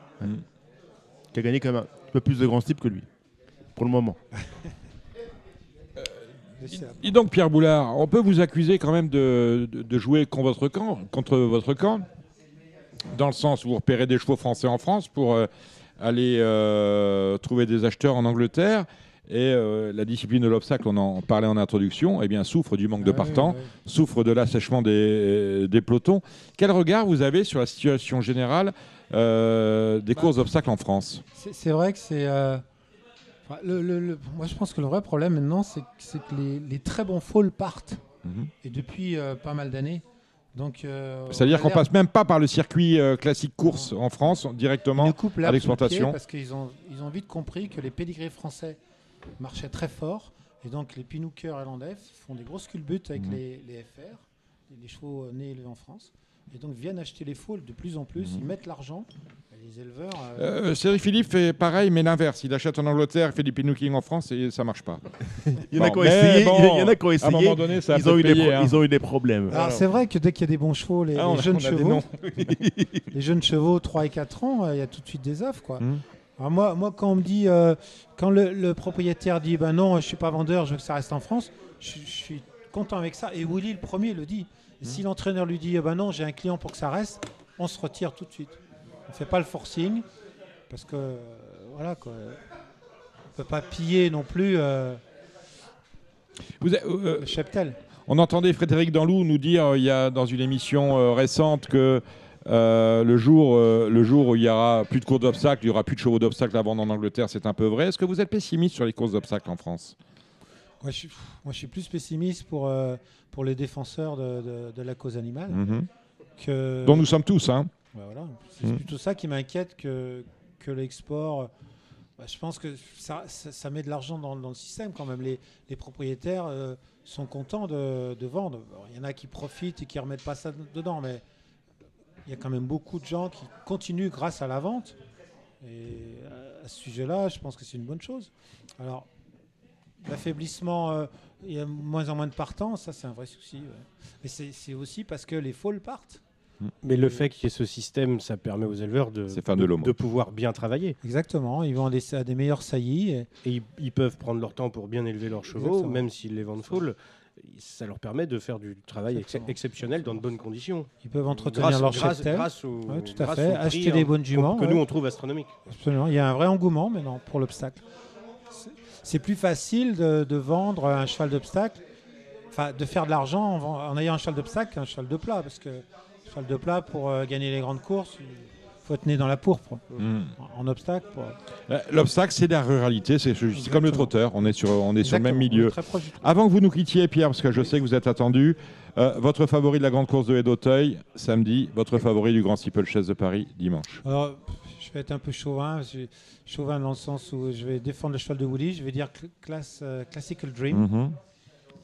qui a gagné quand même un peu plus de grands types que lui pour le moment.
Dis donc, Pierre Boulard, on peut vous accuser quand même de, de- de jouer contre votre camp, contre votre camp, dans le sens où vous repérez des chevaux français en France pour euh, aller euh, trouver des acheteurs en Angleterre. Et euh, la discipline de l'obstacle, on en parlait en introduction, eh bien, souffre du manque de partants, souffre de l'assèchement des, euh, des pelotons. Quel regard vous avez sur la situation générale euh, des
Bah,
courses d'obstacles en France
C'est c'est vrai que c'est. euh, enfin, le- le- le- moi, je pense que le vrai problème maintenant, c'est que, c'est que les, les très bons falls partent.
Mmh.
Mhm.
Et depuis euh, pas mal d'années. Donc. euh, on
C'est-à-dire
a
qu'on
l'air-
passe même pas par le circuit euh, classique course en France
on
directement
nous coupe l'herbe
à
sous le
l'exportation.
pied Parce qu'ils ont, ils ont vite compris que les pédigrés français marchaient très fort. Et donc, les pinoukers irlandais font des grosses culbutes avec
Mhm.
les, les FR, les chevaux euh, nés et élevés en France. Et donc, viennent acheter les faules de plus en plus. Ils mettent l'argent. Et Les éleveurs. euh,
Mmh. Euh, Cédric Philippe fait pareil, mais l'inverse. Il achète en Angleterre, il fait du pinooking en France et ça marche pas.
Il y en a
Bon,
qui ont
mais
essayé,
bon,
il y en a qui ont
à un
essayé,
moment donné, ça a
ils, ont eu
peut-être
des pro-
payé, hein.
ils ont eu des problèmes.
Alors, Ah, c'est vrai que dès qu'il y a des bons chevaux, les,
Ah, on
les
a-
jeunes
on a des
chevaux,
noms.
les jeunes chevaux 3 et 4 ans, euh, il y a tout de suite des offres quoi.
Hmm.
Mhm.
Alors moi, moi, quand on me dit, euh, quand le, le propriétaire dit, ben non, je suis pas vendeur, je veux que ça reste en France, je, je suis content avec ça. Et Willy, le premier, le dit. Et
Hmm.
Si l'entraîneur lui dit, eh ben non, j'ai un client pour que ça reste, on se retire tout de suite. On fait pas le forcing parce que euh, voilà quoi. On peut pas piller non plus euh,
Vous avez- euh,
le cheptel.
on entendait Frédéric Danlou nous dire euh, il y a, dans une émission euh, récente que euh, le, jour, euh, le jour où il y aura plus de courses d'obstacles, il y aura plus de chevaux d'obstacles à vendre en Angleterre, c'est un peu vrai. Est-ce que vous êtes pessimiste sur les courses d'obstacles en France
Moi je, suis, moi, je suis plus pessimiste pour, euh, pour les défenseurs de, de- de la cause animale. que-
Dont nous sommes tous. Hein.
Bah euh, voilà. C'est
Mm.
plutôt ça qui m'inquiète que, que l'export. Bah, je pense que ça, ça, ça met de l'argent dans, dans le système quand même. Les, les propriétaires euh, sont contents de, de vendre. Alors, Il y en a qui profitent et qui remettent pas ça dedans, mais il y a quand même beaucoup de gens qui continuent grâce à la vente. Et euh, à- à ce sujet-là, je pense que c'est une bonne chose. Alors, l'affaiblissement, euh, il y a de moins en moins de partants, ça c'est un vrai souci. ouais. Mais c'est c'est aussi parce que les folles partent.
Mais le fait qu'il y ait ce système, ça permet aux éleveurs de,
Mm. C'est fin de l'homme.
de pouvoir bien travailler.
Exactement, ils vendent des- à des meilleures saillies. et-
Et ils, ils peuvent prendre leur temps pour bien élever leurs chevaux,
Exactement.
même s'ils les vendent full. Ça leur permet de faire du travail ex-
Exactement.
exceptionnel dans de bonnes conditions.
Ils peuvent entretenir
Grâce-
leur
grâce-
cheptel.
grâce au-
Ouais, tout à
grâce
fait.
au prix,
Acheter
hein,
des bonnes juments.
Que
ouais.
nous, on trouve astronomique.
Absolument. Il y a un vrai engouement maintenant pour l'obstacle. C'est- C'est plus facile de, de vendre un cheval d'obstacle, enfin de faire de l'argent en, vend- en ayant un cheval d'obstacle qu'un cheval de plat, parce que le cheval de plat, pour euh, gagner les grandes courses, il faut tenir dans la pourpre
Mm.
en, en obstacle. pour-
Euh, L'obstacle, c'est la ruralité, c'est c'est comme le trotteur, on est sur, on est sur le
Exactement,
même
on
milieu.
est très proche du trou.
Avant que vous nous quittiez, Pierre, parce que je sais que vous êtes attendu, euh, votre favori de la grande course de Haie d'Auteuil, samedi, votre favori du Grand Steeple Chase de Paris, dimanche.
Alors, pff, je vais être un peu chauvin, je- chauvin dans le sens où je vais défendre le cheval de Woody, je vais dire cl- classe, euh, Classical Dream.
Mhm.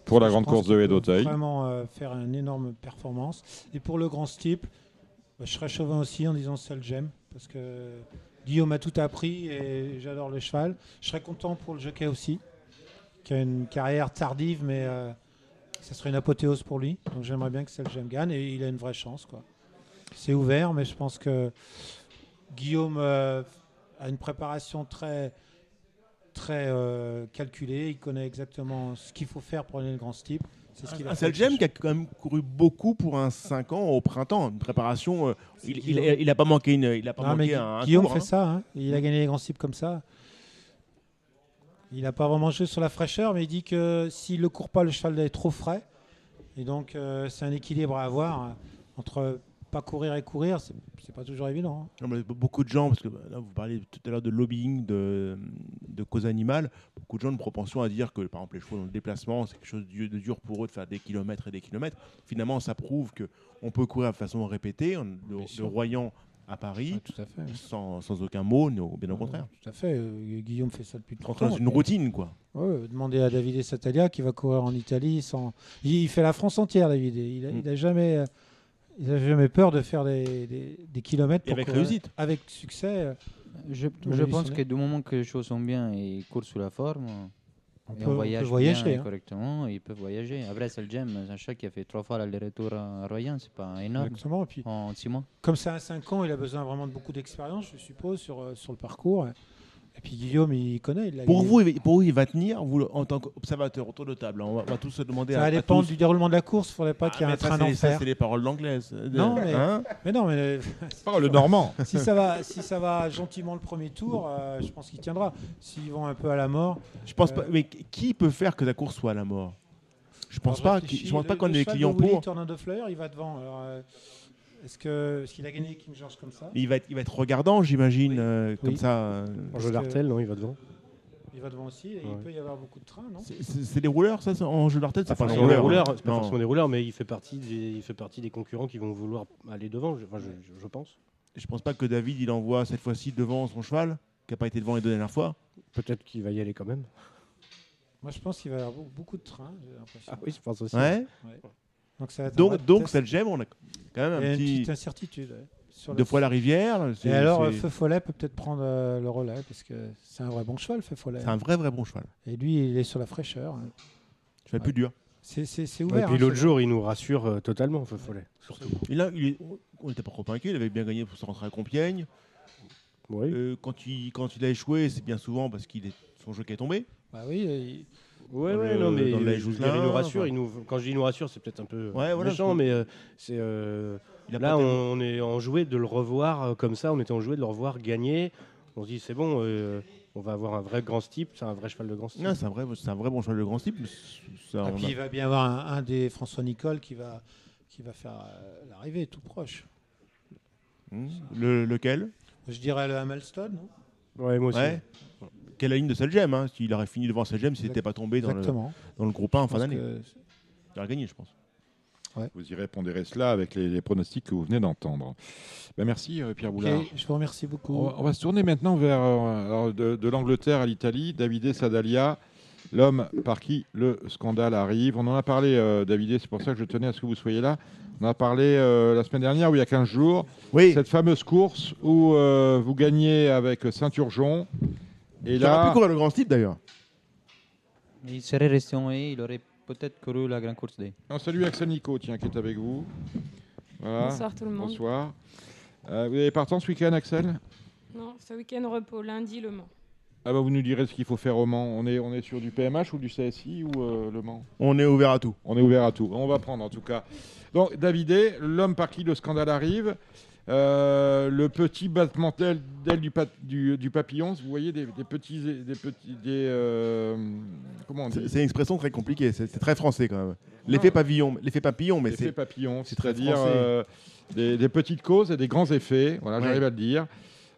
Pour la
Je
grande
pense
course
qu'il
de Haie
peut
d'Auteuil.
Vraiment euh, faire une énorme performance. Et pour le grand steeple, bah, je serais chauvin aussi en disant seul j'aime parce que Guillaume a tout appris et j'adore le cheval. Je serais content pour le jockey aussi, qui a une carrière tardive mais euh, Ça serait une apothéose pour lui. Donc j'aimerais bien que Seljem gagne et il a une vraie chance. quoi. C'est ouvert, mais je pense que Guillaume euh, a une préparation très, très euh, calculée. Il connaît exactement ce qu'il faut faire pour aller le grand steep. C'est ce qu'il a
Ah,
fait.
C'est le GM qui a quand même couru beaucoup pour un 5 ans au printemps, une préparation. euh, il, il,
Guillaume.
il a pas manqué une, il a pas
Non, mais
manqué
Gui-
un. un
Guillaume
tour,
fait
hein.
ça. hein. Il a gagné les grands cibles comme ça. Il n'a pas vraiment joué sur la fraîcheur, mais il dit que s'il ne court pas, le cheval est trop frais. Et donc, euh, c'est un équilibre à avoir hein, entre pas courir et courir. C'est c'est pas toujours évident. hein.
Non, mais be- beaucoup de gens, parce que bah, là, vous parlez tout à l'heure de lobbying, de, de cause animale, beaucoup de gens ont une propension à dire que, par exemple, les chevaux dans le déplacement, c'est quelque chose de de dur pour eux de faire des kilomètres et des kilomètres. Finalement, ça prouve qu'on peut courir de façon répétée, on- de, de
sûr.
Royan à Paris,
fait,
sans, sans aucun mot, non, bien au contraire.
Tout à fait. euh, Guillaume fait ça depuis
On
longtemps.
rentre dans une routine, quoi.
Ouais, ouais, demandez à David Satalia qui va courir en Italie. Sans... Il, il fait la France entière, David. Il n'a
Mm.
jamais, euh, il a jamais peur de faire des, des- des kilomètres.
Et
pour
avec
courir.
réussite.
Avec succès. euh,
Je,
Tout
je pense
révolutionnaire.
que du moment que les choses sont bien et ils courent sous la forme,
On
et
peut- on peut
voyage bien
voyager,
et
hein.
correctement, ils peuvent voyager. Après, c'est le gem, c'est un chat qui a fait trois fois l'aller-retour à Royan, c'est pas énorme.
Exactement, et puis-
en six mois.
Comme c'est à 5 ans, il a besoin vraiment de beaucoup d'expérience, je suppose, sur, euh, sur le parcours. Et puis Guillaume, il connaît. Il l'a
Pour
gagné.
vous, il va- pour vous, il va tenir, vous, le- en tant qu'observateur autour de table, hein, on va, on va tous se demander
ça
à,
va
à
dépendre
tous.
du déroulement de la course. Il ne faudrait pas
Ah,
qu'il y ait
mais
un
ça,
train
c'est les- ça,
d'enfer.
c'est les paroles d'anglaises.
Non, mais,
Hein Oh,
mais non, mais.
Parle normand.
si, ça va, si ça va gentiment le premier tour, euh, je pense qu'il tiendra. S'ils vont un peu à la mort.
Je pense
euh,
pas. Mais qui peut faire que la course soit à la mort Je pense pas. qu'il-
Alors, Bah, réfléchis.
Je pense pas
Le-
qu'on
le
ait des
cheval de
clients
Willy
pour.
Turner de Fleur, il va devant. Alors, euh, est-ce que est-ce qu'il a gagné King George comme ça
Il va être, il va être regardant, j'imagine, euh, comme
Oui.
ça. euh,
Parce
jeu
que-
d'artel, non, il va devant.
Il va devant aussi. et
Ouais.
Il peut y avoir beaucoup de trains, non
c'est- C'est c'est des rouleurs, ça, ça, en jeu de leur tête, c'est
Enfin,
pas
Ah, c'est
des
pas des
rouleurs.
rouleurs, c'est pas
Non.
forcément des rouleurs, mais il fait partie des, il fait partie des concurrents qui vont vouloir aller devant. Je, enfin, je, je- je pense.
Je pense pas que David, il envoie cette fois-ci devant son cheval, qui a pas été devant les deux dernières fois.
Peut-être qu'il va y aller quand même.
Moi, je pense qu'il va y avoir be- beaucoup de trains. J'ai l'impression.
Ah oui, je pense aussi.
Ouais.
Ouais. Donc, ça va être un vrai
Donc, donc
test.
cette gemme, on a quand même
Il y a
un
une
petit.
petite incertitude. ouais, sur
Deux
le-
fois la rivière. c'est-
Et alors, euh,
c'est-
Feu Follet peut peut-être prendre euh, le relais parce que c'est un vrai bon cheval, Feu Follet.
c'est un vrai, vrai bon cheval.
Et lui, il est sur la fraîcheur. hein.
Cheval plus dur.
C'est c'est- c'est
Ouais, et
ouvert.
puis
hein,
l'autre
ce-
jour, il nous rassure euh, totalement, Feu Follet. Surtout.
Et là, il est- on n'était pas convaincu, il avait bien gagné pour se rentrer à Compiègne.
Oui.
Euh, quand, il, quand il a échoué, c'est bien souvent parce qu'il est son jeu qui est tombé.
Bah oui, il-
Ouais,
Dans
ouais,
le-
non, mais
dans
il,
la
je veux
Jouzelin,
dire, il nous rassure.
enfin.
il nous, quand je dis il nous rassure, c'est peut-être un peu
Ouais, voilà,
méchant,
je-
mais euh, c'est euh,
Il a
là,
pas
on,
tellement-
est enjoué de le revoir euh, comme ça. On était enjoué de le revoir gagner. On se dit, c'est bon, euh, on va avoir un vrai grand type. C'est un vrai cheval de grand type.
Non, c'est un vrai, c'est un vrai bon cheval de grand type. mais ça,
Et
Ah,
on
Ah, puis,
a-
il va bien y avoir un, un des François Nicole qui va, qui va faire euh, l'arrivée tout proche.
Hmm. Le- lequel
Je dirais le Hamilton. non
Ouais, moi aussi.
Ouais. Quelle la ligne de Selgem hein. S'il aurait fini devant Selgem, s'il
Exact-
n'était pas tombé dans le,
Exactement.
dans le groupe 1 en fin
Parce
d'année,
que-
il aurait gagné, je pense.
Vous irez pondérer cela avec les, les pronostics que vous venez d'entendre. Ben, merci euh, Pierre Boulard.
Ok, je vous remercie
On
beaucoup.
va, on va se tourner maintenant vers euh, alors, de, de l'Angleterre à l'Italie, Davide Sadalia, l'homme par qui le scandale arrive. On en a parlé, euh, Davide, c'est pour ça que je tenais à ce que vous soyez là. On en a parlé euh, la semaine dernière, ou il y a 15 jours,
Oui,
cette fameuse course où euh, vous gagnez avec Saint-Urgeon. Et
il aurait pu
là,
courir le grand type d'ailleurs.
Il serait resté en haie, il aurait peut-être couru la Grand Course Day.
on salue Axel Nico, tiens, qui est avec vous. Voilà.
Bonsoir tout le monde.
Bonsoir. Euh, vous avez partant ce week-end, Axel
Non, ce week-end repos, lundi Le Mans.
ah bah vous nous direz ce qu'il faut faire au Mans. On est, on est sur du PMH ou du CSI ou euh, le Mans
On est ouvert à tout.
On est ouvert à tout. On va prendre en tout cas. Donc Davidé, l'homme par qui le scandale arrive, euh, le petit battement d'aile d'aile du, pa- du- du papillon, vous voyez des, des petits, des petits, des euh, comment on
C'est
dit
c'est une expression très compliquée, c'est c'est très français quand même. L'effet papillon, l'effet papillon, mais
Effets
c'est
papillons,
c'est très
c'est-à-dire
français.
euh, des, des petites causes et des grands effets. Voilà,
Ouais.
j'arrive à le dire.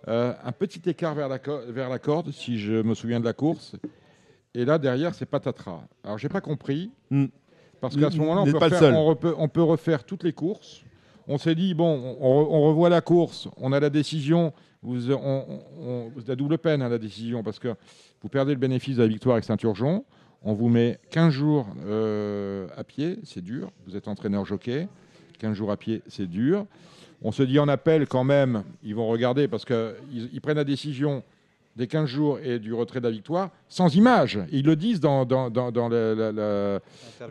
Euh, un petit écart vers la, co- vers la corde, si je me souviens de la course. Et là derrière, c'est patatras. Alors j'ai pas compris.
Hmm.
Parce qu'à ce
Vous
moment-là, on,
n'êtes
peut
pas le
refaire-
seul.
on repe- on peut refaire toutes les courses. On s'est dit, bon, on, on re- on revoit la course, on a la décision, vous, on, on- on- vous- la double peine à la décision, parce que vous perdez le bénéfice de la victoire avec Saint-Urgeon, on vous met 15 jours euh, à pied, c'est dur, vous êtes entraîneur jockey, 15 jours à pied, c'est dur. On se dit en appel quand même, ils vont regarder, parce qu'ils ils prennent la décision des 15 jours et du retrait de la victoire sans image. Ils le disent dans, dans, dans- dans le- le- le-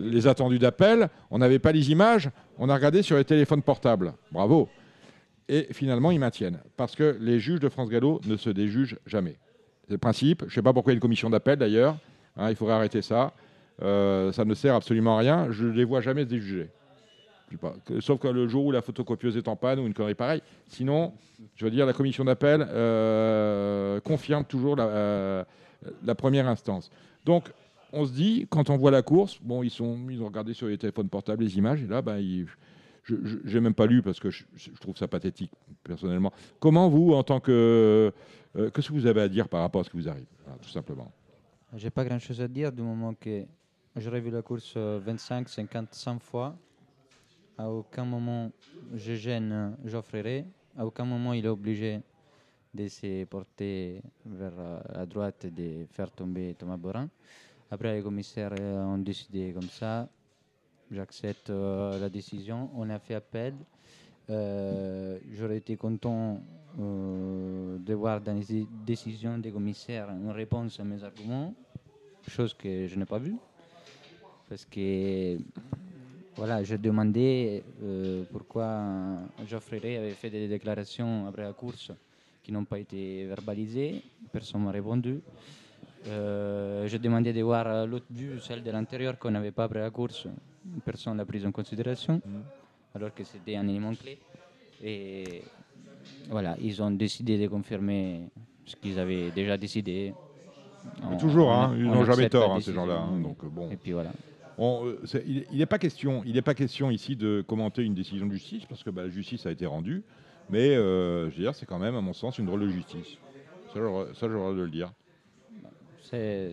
les attendus d'appel. On n'avait pas les images, on a regardé sur les téléphones portables. Bravo. Et finalement, ils maintiennent. Parce que les juges de France Gallo ne se déjugent jamais. C'est le principe. Je ne sais pas pourquoi il y a une commission d'appel d'ailleurs. Hein, il faudrait arrêter ça. Euh, ça ne sert absolument à rien. Je ne les vois jamais se déjuger. Je sais pas. Que- Sauf que le jour où la photocopieuse est en panne ou une connerie pareille. Sinon, je veux dire, la commission d'appel euh, confirme toujours la, euh, la première instance. Donc, on se dit, quand on voit la course, bon, ils, sont, ils ont regardé sur les téléphones portables les images, et là, bah, ils- je n'ai même pas lu parce que je, je trouve ça pathétique, personnellement. Comment vous, en tant que. euh, Qu'est-ce que vous avez à dire par rapport à ce qui vous arrive Voilà, Tout simplement.
J'ai pas grand chose à dire du moment que j'aurais vu la course euh, 25, 50, 100 fois. À aucun moment je gêne euh, Geoffrey Ray. À aucun moment il est obligé de se porter vers euh, la droite et de faire tomber Thomas Borin. Après, les commissaires euh, ont décidé comme ça. J'accepte euh, la décision. On a fait appel. Euh, J'aurais été content euh, de voir dans les dé- décisions des commissaires une réponse à mes arguments, chose que je n'ai pas vue. Parce que voilà, j'ai demandé euh, pourquoi Geoffrey Ray avait fait des déclarations après la course qui n'ont pas été verbalisées. Personne m'a répondu. Euh, j'ai demandé de voir euh, l'autre vue, celle de l'intérieur qu'on n'avait pas après la course. Personne ne l'a prise en considération,
Mm.
alors que c'était un élément clé. Et voilà, ils ont décidé de confirmer ce qu'ils avaient déjà décidé.
Mais
On-
toujours,
on-
hein,
on
ils n'ont jamais
accepte la
tort, hein, ces
décision.
gens-là, hein,
Oui.
donc, euh, bon.
Et puis voilà.
On, euh, c'est- il n'est pas question, il est pas question ici de commenter une décision de justice parce que bah, la justice a été rendue, mais euh, je veux dire, c'est quand même, à mon sens, une drôle de justice. Ça, j'aurais ça, j'aurais de le dire.
C'est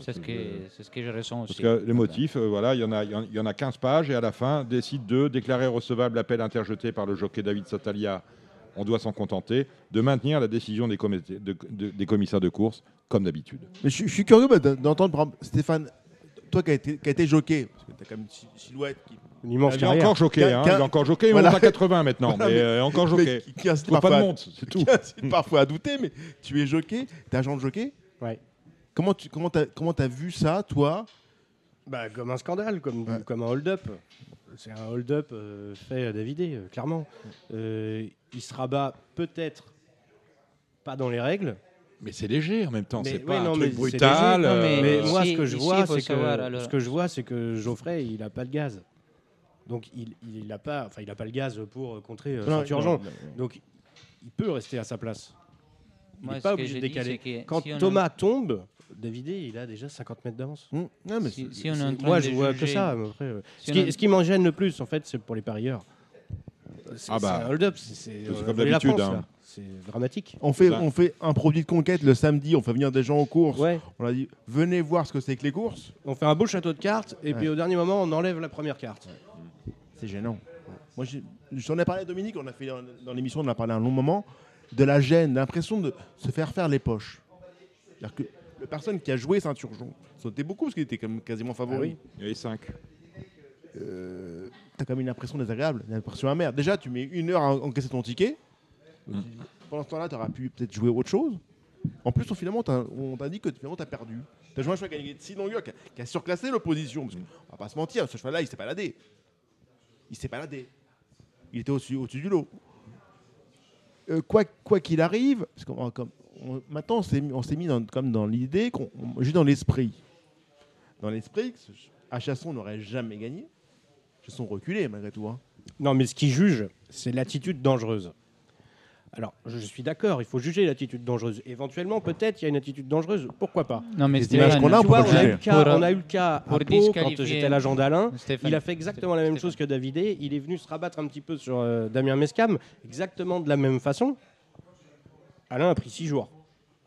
c'est ce, que- c'est ce que je ressens
Parce
aussi.
que les motifs, euh, voilà, il y, en a- il y en- il y en a 15 pages et à la fin, décide de déclarer recevable l'appel interjeté par le jockey David Satalia. On doit s'en contenter de maintenir la décision des, comité- de- de- des commissaires de course comme d'habitude.
Mais je, je suis curieux bah, d'entendre, par exemple, Stéphane, toi qui as été, qui a été jockey, parce que t'as quand même une si- silhouette qui.
Une immense
Il est encore jockey, hein, il est encore jockey, il monte à 80 maintenant, mais, euh, encore jockey.
qui- qui incite
Faut pas de
parfois à-
monte, c'est tout.
qui incite parfois à douter, mais tu es jockey, t'es agent de jockey.
Ouais.
Comment tu comment t'as comment t'as vu ça, toi
Bah, comme un scandale, comme, comme un hold-up. C'est un hold-up euh, fait à Davidé, euh, clairement. Euh, il se rabat peut-être pas dans les règles.
Mais c'est léger en même temps,
Mais-
c'est
ouais,
pas un
non,
truc
mais c'est
brutal,
léger. Non,
euh,
mais
euh,
moi,
ici-
ce que je
ici,
vois,
faut
c'est
savoir, alors.
que, ce que je vois, c'est que Geoffrey, il n'a pas de gaz. Donc, il n'a il a pas, enfin, il a pas le gaz pour euh, contrer euh,
Non,
Saint-Urgent.
non, non, non.
Donc, il peut rester à sa place. Il
Moi,
n'est
ce
pas
que
obligé
je
de
dis,
décaler.
c'est que
Quand
si on a-
Thomas tombe, Davidé, il a déjà 50 mètres d'avance.
Hum, mais
Si- c'est- si on est en
c'est-
train
Moi,
de
je vois
juger-
que ça. mais après, euh,
Si
Ce
on
qui,
est-
ce qui m'en gêne le plus, en fait, c'est pour les parieurs. C'est
Ah
ah
bah,
un hold-up. C'est c'est-
c'est
on a
comme
volé la
d'habitude,
France,
hein.
là. C'est dramatique.
On fait, on fait un produit de conquête le samedi, on fait venir des gens aux courses. On a dit, venez voir ce que c'est que les courses.
On fait un beau château de cartes, et
Ouais.
puis au dernier moment, on enlève la première carte.
C'est gênant. Moi, j'ai- j'en ai parlé à Dominique, on a fait dans, dans l'émission, on en a parlé un long moment, de la gêne, de l'impression de se faire faire les poches. C'est-à-dire que la personne qui a joué Saint-Urgeon, c'était beaucoup parce qu'il était quand même quasiment favori.
Ah oui, Il y avait 5.
Euh, T'as quand même une impression désagréable, une impression amère. Déjà, tu mets une heure à en- encaisser ton ticket. Mmh. Pendant ce temps-là, t'aurais pu peut-être jouer autre chose. En plus, on, finalement, t'as- on t'a dit que finalement, t'as perdu. T'as joué un cheval qui a gagné de six longueurs, qui a, qui a surclassé l'opposition. Parce que, on va pas se mentir, ce cheval-là, il s'est baladé. Il s'est baladé. Il était au-dessus au-dessus du lot. Euh, quoi quoi qu'il arrive, parce qu'on- on- comme- on- maintenant on s'est mis, on s'est mis dans, comme dans l'idée, qu'on- on- juste dans l'esprit. Dans l'esprit, que ce- à Chasson on n'aurait jamais gagné. Chasson reculé malgré tout. hein.
Non, mais ce qui juge, c'est l'attitude dangereuse. Alors, je suis d'accord, il faut juger l'attitude dangereuse. Éventuellement, peut-être, il y a une attitude dangereuse, pourquoi pas euh,
Non, mais
Tu
Stéphane,
vois, on,
pour
a eu
juger.
le cas,
Pour,
on a eu le cas à
pour
Pau, quand
disqualifier-
j'étais l'agent d'Alain.
Stéphane.
Il a fait exactement la même chose que Davidé. Il est venu se rabattre un petit peu sur euh, Damien Mescam, exactement de la même façon. Alain a pris six jours,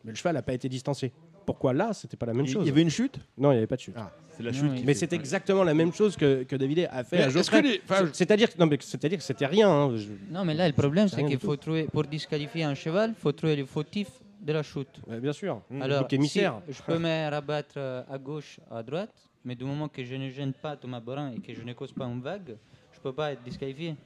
mais le cheval n'a pas été distancé. Pourquoi là, c'était pas la même
Il-
chose
il y avait une chute Ah,
Non, il n'y avait pas de chute.
c'est la chute qui
Mais
fait-
c'est exactement la même chose que, que Davidé a fait
Mais
à
est-ce
Geoffrey.
que les- enfin, je-
C'est- C'est-à-dire que non, mais c'est-à-dire que c'était rien. hein, je-
Non, mais là, le problème,
C'est
c'est
rien
qu'il
du
faut trouver, pour disqualifier un cheval, il faut trouver le fautif de la chute.
bien sûr. Mmh.
Alors,
Bouc émissaire.
si je peux me rabattre euh, à gauche, à droite, mais du moment que je ne gêne pas Thomas Borin et que je ne cause pas une vague, je ne peux pas être disqualifié.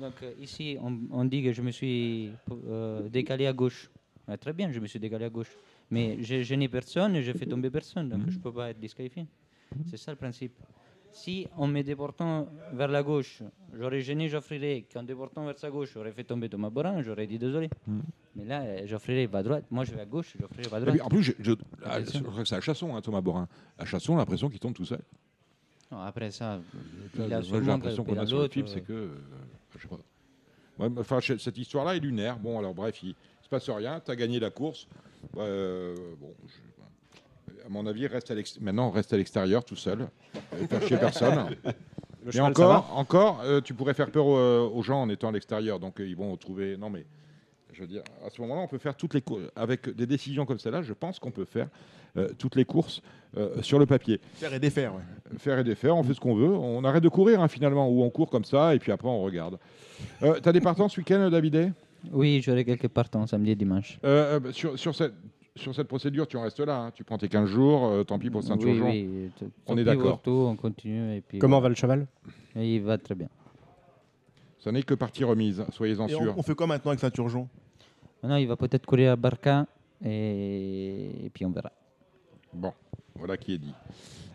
Donc, euh, ici, on, on dit que je me suis euh, décalé à gauche. Ah, très bien, je me suis décalé à gauche. Mais j'ai gêné personne et j'ai fait tomber personne, donc je
Mmh.
ne peux pas être disqualifié. C'est ça le principe. Si en me déportant vers la gauche, j'aurais gêné Geoffrey Rey, qu'en déportant vers sa gauche, j'aurais fait tomber Thomas Borin, j'aurais dit désolé. Mais là, euh, Geoffrey Rey va à droite, moi je vais à gauche, Geoffrey Rey va à
Et
droite.
puis, en plus, je, je- ah, je
Attention.
crois que c'est à Chasson, hein, Thomas Borin. À Chasson, l'impression qu'il tombe tout seul.
Non, après ça,
Là,
il a
moi,
sûrement
j'ai l'impression
galopé
qu'on
à
a sur le
l'autre,
film, c'est que. euh, je sais pas. Ouais, mais enfin, chez- cette histoire-là est lunaire. Bon, alors bref, il se passe rien. Tu as gagné la course. Bah, euh, bon, je- à mon avis, reste à l'ex- maintenant, reste à l'extérieur tout seul. Et faire chier personne.
Le
Mais
cheval, ça
encore, encore euh, tu pourrais faire peur aux, aux gens en étant à l'extérieur. Donc, euh, ils vont trouver. Non, mais. Je veux dire, à ce moment-là, on peut faire toutes les courses. Avec des décisions comme celle-là, je pense qu'on peut faire euh, toutes les courses euh, sur le papier. Euh,
Faire et défaire, ouais.
Faire et défaire, on fait ce qu'on veut. On arrête de courir, hein, finalement, ou on court comme ça, et puis après, on regarde. Euh, T'as des partants ce week-end,
Eh
David
Oui, j'aurai quelques partants samedi et dimanche.
euh, euh, sur, sur cette, sur cette procédure, tu en restes là. hein. Tu prends tes 15 jours, euh, tant pis pour ceinture
Oui,
jaune.
oui, t-
on
tant
est
pis,
d'accord.
Orto, on continue. Et puis,
Comment
voilà.
va le cheval
Et Il va très bien.
Ça n'est que partie remise, soyez-en
Et on,
sûrs.
on fait quoi maintenant avec Saint-Urgeon
Maintenant, Ah il va peut-être courir à Barca et... et puis on verra.
Bon, voilà qui est dit.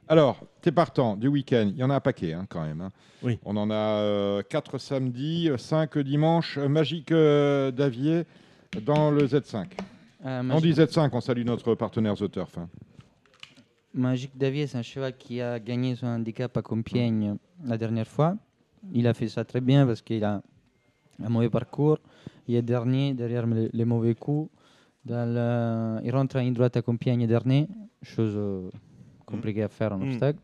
Alors, tes partants du week-end, il y en a un paquet hein, quand même. hein. On en a 4 samedis, 5 dimanches. Euh, Magique euh, Davier dans le Z5.
Euh,
on
Magique-
dit Z5, on salue notre partenaire The Turf. hein.
Magique Davier, c'est un cheval qui a gagné son handicap à Compiègne la dernière fois. Il a fait ça très bien parce qu'il a un mauvais parcours. Il est dernier derrière le- les mauvais coups. Dans le- Il rentre en ligne droite à Compiègne dernier, chose euh, compliquée à faire en
Mhm.
obstacle.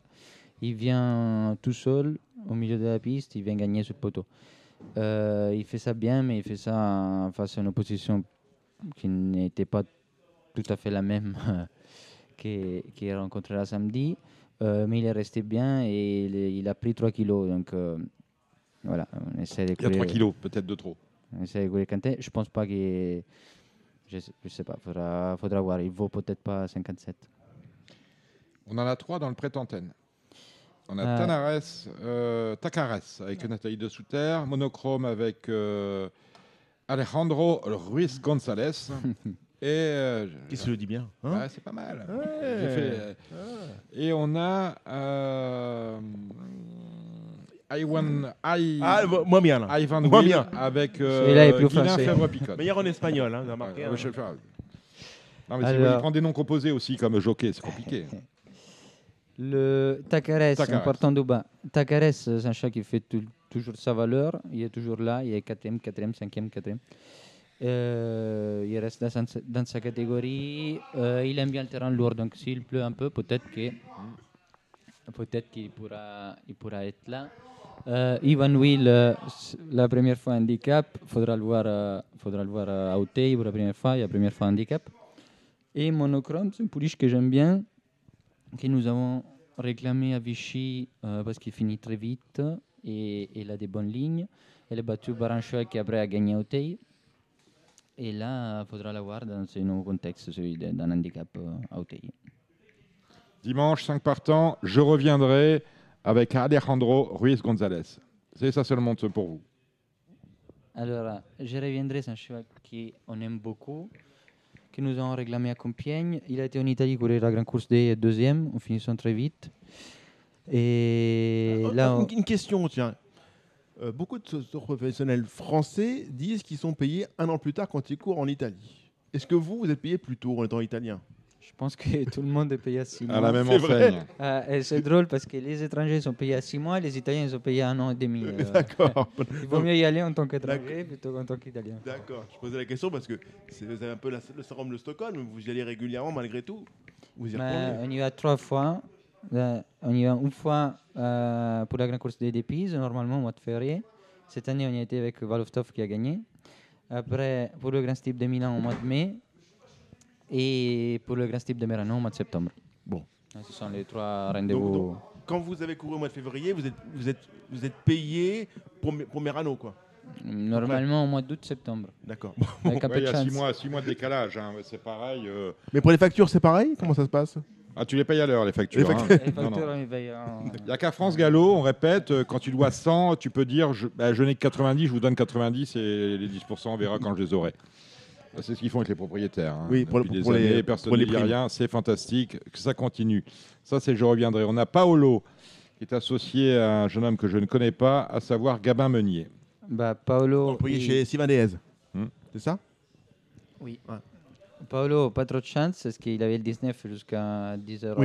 Il vient tout seul au milieu de la piste, il vient gagner ce poteau. Euh, il fait ça bien, mais il fait ça face à une opposition qui n'était pas tout à fait la même qu'il qui rencontrera samedi. Euh, mais il est resté bien et il, est- il a pris 3 kilos. Donc euh, voilà, on essaie euh, de
Il y a
courir-
3 kilos, peut-être de trop.
on essaie de courir Kanté. Je pense pas qu'il. Je sais, je sais pas, faudra, faudra voir. Il vaut peut-être pas 57.
On en a 3 dans le pré-tentaine. On a
Euh.
Tanares, euh, Tacares avec Nathalie de Souter, Monochrome avec euh, Alejandro Ruiz González. Et euh,
Qui se le dit bien hein
Ouais, c'est pas mal.
Ouais.
J'ai fait-
Ah.
Et on a. Euh, Iwan, I-
Ah, mo- moins bien, là.
Ivan
Moins
Will
bien.
avec
Celui-là
euh,
est plus
Guilain
français.
Fèvre-Picotte.
Meilleur en espagnol, hein, vous avez remarqué,
Ouais,
hein.
ouais, je- enfin, non, mais si
Alors-
vous prenez des noms composés aussi comme jockey, c'est compliqué.
Le Takares,
Takares.
en partant du bas. Takares, c'est un chat qui fait tou- toujours sa valeur. Il est toujours là. Il est 4ème, 4ème, 5ème, 4ème. Euh, il reste dans sa, dans sa catégorie. Euh, il aime bien le terrain lourd. Donc s'il pleut un peu, peut-être que peut-être qu'il pourra, il pourra être là. Euh, Ivan Will, euh, s- la première fois handicap, faudra le voir, euh, faudra le voir euh, à Hauteuil pour la première fois, et la première fois handicap. Et Monochrome, c'est une pouliche que j'aime bien, que nous avons réclamé à Vichy euh, parce qu'il finit très vite et il a des bonnes lignes. Elle est battue par un cheval qui après a gagné à Hauteuil. Et là, faudra la voir dans ce nouveau contexte, celui de- d'un handicap euh, à Hauteuil.
Dimanche, 5 partants, je reviendrai avec Alejandro Ruiz González. C'est ça seulement pour vous.
Alors, je reviendrai sur un cheval qu'on aime beaucoup, que nous avons réclamé à Compiègne. Il a été en Italie courir la grande course des deuxièmes, en finissant très vite. Et là, on-
Ah, Une, une question, tiens. Euh, beaucoup de so- so- professionnels français disent qu'ils sont payés un an plus tard quand ils courent en Italie. Est-ce que vous, vous êtes payé plus tôt en étant italien
Je pense que tout le monde est payé à 6 mois.
À la même C'est vrai. enseigne.
Ah, et c'est drôle parce que les étrangers sont payés à 6 mois, les Italiens ils sont payés à un an et demi. euh.
D'accord.
Il vaut mieux y aller en tant qu'étranger plutôt qu'en tant qu'Italien.
D'accord, je posais la question parce que c'est vous avez un peu la- le syndrome de Stockholm, vous y allez régulièrement malgré tout. Vous y
Mais
retournez.
on y va trois fois. Là, on y va une fois euh, pour la grande course des dépises, normalement au mois de février. Cette année, on y était avec Valostov qui a gagné. Après, pour le grand style de Milan au mois de mai. Et pour le grand style de Merano au mois de septembre.
Bon.
Ce sont les trois
Donc-
rendez-vous.
donc, quand vous avez couru au mois de février, vous êtes, vous êtes, vous êtes payé pour, mes- pour Merano, quoi.
Normalement au mois d'août-septembre.
D'accord.
Avec un peu
Ouais, il
de
y a
chance.
6 mois, six mois de décalage, hein, ouais, c'est pareil. euh.
Mais pour les factures, c'est pareil Comment ça se passe
Ah, tu les payes à l'heure, les factures.
Les
hein.
factures.
Les
Non, non.
factures, hein. on les paye en-
Il n'y a qu'à France Gallo, on répète, euh, quand tu dois 100, ben, tu peux dire je, bah, je n'ai que 90, je vous donne 90 et les 10%, on verra quand je les aurai. C'est ce qu'ils font avec les propriétaires. hein.
Oui, pour-
Depuis des
pour les-
années, personne
pour
ne
les
dit
primes.
rien. C'est fantastique. Que ça continue. Ça, c'est je reviendrai. On a Paolo qui est associé à un jeune homme que je ne connais pas, à savoir Gabin Meunier. Hmm.
Bah, Paolo.
Employé
il-
chez Sivanez. C'est ça
Oui. Paolo, pas trop de chance, parce qu'il avait le 19 jusqu'à 10h28.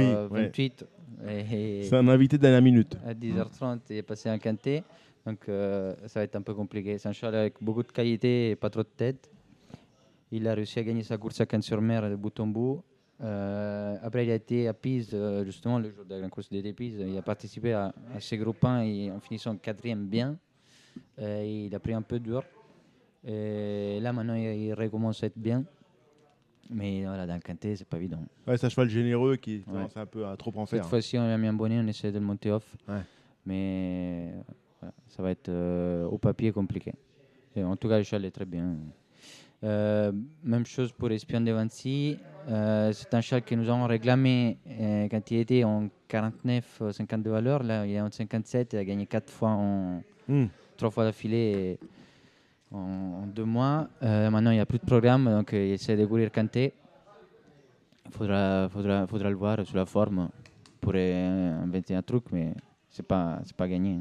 Oui, ouais.
Et-
C'est un invité de dernière minute.
À 10h30, il est passé en quintet. Donc, euh, ça va être un peu compliqué. C'est un cheval avec beaucoup de qualité et pas trop de tête. Il a réussi à gagner sa course à Cannes-sur-Mer de bout en bout. Euh, après, il a été à Pise, euh, justement, le jour de la grande course de Pise. Il a participé à, à ce groupe 1 et en finissant quatrième bien. Euh, il a pris un peu dur. Et là, maintenant, il, il recommence à être bien. Mais voilà, dans le quintet, c'est pas évident.
Ouais, c'est un cheval généreux qui commence
Ouais.
un peu à trop en
Cette
faire. hein.
fois-ci, on a mis un bonnet, on essaie de le monter off. Mais euh, voilà, ça va être euh, au papier compliqué. Et en tout cas, le cheval est très bien. Euh, même chose pour Espion de Vinci. Euh, c'est un cheval que nous avons réclamé euh, quand il était en 49, euh, 52 à l'heure. Là, il est en 57. Il a gagné 4 fois, en,
Mm.
trois fois d'affilée et en, en deux mois. Euh, maintenant, il n'y a plus de programme, donc euh, il essaie de courir Canté. Il faudra, faudra, faudra le voir sur la forme pour euh, inventer un truc, mais c'est pas, c'est pas gagné.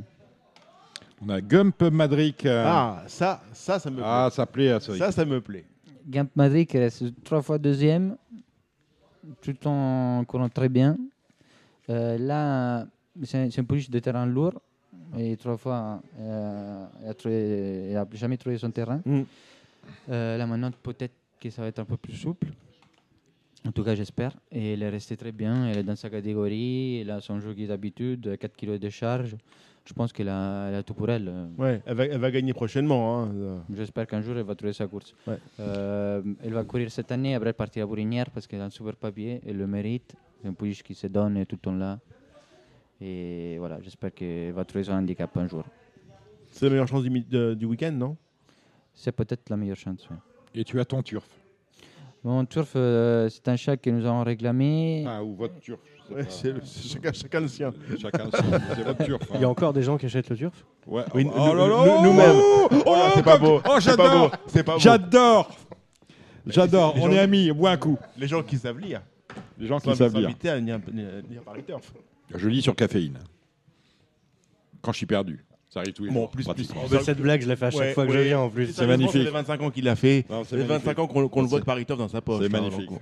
On a Gump Madrick. euh,
Ah, ça, ça, ça me plaît.
Ah, ça plaît à ce
Ça, ça me plaît.
Gump Madrid qui reste trois fois deuxième, tout en courant très bien. Euh, là, c'est un- c'est un pouliche de terrain lourd. Et trois fois, euh, il a trouvé- il n'a jamais trouvé son terrain.
Mm.
Euh, là, maintenant, peut-être que ça va être un peu plus souple. En tout cas, j'espère. Et elle est restée très bien. Elle est dans sa catégorie. Elle a son jeu qui est d'habitude, 4 kg de charge. Je pense qu'elle a, elle a tout pour elle.
Ouais, elle va, elle va gagner prochainement. hein.
J'espère qu'un jour, elle va trouver sa course. Euh, elle va courir cette année, après elle partira pour Inière parce qu'elle a un super papier, elle le mérite. C'est un pouliche qui se donne et tout le temps là. Et voilà, j'espère qu'elle va trouver son handicap un jour.
C'est la meilleure chance du, mi- de- du week-end, non
C'est peut-être la meilleure chance. ouais.
Et tu as ton turf.
Mon turf, euh, c'est un chat que nous avons réclamé.
Ah, ou votre turf. je sais
Ouais,
pas.
c'est- c'est chacun, chacun le sien.
Chacun le sien, c'est votre turf, hein.
Il y a encore des gens qui achètent le turf
Ouais.
Oui,
oh,
nous-
là
nous-
là,
nous- nous-mêmes.
oh, oh,
Ah, c'est
comme-
pas beau,
Oh,
c'est pas
j'adore.
beau, c'est pas beau.
J'adore. J'adore.
les
On
gens-
est amis. Bois un coup.
Les gens qui savent lire.
Les gens qui
Sont-
savent
sont
lire.
invités à venir- venir par les turfs.
Je lis sur caféine. Quand je suis perdu. Ça arrive tous les
Bon,
jours.
plus, plus.
pratiquement.
Oh, mais cette blague, je la fais à chaque fois que je viens, en plus.
Et
C'est
sérieusement,
magnifique.
Ça fait 25 ans qu'il l'a fait.
Non,
Ça
c'est
fait
magnifique.
25 ans qu'on qu'on le voit
C'est-
de Paritov dans sa poche.
C'est
hein,
magnifique.
donc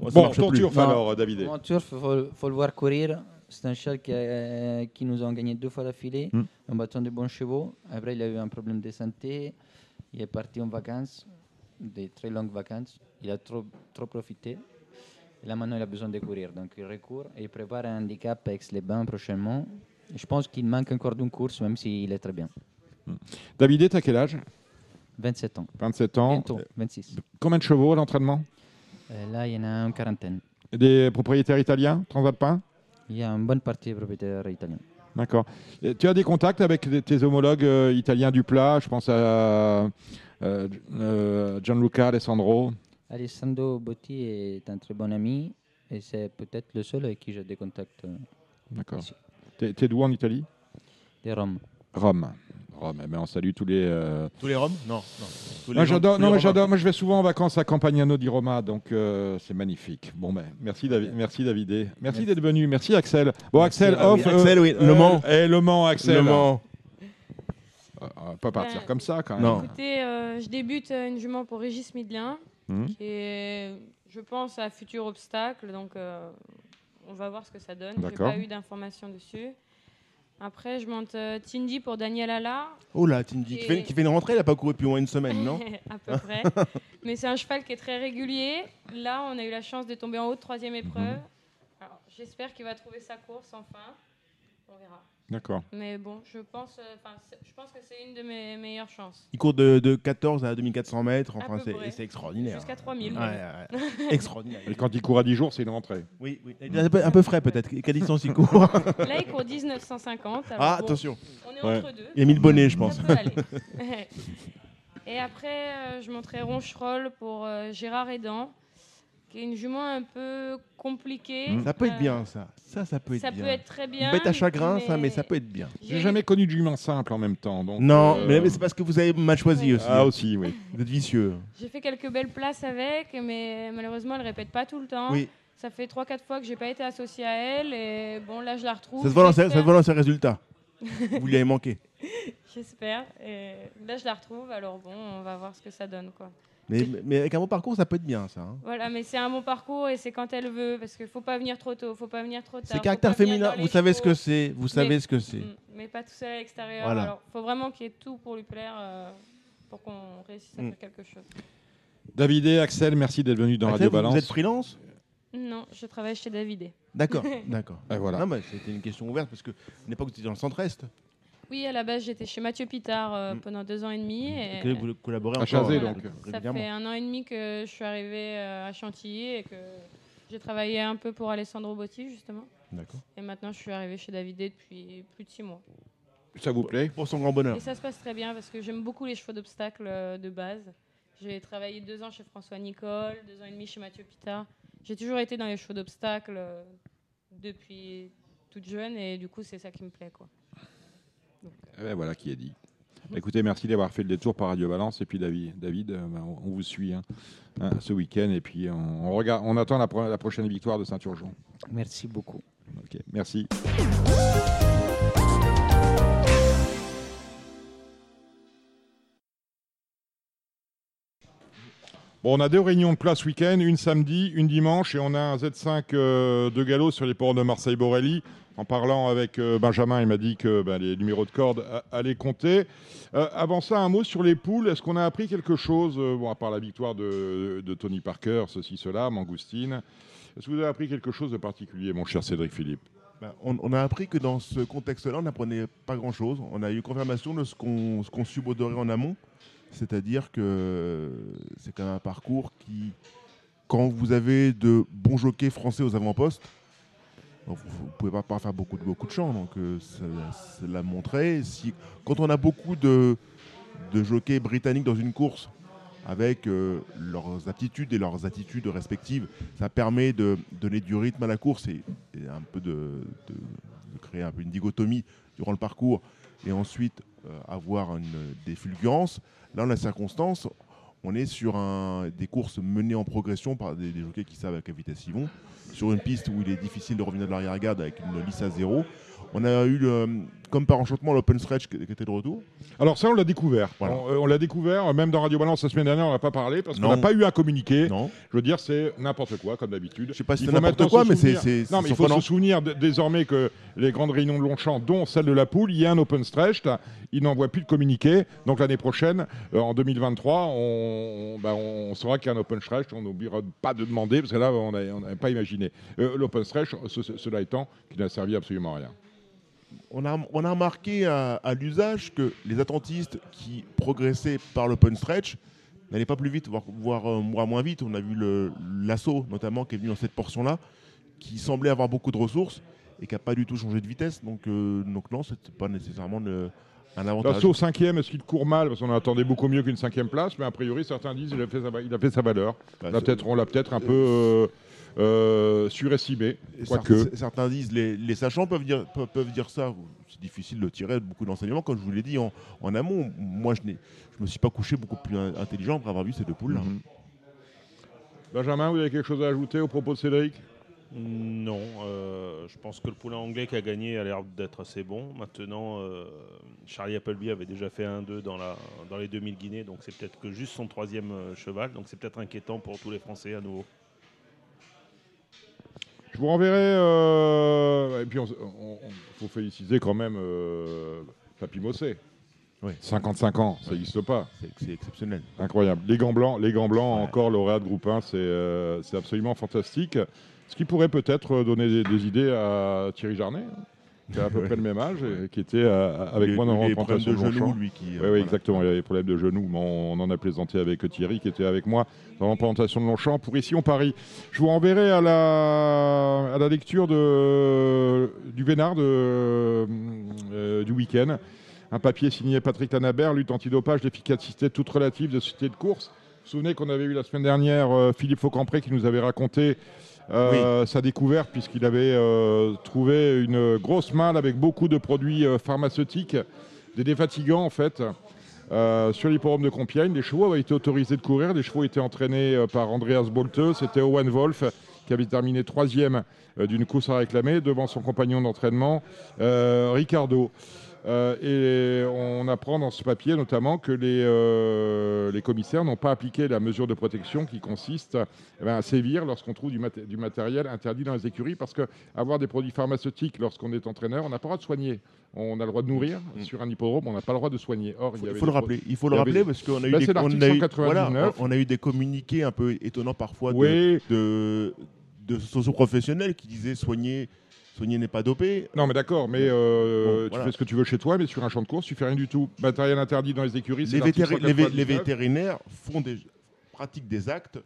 on- ça
Bon,
marche
ton
plus.
turf,
Non.
alors, euh, David.
Mon turf, il faut, faut le voir courir. C'est un chat qui, a- euh, qui nous a gagné deux fois d'affilée
Hmm.
en battant de bons chevaux. Après, il a eu un problème de santé. Il est parti en vacances, des très longues vacances. Il a trop, trop profité. Et là, maintenant, il a besoin de courir. Donc, il recourt et il prépare un handicap avec les bains prochainement. Je pense qu'il manque encore d'une course, même s'il est très bien.
Hmm. David, t'as quel âge
27 ans.
27 ans.
Bientôt,
Euh,
26.
Combien de chevaux à l'entraînement
Euh, là, il y en a une quarantaine.
Des propriétaires italiens, transalpins
Il y a une bonne partie des propriétaires italiens.
D'accord. Et Tu as des contacts avec des- tes homologues euh, italiens du plat Je pense à euh, euh, Gianluca Alessandro.
Alessandro Botti est un très bon ami et c'est peut-être le seul avec qui j'ai des contacts euh,
D'accord. T'es t'es d'où en Italie
des Roms.
Rome. Rome. Eh ben, on salue tous les. euh,
Tous les Roms Non. non. Tous les
Moi
gens-
j'adore,
tous
non,
les
mais
Romains.
j'adore. Moi je vais souvent en vacances à Campagnano di Roma, donc euh, c'est magnifique. Bon ben, merci David, merci Davidé, merci d'être venu, merci Axel. Bon Axel,
Ah oui,
off.
Axel, oui, Le Mans.
Eh, Le Mans, Axel.
Le Mans.
Euh, on va pas partir
Ouais.
comme ça quand même.
Non.
Écoutez, euh, je débute euh, une jument pour Régis Midlin,
Hmm.
Mhm.
qui est, je pense, un futur obstacle. Donc, euh, on va voir ce que ça donne. J'ai
D'accord.
pas eu d'informations dessus. Après, je monte euh, Tindy pour Daniel Alla.
Oh là, tu me dis, qui fait, qui fait une rentrée, il n'a pas couru depuis au moins une semaine, non
À peu près. Mais c'est un cheval qui est très régulier. Là, on a eu la chance de tomber en haut de troisième épreuve.
Mhm.
Alors, J'espère qu'il va trouver sa course enfin. On verra.
D'accord.
Mais bon, je pense, euh, 'fin, c'est- je pense que c'est une de mes meilleures chances.
Il court de, de 14 à 2400 mètres,
À
enfin
peu
c'est
près.
et c'est extraordinaire.
Jusqu'à 3000.
Ouais, ouais, ouais. extraordinaire.
Et quand il court à 10 jours, c'est une rentrée.
Oui, oui. Il est Un peu, un peu frais peut-être. Quelle distance il
Là,
court
il court 1950. alors
Ah,
bon,
attention.
On est
Ouais.
entre deux.
Il a mis le bonnet, je
Ça
pense.
peut aller. Et après, euh, je montrerai Roncheroll pour euh, Gérard Hédan, qui est une jument un peu compliquée.
Ça peut
Euh,
être bien, ça. Ça, ça peut être
ça
bien.
peut être très bien.
Bête à chagrin, ça, mais
mais
ça peut être bien.
J'ai jamais connu de jument simple en même temps. donc,
Non,
euh,
mais, mais c'est parce que vous avez mal choisi aussi.
Ah, aussi, oui.
Vous êtes vicieux.
J'ai fait quelques belles places avec, mais malheureusement, elle répète pas tout le temps.
Oui.
Ça fait 3-4 fois que j'ai pas été associée à elle, et bon, là, je la retrouve.
Ça se voit dans ses,
J'espère-
ça se voit dans ses résultats. vous lui avez manqué.
J'espère. Et là, je la retrouve, alors bon, on va voir ce que ça donne, quoi.
Mais, mais avec un bon parcours, ça peut être bien, ça. hein.
Voilà, mais c'est un bon parcours et c'est quand elle veut, parce qu'il faut pas venir trop tôt, faut pas venir trop tard.
C'est
faut
caractère
pas venir
féminin,
dans les
vous savez ce que
chevaux.
c'est, vous
Mais-
savez ce que c'est.
Mm, Mais pas tout seul à l'extérieur.
Voilà.
Alors, faut vraiment qu'il y ait tout pour lui plaire, euh, pour qu'on réussisse à
Mm.
faire quelque chose.
David et Axel, merci d'être venus dans
Axel, vous-
Radio
vous
Balance.
êtes freelance
Non, je travaille chez Davidé.
D'accord, d'accord.
Et voilà.
Non, mais c'était une question ouverte parce que à l'époque, vous étiez dans le centre-est.
oui, à la base, j'étais chez Mathieu Pitard euh, pendant deux ans et demi. Et
Que Mm. vous collaborez
À
encore,
Chazé,
euh,
donc.
Ça
régulièrement.
fait un an et demi que je suis arrivée euh, à Chantilly et que j'ai travaillé un peu pour Alessandro Botti, justement.
D'accord.
Et maintenant, je suis arrivée chez Davidé depuis plus de six mois.
Ça vous plaît
Pour son grand bonheur.
Et ça se passe très bien parce que j'aime beaucoup les chevaux d'obstacle euh, de base. J'ai travaillé deux ans chez François Nicole, deux ans et demi chez Mathieu Pitard. J'ai toujours été dans les chevaux d'obstacle euh, depuis toute jeune et du coup, c'est ça qui me plaît. Quoi.
Eh ben, voilà qui est dit. Bah, Écoutez, merci d'avoir fait le détour par Radio Balance. Et puis, David, David euh, bah, on on vous suit hein, hein, ce week-end. Et puis, on, on regarde, on attend la, pro- la prochaine victoire de Saint-Urgent.
Merci beaucoup.
Ok, merci. Bon, on a deux réunions de place ce week-end, une samedi, une dimanche, et on a un Z5 euh, de galop sur les ports de Marseille-Borelli. En parlant avec euh, Benjamin, il m'a dit que bah, les numéros de corde a- allaient compter. Euh, avant ça, un mot sur les poules. Est-ce qu'on a appris quelque chose, euh, bon, à part la victoire de, de Tony Parker, ceci, cela, Mangoustine Est-ce que vous avez appris quelque chose de particulier, mon cher Cédric Philippe
Bah, on, on a appris que dans ce contexte-là, on n'apprenait pas grand-chose. On a eu confirmation de ce qu'on ce qu'on subodorait en amont. C'est-à-dire que c'est quand même un parcours qui, quand vous avez de bons jockeys français aux avant-postes, bon, vous ne pouvez pas, pas faire beaucoup de, beaucoup de champs. Donc, euh, ça- ça l'a montré. Si, quand on a beaucoup de, de jockeys britanniques dans une course, avec euh, leurs aptitudes et leurs attitudes respectives, ça permet de donner du rythme à la course et, et un peu de, de- de créer un peu une dichotomie durant le parcours et ensuite euh, avoir une, des fulgurances. Là, dans la circonstance, on est sur un- des courses menées en progression par des, des jockeys qui savent à quelle vitesse ils vont, sur une piste où il est difficile de revenir de l'arrière-garde avec une lisse à zéro. On a eu, euh, comme par enchantement, l'open stretch qui qui était de retour.
Alors ça, on l'a découvert.
Voilà.
On, euh, on l'a découvert, euh, même dans Radio Balance la semaine dernière, on n'a pas parlé parce qu'on
Non.
n'a pas eu à communiquer.
Non.
Je veux dire, c'est n'importe quoi, comme d'habitude. Je sais
pas si c'est n'importe quoi, mais c'est- c'est-
Non,
c'est
mais il faut
surprenant.
se souvenir de- désormais que les grandes réunions de Longchamp, dont celle de la poule, il y a un open stretch. là, Ils n'envoient plus de communiqué. Donc l'année prochaine, euh, en 2023, on, on- bah, on saura qu'il y a un open stretch. On n'oubliera pas de demander parce que là, on n'a- on n'avait pas imaginé. Euh, L'open stretch, ce- ce- cela étant, qui n'a servi absolument à rien.
on a, on a remarqué à, à l'usage que les attentistes qui progressaient par l'open stretch n'allaient pas plus vite, voire, voire, euh, voire moins vite. On a vu le- l'assaut notamment qui est venu dans cette portion-là, qui semblait avoir beaucoup de ressources et qui n'a pas du tout changé de vitesse. Donc, euh, donc non, ce pas nécessairement le- un avantage.
L'assaut cinquième, est-ce qu'il court mal Parce qu'on attendait beaucoup mieux qu'une cinquième place, mais a priori, certains disent qu'il a fait sa, il a fait sa valeur.
Bah,
Là,
c'est-
peut-être, on l'a peut-être un peu euh, euh, surestimé. Quoique.
Certains, certains disent, les, les sachants peuvent dire, pe- peuvent dire ça. C'est difficile de tirer beaucoup d'enseignements. Comme je vous l'ai dit en, en amont, moi je ne me suis pas couché beaucoup plus in- intelligent après avoir vu ces deux poules.
Mm-hmm.
là
Benjamin, Ah, vous avez quelque chose à ajouter au propos de Cédric
Non, euh, je pense que le poulain anglais qui a gagné a l'air d'être assez bon. Maintenant, euh, Charlie Appleby avait déjà fait 1-2 dans, la- dans les 2000 Guinées, donc c'est peut-être que juste son troisième euh, cheval, donc c'est peut-être inquiétant pour tous les Français à nouveau.
Je vous renverrai. euh, et puis, il faut féliciter quand même euh, Papy Mossé. 55 ans, ça n'existe pas.
C'est exceptionnel.
Incroyable. Les gants blancs, les gants blancs encore lauréat de groupe 1, c'est euh, c'est absolument fantastique. Ce qui pourrait peut-être euh, donner des, des idées à Thierry Jarnet, hein, qui a à peu
Ouais.
près le même âge, et qui était euh, avec
Il
moi dans
a eu des
l'orientation
problèmes de
Longchamp.
genoux, lui, qui, euh,
Oui, oui,
voilà.
exactement, il avait des problèmes de genoux. mais on, on en a plaisanté avec Thierry, qui était avec moi dans l'orientation de Longchamp pour ici on Paris. Je vous renverrai à la, à la lecture de, du Vénard de, euh, du week-end. Un papier signé Patrick Tanabert, lutte antidopage, l'efficacité toute relative de société de course. Vous vous souvenez qu'on avait eu la semaine dernière euh, Philippe Faucampré qui nous avait raconté euh, sa découverte puisqu'il avait euh, trouvé une grosse malle avec beaucoup de produits euh, pharmaceutiques, des défatigants en fait. euh, sur l'hipporome de Compiègne, les chevaux avaient été autorisés de courir. Les chevaux étaient entraînés euh, par Andreas Bolte. C'était Owen Wolf qui avait terminé troisième euh, d'une course à réclamer devant son compagnon d'entraînement, euh, Ricardo. Euh, et on apprend dans ce papier notamment que les, euh, les commissaires n'ont pas appliqué la mesure de protection qui consiste eh ben, à sévir lorsqu'on trouve du, mat- du matériel interdit dans les écuries parce que avoir des produits pharmaceutiques lorsqu'on est entraîneur, on n'a pas le droit de soigner. On a le droit de nourrir Mm. sur un hippodrome, on n'a pas le droit de soigner. Or, il y
Il
avait
faut le
des pro-
rappeler. Il faut le
il y avait
rappeler
des-
parce qu'on a eu
Ben,
des
c'est l'article
on a eu-
199.
voilà, on a eu des communiqués un peu étonnants parfois de-
Oui.
de de socioprofessionnels qui disaient soigner soigner n'est pas dopé.
Non, mais d'accord, mais euh,
Bon,
tu
voilà.
fais ce que tu veux chez toi, mais sur un champ de course, tu fais rien du tout. Matériel interdit dans les écuries, c'est
les,
l'article
vétéri- les vé-
199.
les vétérinaires font des pratiquent des actes.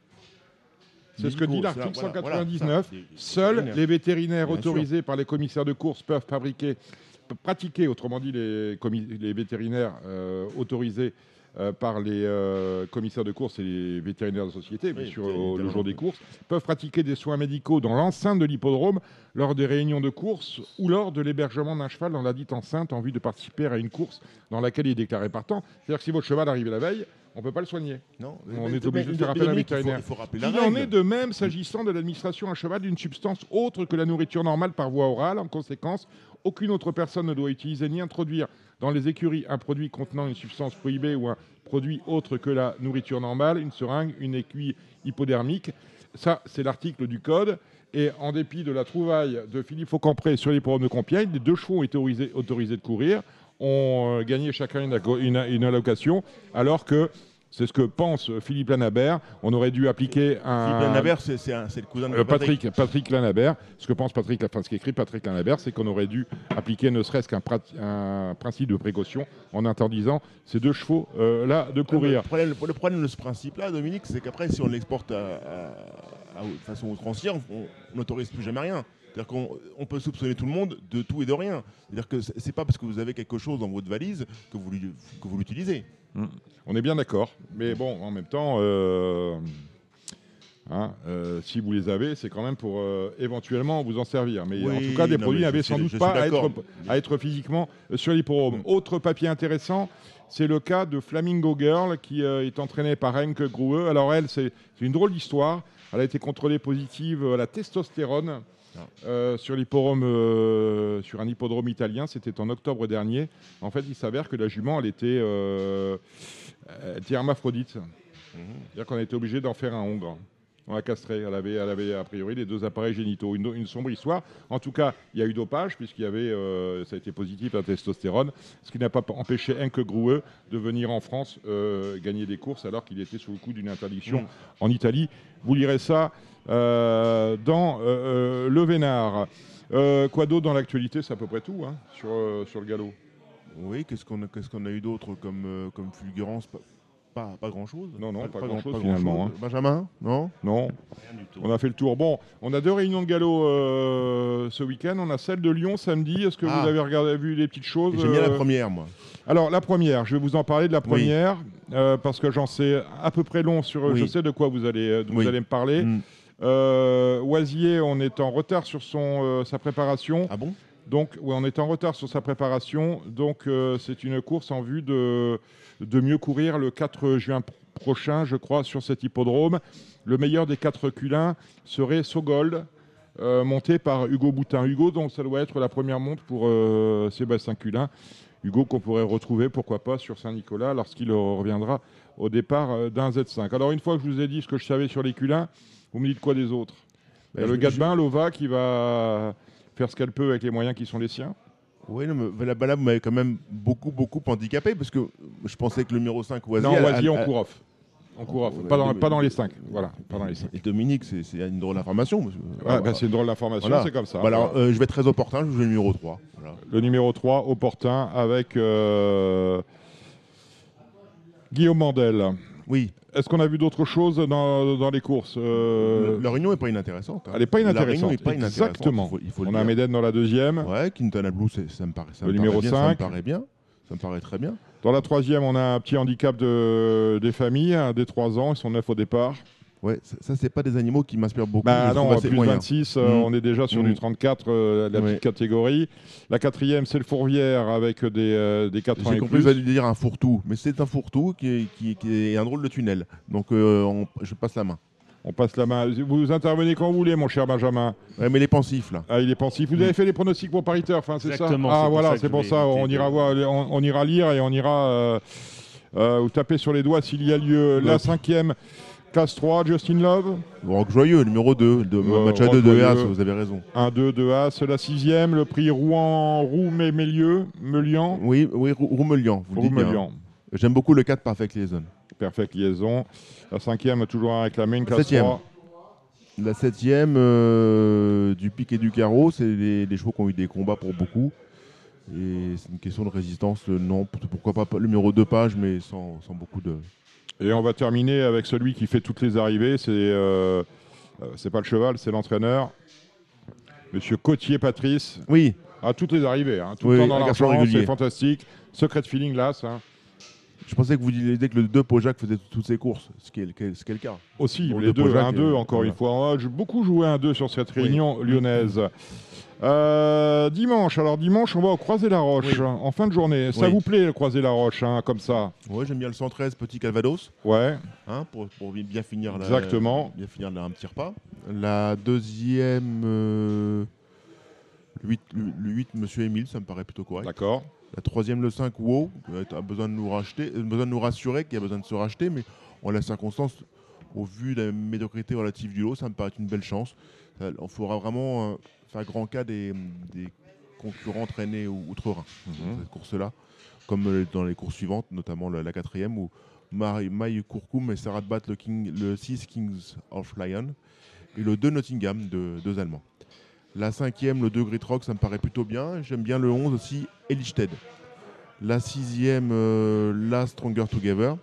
C'est ce que dit
médicaux, ça,
l'article
voilà, voilà,
199.
ça, des- des
Seuls les vétérinaires
Bien sûr.
autorisés par les commissaires de course peuvent fabriquer, p- pratiquer, autrement dit, les, commis- les vétérinaires euh, autorisés euh, par les euh, commissaires de course et les vétérinaires de société, bien sûr, au- le jour des courses, peuvent pratiquer des soins médicaux dans l'enceinte de l'hippodrome lors des réunions de course ou lors de l'hébergement d'un cheval dans la dite enceinte en vue de participer à une course dans laquelle il est déclaré partant. C'est-à-dire que si votre cheval arrive la veille, on ne peut pas le soigner.
Non,
on
mais-
est obligé
mais-
de faire
mais
appel à un
Dominique, il faut-
vétérinaire.
il faut rappeler
Il
la
en
règle.
est de même s'agissant de l'administration à cheval d'une substance autre que la nourriture normale par voie orale. En conséquence, aucune autre personne ne doit utiliser ni introduire dans les écuries un produit contenant une substance prohibée ou un produit autre que la nourriture normale, une seringue, une aiguille hypodermique. Ça, c'est l'article du code. Et en dépit de la trouvaille de Philippe Faucampré sur les programmes de Compiègne, les deux chevaux ont été autorisés, autorisés de courir, ont euh, gagné chacun une, acco- une- une allocation, alors que c'est ce que pense Philippe Lanabert. On aurait dû appliquer un.
Philippe Lanabert, c'est c'est un- c'est le cousin de
Euh, Patrick, Patrick Lanabert, ce que pense Patrick, enfin ce qu'écrit Patrick Lanabert, c'est qu'on aurait dû appliquer ne serait-ce qu'un prat- un principe de précaution en interdisant ces deux chevaux euh, là de courir.
Le problème, le problème de ce principe-là, Dominique, c'est qu'après, si on l'exporte à, à- à- de façon outrancière, on on n'autorise plus jamais rien. C'est-à-dire qu'on on peut soupçonner tout le monde de tout et de rien. C'est-à-dire que c'est c'est pas parce que vous avez quelque chose dans votre valise que vous l'u- que vous l'utilisez.
On est bien d'accord, mais bon, en même temps, euh, hein, euh, si vous les avez, c'est quand même pour euh, éventuellement vous en servir. Mais en
Oui,
tout cas, des
non,
produits
mais je
n'avaient
suis-
sans
je
doute
suis
pas à
d'accord,
être, à être physiquement
euh,
sur l'hipporome. Autre papier intéressant, c'est le cas de Flamingo Girl qui euh, est entraînée par Henk Grueux. Alors elle, c'est c'est une drôle d'histoire. Elle a été contrôlée positive à la testostérone. Euh, sur l'hippodrome, euh, sur un hippodrome italien, c'était en octobre dernier. En fait, il s'avère que la jument, elle était, euh, elle était hermaphrodite. Mhm. C'est-à-dire qu'on a été obligé d'en faire un hein, hongre. On l'a castré. Elle avait, elle avait a priori les deux appareils génitaux. Une, une sombre histoire. En tout cas, il y a eu dopage puisqu'il y avait, euh, ça a été positif à la testostérone, ce qui n'a pas p- empêché Henk Groueux de venir en France euh, gagner des courses alors qu'il était sous le coup d'une interdiction
Mhm.
en Italie. Vous lirez ça euh, dans euh, euh, Le Vénard. Euh, quoi d'autre dans l'actualité C'est à peu près tout hein, sur, euh, sur le galop.
Oui, qu'est-ce qu'on a, qu'est-ce qu'on a eu d'autre comme, euh, comme fulgurance pas, pas, pas grand-chose
Non, non, pas, grand-chose
grand- pas
finalement.
grand-chose.
hein.
Benjamin Non
Non. On a fait le tour. Bon, on a deux réunions de galop euh, ce week-end. On a celle de Lyon samedi. Est-ce que
Ah.
vous avez regardé, vu les petites choses
J'aime bien la
euh,
première, moi.
Alors, la première, je vais vous en parler de la première, euh, parce que j'en sais à peu près long sur. Je
Oui.
sais de quoi vous allez, euh, dont
Oui. Mm.
vous allez me parler. Euh, Oisier, on est en retard sur son, euh, sa préparation.
Ah bon
donc, oui, on est en retard sur sa préparation. Donc, euh, c'est une course en vue de, de mieux courir le 4 juin pr- prochain, je crois, sur cet hippodrome. Le meilleur des quatre culins serait Sogold, euh, monté par Hugo Boutin. Hugo, donc, ça doit être la première monte pour euh, Sébastien Culin. Hugo qu'on pourrait retrouver, pourquoi pas, sur Saint-Nicolas lorsqu'il reviendra au départ euh, d'un Z5. Alors, une fois que je vous ai dit ce que je savais sur les culins, vous me dites quoi des autres Il y a
Bah,
le
je-
gars de bain, l'OVA, qui va faire ce qu'elle peut avec les moyens qui sont les siens.
Oui, non, mais là, bah, là, vous m'avez quand même beaucoup, beaucoup handicapé, parce que je pensais que le numéro 5, Oisier...
Non,
elle-
Oisier,
elle-
on
elle-
court off. On court off.
Ouais,
Pas dans,
mais-
pas dans les 5. Voilà, pas dans les cinq.
Et Dominique, c'est c'est une drôle d'information. parce que-
bah, c'est une drôle d'information, c'est comme ça.
Ah, Bah, alors,
Voilà.
euh, je vais être très opportun, je joue le numéro 3. Voilà.
Le numéro 3, opportun, avec euh, Guillaume Mandel.
Oui.
Est-ce qu'on a vu d'autres choses dans, dans les courses euh,
Le- La réunion n'est pas inintéressante. hein.
Elle n'est pas
La
inintéressante.
réunion est pas inintéressante,
Exactement.
il faut- il faut le
on a
dire.
Médène dans la deuxième.
Ouais, Quintana Blue, c'est- ça me paraît ça
Le
me
numéro
paraît bien, ça me
5.
paraît bien. Ça me paraît très bien.
Dans la troisième, on a un petit handicap de, des familles, hein, des 3 ans, ils sont 9 au départ.
Ouais, ça, ça, c'est pas des animaux qui m'inspirent beaucoup.
Bah
je
non,
trouve assez
plus de
moyen.
26, euh,
Mm.
on est déjà sur
Mm.
du 34, euh, la
Ouais.
petite catégorie. La quatrième, c'est le fourvière avec des, euh, des 80
J'ai
et
compris que
plus.
vous allez dire un fourre-tout, mais c'est un fourre-tout qui est, qui- qui est un drôle de tunnel. Donc euh, on- je passe la main.
On passe la main. Vous intervenez quand vous voulez, mon cher Benjamin.
Ouais, mais les pensifs, là.
Ah, il est pensif. Vous avez fait les pronostics pour Paris Turf, hein, c'est ça
Exactement, c'est
Ah,
pour ça
voilà,
que
c'est
je
pour
l'ai
ça.
noté,
On ira, voir, on, on ira lire et on ira euh, euh, vous taper sur les doigts s'il y a lieu. La
Ouais.
cinquième, classe 3, Justin Love.
Rock joyeux, numéro 2, de match à 2 de As, vous avez raison.
1, 2, 2 As. La sixième, le prix Rouen, Roumé, Mélieu, Meulian.
Oui, oui Rou- Roumelian, vous le dites bien.
Roumelian.
J'aime beaucoup le 4 Perfect Liaison.
Perfect liaison. La cinquième, toujours à réclamer, une classe
Septième.
3.
La septième euh, du pic et du carreau, c'est les, les chevaux qui ont eu des combats pour beaucoup. Et c'est une question de résistance, le nom, p- pourquoi pas le numéro 2 page, mais sans, sans beaucoup de.
Et on va terminer avec celui qui fait toutes les arrivées. C'est euh, euh, c'est pas le cheval, c'est l'entraîneur. Monsieur Cotier Patrice.
Oui.
À toutes les arrivées. hein, Tout
Oui,
le temps dans
un garçon
l'argent,
régulier.
c'est fantastique. Secret de feeling, là, ça. hein.
Je pensais que vous disiez que le 2 Pojac faisait toutes ses courses, ce qui est, le- ce qui est- ce qui est le cas.
Aussi,
Pour
les deux,
Pojac,
un
euh,
deux encore
voilà.
une fois. On a j- beaucoup joué un deux sur cette réunion lyonnaise. Euh, dimanche, alors dimanche, on va au Croisé la Roche hein,
Oui.
en fin de journée. Ça
Oui.
vous plaît le Croisé la Roche, hein, comme ça
Ouais, j'aime bien le 113 Petit Calvados.
Ouais.
Hein, pour, pour bi- bien finir la-
Exactement.
bien finir la- un petit repas. La deuxième, euh, le 8, le- le 8, Monsieur Émile, ça me paraît plutôt correct.
D'accord.
La troisième, le 5, WoW, euh, a besoin de nous racheter, euh, besoin de nous rassurer qu'il y a besoin de se racheter, mais en la circonstance, au vu de la médiocrité relative du lot, ça me paraît une belle chance. Ça- Il faudra vraiment euh, faire grand cas des, des concurrents traînés ou- outre-Rhin,
Mhm.
cette course-là, comme euh, dans les courses suivantes, notamment la, la quatrième, où Maï Maï Kourkoum et Sarah battent le, King, le 6 Kings of Lion et le 2 Nottingham de deux Allemands. La cinquième, le 2 Grit Rock, ça me paraît plutôt bien. J'aime bien le 11 aussi, Elichted. La sixième, euh, la Stronger Together.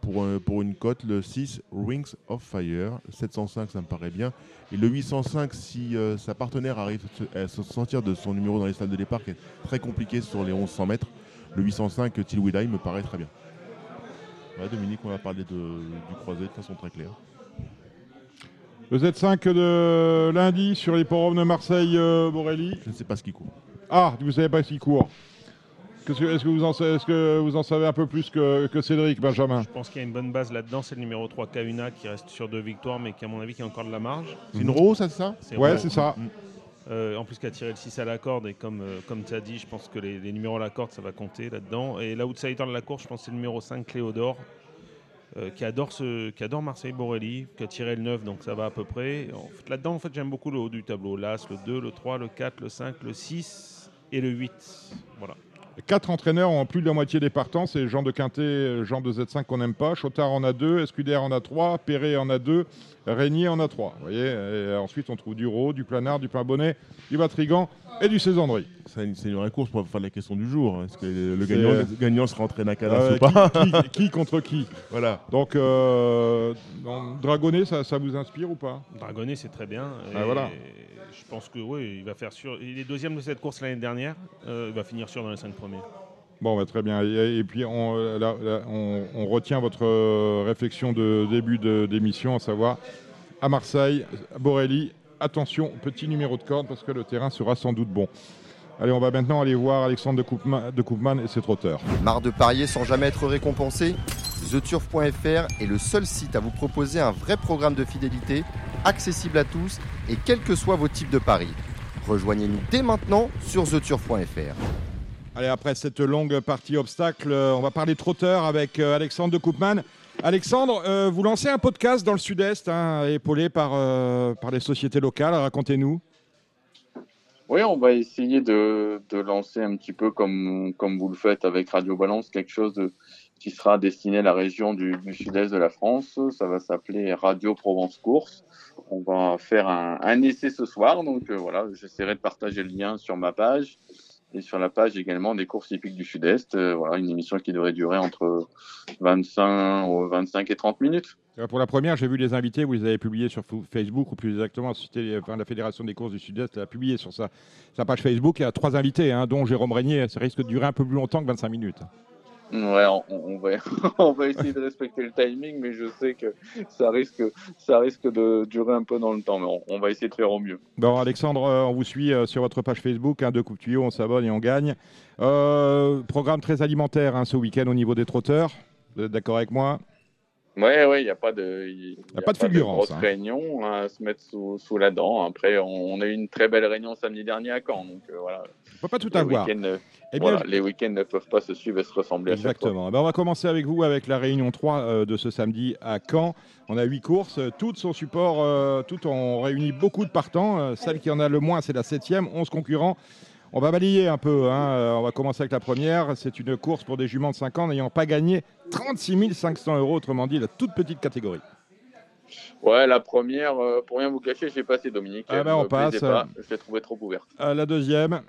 Pour, euh, pour une cote, le 6 Rings of Fire. 705, ça me paraît bien. Et le 805, si euh, sa partenaire arrive se- à se sortir de son numéro dans les salles de départ, qui est très compliqué sur les 1100 mètres, le 805 euh, Till We Die me paraît très bien. Voilà, Dominique, on a parlé de- du croisé de façon très claire.
Le Z5 de lundi sur les forums de Marseille-Borelli.
Je ne sais pas ce qui court.
Ah, vous ne savez pas ce qui court. Qu'est-ce que- Est-ce que, vous en sa- est-ce que vous en savez un peu plus que, que Cédric, Benjamin
Je pense qu'il y a une bonne base là-dedans. C'est le numéro 3 Kauna qui reste sur deux victoires, mais qui, à mon avis, qui a encore de la marge.
C'est une roue, ça, c'est ça
Ouais,
roue.
Mm. c'est ça.
Mm. Euh, en plus qu'à tirer le 6 à la corde, et comme, euh, comme tu as dit, je pense que les, les numéros à la corde, ça va compter là-dedans. Et l'outsider de la course, je pense que c'est le numéro 5, Cléodore, euh, qui, adore ce, qui adore Marseille Borelli, qui a tiré le 9, donc ça va à peu près. En fait, là-dedans, en fait, j'aime beaucoup le haut du tableau. L'As, le 2, le 3, le 4, le 5, le 6 et le 8. Voilà.
Quatre entraîneurs ont plus de la moitié des partants. C'est Jean de Quintet, Jean de Z5 qu'on n'aime pas. Chotard en a deux, Escudère en a trois, Perret en a deux, Régnier en a trois. Vous voyez Et ensuite, on trouve du Rau, du Planard, du Pinbonnet, du Batrigan et du Césandry.
C'est une, c'est une vraie course pour faire la question du jour. hein. Est-ce que le, le
C'est,
gagnant,
euh,
le gagnant sera entré Nakadas
Euh,
ou pas
qui, qui- qui contre qui
Voilà.
Donc, euh, dans- Dragonnet, ça, ça vous inspire ou pas
Dragonnet, c'est très bien.
Ah,
Et
voilà.
Je pense que oui, il va faire sûr. Il est deuxième de cette course l'année dernière. Euh, il va finir sûr dans les cinq premiers.
Bon, bah, très bien. Et, et puis, on, euh, là- là, on- on retient votre euh, réflexion de début de- d'émission, à savoir, à Marseille, à Borelli, attention, petit numéro de corde, parce que le terrain sera sans doute bon. Allez, on va maintenant aller voir Alexandre de Koopman, de Koopman et ses trotteurs.
Marre de parier sans jamais être récompensé TheTurf.fr est le seul site à vous proposer un vrai programme de fidélité, accessible à tous et quels que soient vos types de paris. Rejoignez-nous dès maintenant sur TheTurf.fr.
Allez, après cette longue partie obstacle, euh, on va parler trotteur avec euh, Alexandre de Koopman. Alexandre, euh, vous lancez un podcast dans le Sud-Est, hein, épaulé par, euh, par les sociétés locales. Racontez-nous.
Oui, on va essayer de, de lancer un petit peu comme, comme vous le faites avec Radio Balance, quelque chose de- qui sera destiné à la région du, du sud-est de la France. Ça va s'appeler Radio Provence Course. On va faire un, un essai ce soir. Donc euh, voilà, j'essaierai de partager le lien sur ma page et sur la page également des courses hippiques du sud-est. Euh, voilà, une émission qui devrait durer entre 25, euh, 25 et 30 minutes.
Euh, Pour la première, j'ai vu les invités, vous les avez publiés sur fou- Facebook, ou plus exactement, la Société- enfin, la Fédération des courses du Sud-Est l'a publié sur sa, sa page Facebook. Il y a trois invités, hein, dont Jérôme Régnier. Ça risque de durer un peu plus longtemps que 25 minutes.
Ouais, on, on va, on va essayer de respecter le timing, mais je sais que ça risque, ça risque de durer un peu dans le temps. Mais on, on va essayer de faire au mieux.
Bon, Alexandre, euh, on vous suit euh, sur votre page Facebook, hein, deux coups de tuyau, on s'abonne et on gagne. Euh, programme très alimentaire hein, ce week-end au niveau des trotteurs. Vous êtes d'accord avec moi
Ouais, ouais, il n'y a pas de, y-
Y a
y
pas de fulgurance,
grosse
hein.
réunion à se mettre sous, sous la dent. Après, on, on a eu une très belle réunion samedi dernier à Caen, donc euh, voilà.
On peut pas tout
les
avoir.
week-ends, euh,
Eh bien,
voilà,
je-
les week-ends ne peuvent pas se suivre et se ressembler à chaque fois.
Exactement. Eh ben, on va commencer avec vous avec la réunion 3 euh, de ce samedi à Caen. On a huit courses, euh, toutes sont support, euh, toutes ont réuni beaucoup de partants. Euh, celle qui en a le moins, c'est la septième, 11 concurrents. On va balayer un peu. hein. Euh, on va commencer avec la première. C'est une course pour des juments de 5 ans n'ayant pas gagné 36 500 euros, autrement dit la toute petite catégorie.
Ouais, la première, euh, pour rien vous cacher, j'ai passé Dominique.
Ah
Elle
bah, on
me plaisait
passe.
Pas, je l'ai trouvée trop ouverte.
Euh, la deuxième,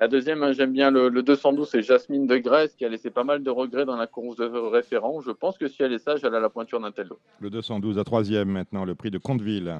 La deuxième, hein, j'aime bien le, le 212, c'est Jasmine de Grèce qui a laissé pas mal de regrets dans la course de référent. Je pense que si elle est sage, elle a la pointure d'un tel lot.
le 212, la troisième maintenant, le prix de Condeville.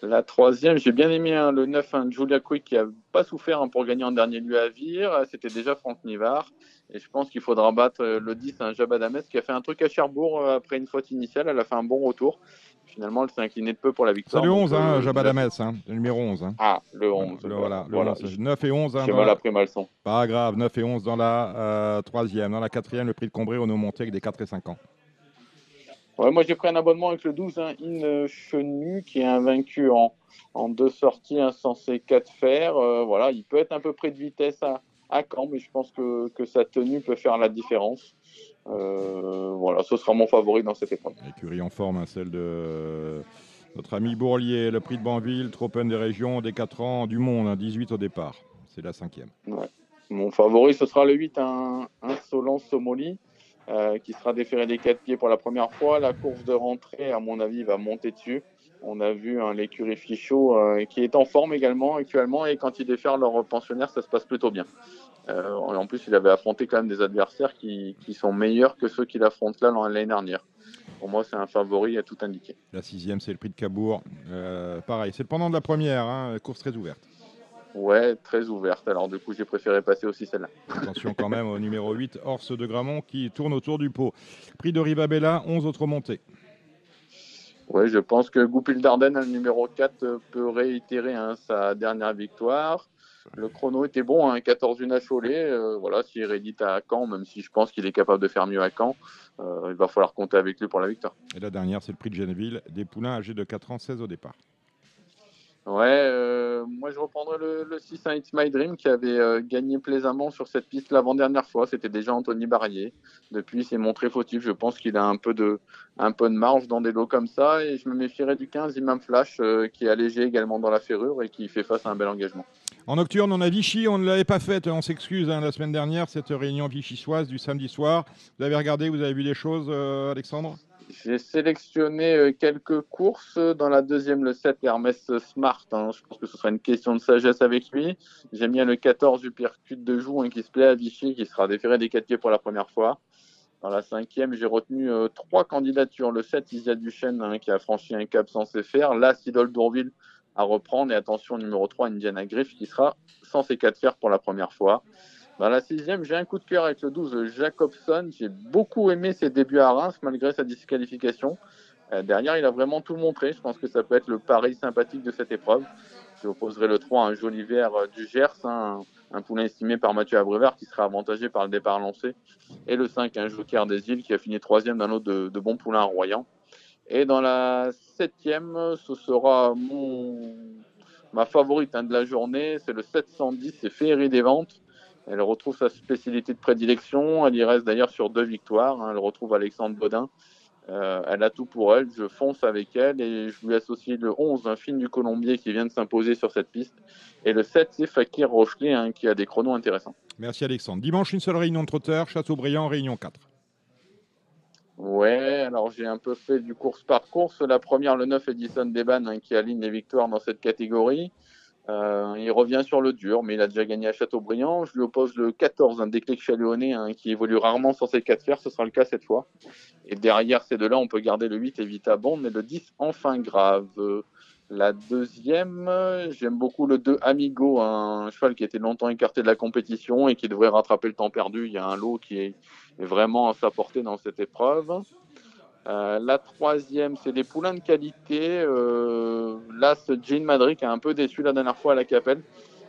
La troisième, j'ai bien aimé hein, le 9, hein, Julia Quick qui a pas souffert hein, pour gagner en dernier lieu à Vire. Euh, C'était déjà Franck Nivard. Et je pense qu'il faudra battre euh, le 10, un Jabba Dames qui a fait un truc à Cherbourg euh, après une faute initiale. Elle a fait un bon retour. Finalement, elle s'est inclinée de peu pour la
C'est
victoire.
le
Donc,
11, hein,
euh,
Jabadames, hein, le numéro 11. hein.
Ah, le 11.
Le- voilà, le
Voilà,
11. 9 et 11. hein,
J'ai
dans
mal
la-
appris ma leçon.
Pas grave, 9 et 11 dans la euh, troisième. Dans la quatrième, le prix de Combray, on est monté avec des 4 et 5 ans.
Ouais, moi, j'ai pris un abonnement avec le 12, hein, In Chenu, qui est invaincu en, en deux sorties, hein, censé 4 fers. Euh, voilà, il peut être un peu près de vitesse à, à Caen, mais je pense que, que sa tenue peut faire la différence. Euh, voilà, ce sera mon favori dans cette épreuve.
Écurie en forme, hein, celle de euh, notre ami Bourlier, le prix de Banville, Tropen des régions, des 4 ans, du monde, hein, 18 au départ. C'est la cinquième.
Ouais. Mon favori, ce sera le 8, un Insolent Somoli, euh, qui sera déféré des quatre pieds pour la première fois. La course de rentrée, à mon avis, va monter dessus. On a vu hein, l'écurie Fichot, euh, qui est en forme également actuellement, et quand ils défèrent leurs pensionnaires, ça se passe plutôt bien. Euh, en plus, il avait affronté quand même des adversaires qui, qui sont meilleurs que ceux qu'il affronte là l'an- l'année dernière. Pour moi, c'est un favori à tout indiquer.
La sixième, c'est le prix de Cabourg. Euh, pareil, c'est le pendant de la première, hein, course très ouverte.
Ouais, très ouverte. Alors, du coup, j'ai préféré passer aussi celle-là.
Attention quand même au numéro 8, Horse de Gramont, qui tourne autour du pot. Prix de Ribabella, 11 autres montées.
Oui, je pense que Goupil Dardenne, le numéro 4, euh, peut réitérer hein, sa dernière victoire. Le chrono était bon, hein, 14-1 à Cholet. euh, voilà, s'il réédite à Caen, même si je pense qu'il est capable de faire mieux à Caen, euh, il va falloir compter avec lui pour la victoire.
Et la dernière, c'est le prix de Genneville, des poulains âgés de 4 ans, 16 au départ.
Ouais, euh, moi je reprendrai le, le 6 hein, It's My Dream qui avait euh, gagné plaisamment sur cette piste l'avant-dernière fois. C'était déjà Anthony Barrier. Depuis, il s'est montré fautif. Je pense qu'il a un peu, de, un peu de marge dans des lots comme ça. Et je me méfierais du 15 Imam Flash euh, qui est allégé également dans la ferrure et qui fait face à un bel engagement.
En nocturne, on a Vichy, on ne l'avait pas faite, on s'excuse hein, la semaine dernière, cette réunion vichysoise du samedi soir. Vous avez regardé, vous avez vu des choses, euh, Alexandre
J'ai sélectionné euh, quelques courses. Dans la deuxième, le 7, Hermès Smart. hein. Je pense que ce sera une question de sagesse avec lui. J'aime bien le 14, Uppercut de Joux, hein, qui se plaît à Vichy, qui sera déféré des 4 pieds pour la première fois. Dans la cinquième, j'ai retenu euh, trois candidatures. Le 7, Isia Duchesne, hein, qui a franchi un cap censé faire. Là, Sidol Dourville à reprendre. Et attention, numéro 3, Indiana Griff, qui sera censé 4 faire pour la première fois. Dans la sixième, j'ai un coup de cœur avec le 12 Jacobson. J'ai beaucoup aimé ses débuts à Reims malgré sa disqualification. Euh, derrière, il a vraiment tout montré. Je pense que ça peut être le pari sympathique de cette épreuve. Je opposerai le 3 à un joli vert euh, du Gers, hein, un, un poulain estimé par Mathieu Abrevard qui sera avantagé par le départ lancé. Et le 5, un joker des îles qui a fini troisième d'un lot de, de bons poulains à Royan. Et dans la septième, ce sera mon, ma favorite hein, de la journée. C'est le 710, c'est Féerie des Ventes. Elle retrouve sa spécialité de prédilection. Elle y reste d'ailleurs sur deux victoires. hein. Elle retrouve Alexandre Bodin. Euh, elle a tout pour elle. Je fonce avec elle et je lui associe le 11, un film du Colombier qui vient de s'imposer sur cette piste. Et le 7, c'est Fakir Rochelet hein, qui a des chronos intéressants.
Merci Alexandre. Dimanche, une seule réunion de trotteurs, Châteaubriand, réunion 4.
Ouais, alors j'ai un peu fait du course par course. La première, le 9, Edison Deban, hein, qui aligne les victoires dans cette catégorie. Euh, il revient sur le dur, mais il a déjà gagné à Châteaubriand. Je lui oppose le 14, un déclic chaléonais hein, qui évolue rarement sur ces 4 fers. Ce sera le cas cette fois. Et derrière ces deux-là, on peut garder le 8, Evita Bond, et le 10, enfin grave. Euh, La deuxième, euh, j'aime beaucoup le 2 Amigo, un cheval qui était longtemps écarté de la compétition et qui devrait rattraper le temps perdu. Il y a un lot qui est est vraiment à sa portée dans cette épreuve. Euh, la troisième, c'est des poulains de qualité. Euh, là, ce Jean Madrid qui a un peu déçu la dernière fois à la Capelle.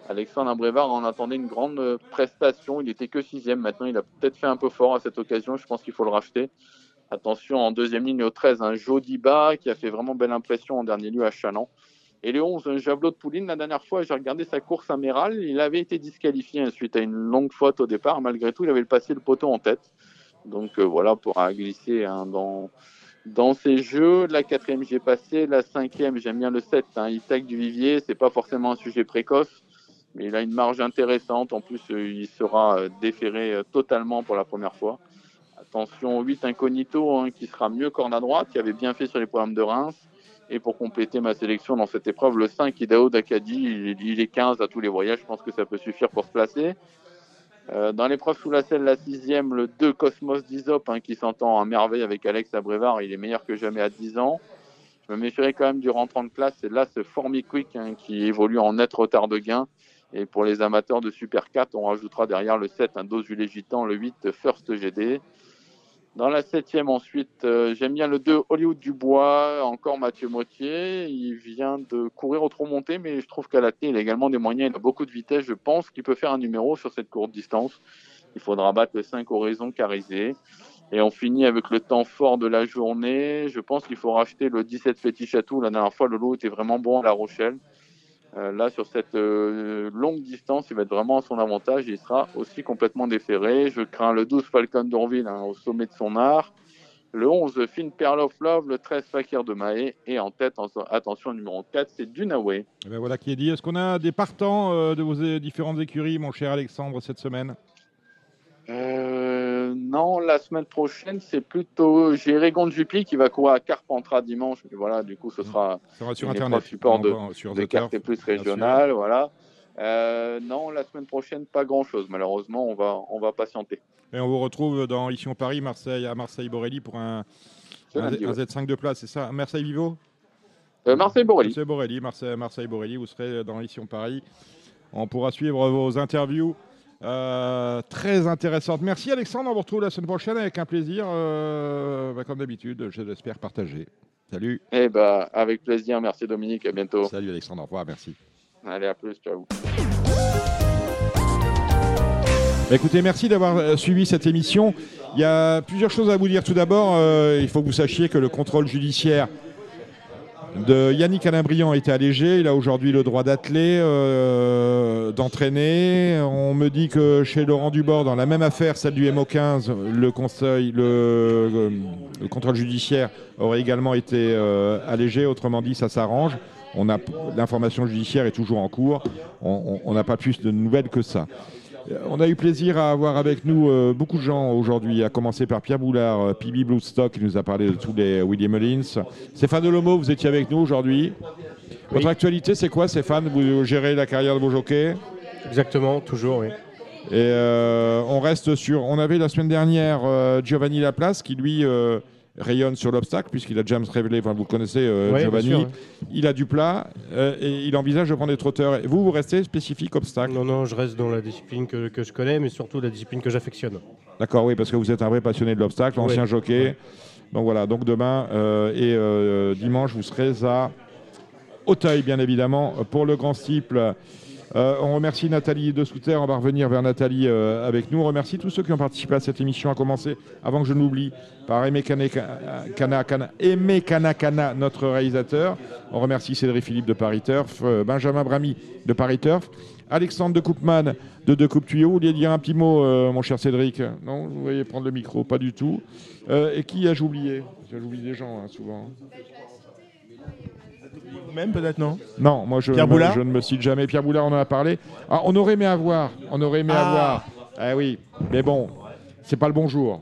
Alexandre Brévard en attendait une grande euh, prestation. Il était que sixième. Maintenant, il a peut-être fait un peu fort à cette occasion. Je pense qu'il faut le racheter. Attention, en deuxième ligne au 13, un Jodiba qui a fait vraiment belle impression en dernier lieu à Chaland. Et le 11, un Javelot de Pouline. La dernière fois, j'ai regardé sa course à Méral. Il avait été disqualifié hein, suite à une longue faute au départ. Malgré tout, il avait passé le poteau en tête. Donc euh, voilà, pour glisser hein, dans, dans ces jeux. La quatrième, j'ai passé. La cinquième, j'aime bien le 7. Hein, Itac du Vivier, c'est pas forcément un sujet précoce, mais il a une marge intéressante. En plus, euh, il sera euh, déféré euh, totalement pour la première fois. Attention, 8 Incognito, hein, qui sera mieux corne à droite, qui avait bien fait sur les programmes de Reims. Et pour compléter ma sélection dans cette épreuve, le 5 Idao d'Acadie, il, il est 15 à tous les voyages. Je pense que ça peut suffire pour se placer. Euh, dans l'épreuve sous la selle, la sixième, le 2 Cosmos d'Isop, hein, qui s'entend à merveille avec Alex Abrévard. Il est meilleur que jamais à 10 ans. Je me méfierais quand même du rentrant de classe. C'est là ce Formiquick hein, qui évolue en net retard de gain. Et pour les amateurs de Super 4, on rajoutera derrière le 7 un Dosulé Gitan, le 8 First GD. Dans la septième ensuite, euh, j'aime bien le 2 Hollywood Dubois, encore Mathieu Mottier. Il vient de courir au trop monté, mais je trouve qu'à la clé, il a également des moyens, il a beaucoup de vitesse. Je pense qu'il peut faire un numéro sur cette courte distance. Il faudra battre le 5 Horizon Carisé. Et on finit avec le temps fort de la journée. Je pense qu'il faut racheter le 17 Fétiche à tout. La dernière fois, le lot était vraiment bon à La Rochelle. Euh, là, sur cette euh, longue distance, il va être vraiment à son avantage. Il sera aussi complètement déféré. Je crains le 12 Falcon d'Orville hein, au sommet de son art. Le 11 Finn Perl of Love. Le 13 Fakir de Mahé. Et en tête, en- attention, numéro 4, c'est Dunaway.
Eh ben voilà qui est dit. Est-ce qu'on a des partants euh, de vos euh, différentes écuries, mon cher Alexandre, cette semaine
Euh, non, la semaine prochaine, c'est plutôt Jéré Gondjupi qui va courir à Carpentras dimanche. Mais voilà, du coup, ce sera,
Ça sera sur
une
Internet.
épreuve support
On
de,
va sur
de
The Turf,
carte et plus
bien sûr.
régionale. Voilà. Euh, non, la semaine prochaine, pas grand chose. Malheureusement, on va, on va patienter.
Et on vous retrouve dans Ici on Paris, Marseille, à Marseille-Borelli pour un,
Ce
un
lundi,
Z- un
ouais.
Z5 de place, c'est ça Marseille-Vivo
Euh, Marseille-Borelli.
Marseille-Borelli, Marseille- Marseille-Borelli, vous serez dans Ici on Paris. On pourra suivre vos interviews euh, très intéressantes. Merci Alexandre, on vous retrouve la semaine prochaine avec un plaisir, euh, bah, comme d'habitude, je l'espère partager. Salut.
Eh ben, avec plaisir. Merci Dominique. À bientôt.
Salut Alexandre. Au revoir. Merci.
Allez, à plus. Ciao.
Bah, Écoutez, merci d'avoir euh, suivi cette émission. Il y a plusieurs choses à vous dire. Tout d'abord, euh, il faut que vous sachiez que le contrôle judiciaire de Yannick Alain Briand a été allégé. Il a aujourd'hui le droit d'atteler, euh, d'entraîner. On me dit que chez Laurent Dubord, dans la même affaire, celle du MO15, le, conseil, le, euh, le contrôle judiciaire aurait également été euh, allégé. Autrement dit, ça s'arrange. On a- L'information judiciaire est toujours en cours. On- On on n'a pas plus de nouvelles que ça. Euh, On a eu plaisir à avoir avec nous euh, beaucoup de gens aujourd'hui, à commencer par Pierre Boulard, euh, PB Bluestock, qui nous a parlé de tous les William Mullins. Stéphane Delomo, vous étiez avec nous aujourd'hui. Votre actualité, c'est quoi, Stéphane Vous gérez la carrière de vos jockeys
Exactement, toujours, oui.
Et euh, on reste sur. On avait la semaine dernière euh, Giovanni Laplace, qui lui euh, rayonne sur l'obstacle, puisqu'il a James révélé. Enfin, vous connaissez euh,
Oui, bien
Giovanni.
sûr, ouais.
Il a du plat euh, et il envisage de prendre des trotteurs. Et vous, vous restez spécifique obstacle
Non, non, je reste dans la discipline que, que je connais, mais surtout la discipline que j'affectionne.
D'accord, oui, parce que vous êtes un vrai passionné de l'obstacle, ancien
Ouais.
jockey. Donc voilà, donc demain euh, et euh, dimanche, vous serez à Auteuil, bien évidemment, pour le Grand Steeple. Euh, on remercie Nathalie de Souter, on va revenir vers Nathalie euh, avec nous. On remercie tous ceux qui ont participé à cette émission, à commencer, avant que je ne l'oublie, par Aimé Cané- Cana, Cana- Aimé Cana Cana, notre réalisateur. On remercie Cédric Philippe de Paris Turf, euh, Benjamin Brami de Paris Turf, Alexandre de Coupman de De Coupe Tuyau. Vous vouliez dire un petit mot, euh, mon cher Cédric Non, vous voyez prendre le micro, pas du tout. Euh, et qui ai-je oublié Parce que J'oublie des gens hein, souvent.
Même peut-être non
Non, moi je,
Pierre
me-
Boulard
je ne me cite jamais. Pierre Boulard, on en a parlé. Ah, on aurait aimé avoir. On aurait aimé avoir. Ah oui, mais bon, c'est pas le bonjour.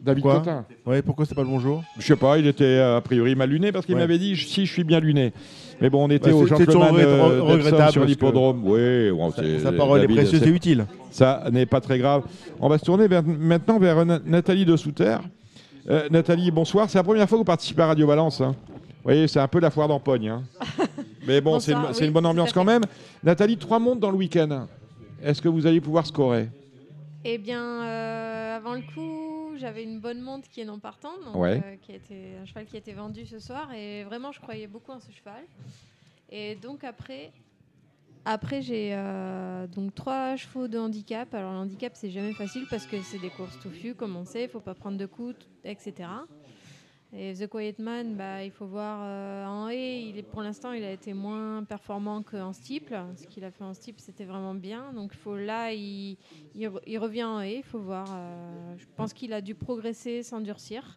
David
Quoi
Cotin.
Ouais, pourquoi c'est pas le bonjour
Je sais pas, il était euh, a priori mal luné parce qu'il
Ouais.
m'avait dit je- si je suis bien luné. Mais bon, on était
Bah,
au
c'est- c'est
gentleman
toujours regret-
euh, d'Epsom
regrettable
sur
parce
l'hippodrome.
que
Oui,
sa- sa parole est précieuse et utile.
Ça n'est pas très grave. On va se tourner vers- maintenant vers euh, Na- Nathalie de Souterre. Euh, Nathalie, bonsoir. C'est la première fois que vous participez à Radio Balance. hein. voyez, c'est un peu la foire d'Empogne. hein. Mais bon, c'est une,
Bonsoir,
c'est
oui,
une bonne
tout à
ambiance
fait.
quand même. Nathalie, trois mondes dans le week-end. Est-ce que vous allez pouvoir scorer
Eh bien, euh, avant le coup, j'avais une bonne montre qui est non partante, donc,
Ouais.
euh, qui a été- un cheval qui a été vendu ce soir, et vraiment, je croyais beaucoup en ce cheval. Et donc après, après j'ai euh, donc trois chevaux de handicap. Alors le handicap, c'est jamais facile parce que c'est des courses touffues, comme on sait, il faut pas prendre de coups, t- etc. Et The Quiet Man, bah, il faut voir euh, en haie, il est, pour l'instant, il a été moins performant qu'en steeple. Ce qu'il a fait en steeple, c'était vraiment bien. Donc il faut, là, il, il re- il revient en haie, il faut voir. euh, je pense qu'il a dû progresser, s'endurcir.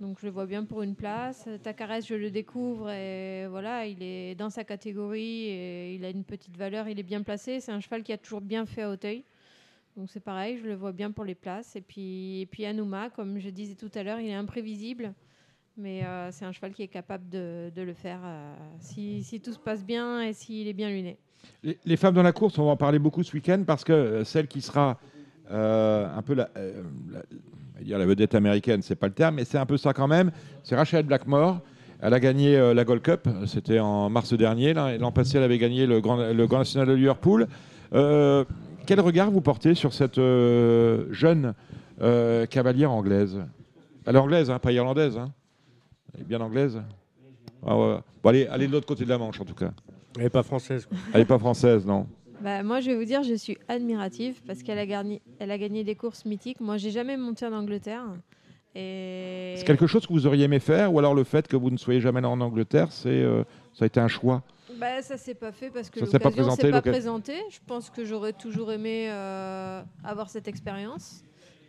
Donc je le vois bien pour une place. Tacares, je le découvre et voilà, il est dans sa catégorie et il a une petite valeur, il est bien placé. C'est un cheval qui a toujours bien fait à Auteuil. Donc c'est pareil, je le vois bien pour les places. Et puis, et puis Anouma, comme je disais tout à l'heure, il est imprévisible, mais euh, c'est un cheval qui est capable de, de le faire euh, si, si tout se passe bien et s'il est bien luné.
Les, les femmes dans la course, on va en parler beaucoup ce week-end parce que euh, celle qui sera euh, un peu la, euh, la- on va dire la vedette américaine, c'est pas le terme, mais c'est un peu ça quand même. C'est Rachel Blackmore. Elle a gagné euh, la Gold Cup, c'était en mars dernier. L'an l'an passé, elle avait gagné le Grand, le Grand National de Liverpool. Euh, quel regard vous portez sur cette euh, jeune euh, cavalière anglaise Elle est anglaise, hein, pas irlandaise. hein. Elle est bien anglaise. Ah ouais. Bon, allez, allez de l'autre côté de la Manche en tout cas.
Elle n'est pas française. Quoi.
Elle n'est pas française, non.
Bah, moi, je vais vous dire, je suis admirative parce qu'elle a, garni- elle a gagné des courses mythiques. Moi, j'ai jamais monté en Angleterre. Et...
C'est quelque chose que vous auriez aimé faire ou alors le fait que vous ne soyez jamais allé en Angleterre, c'est euh, ça a été un choix.
Bah, ça s'est pas fait parce que
Ça s'est pas
l'occasion ne
présenté,
s'est pas
l'occasion.
présentée. Je pense que j'aurais toujours aimé euh, avoir cette expérience.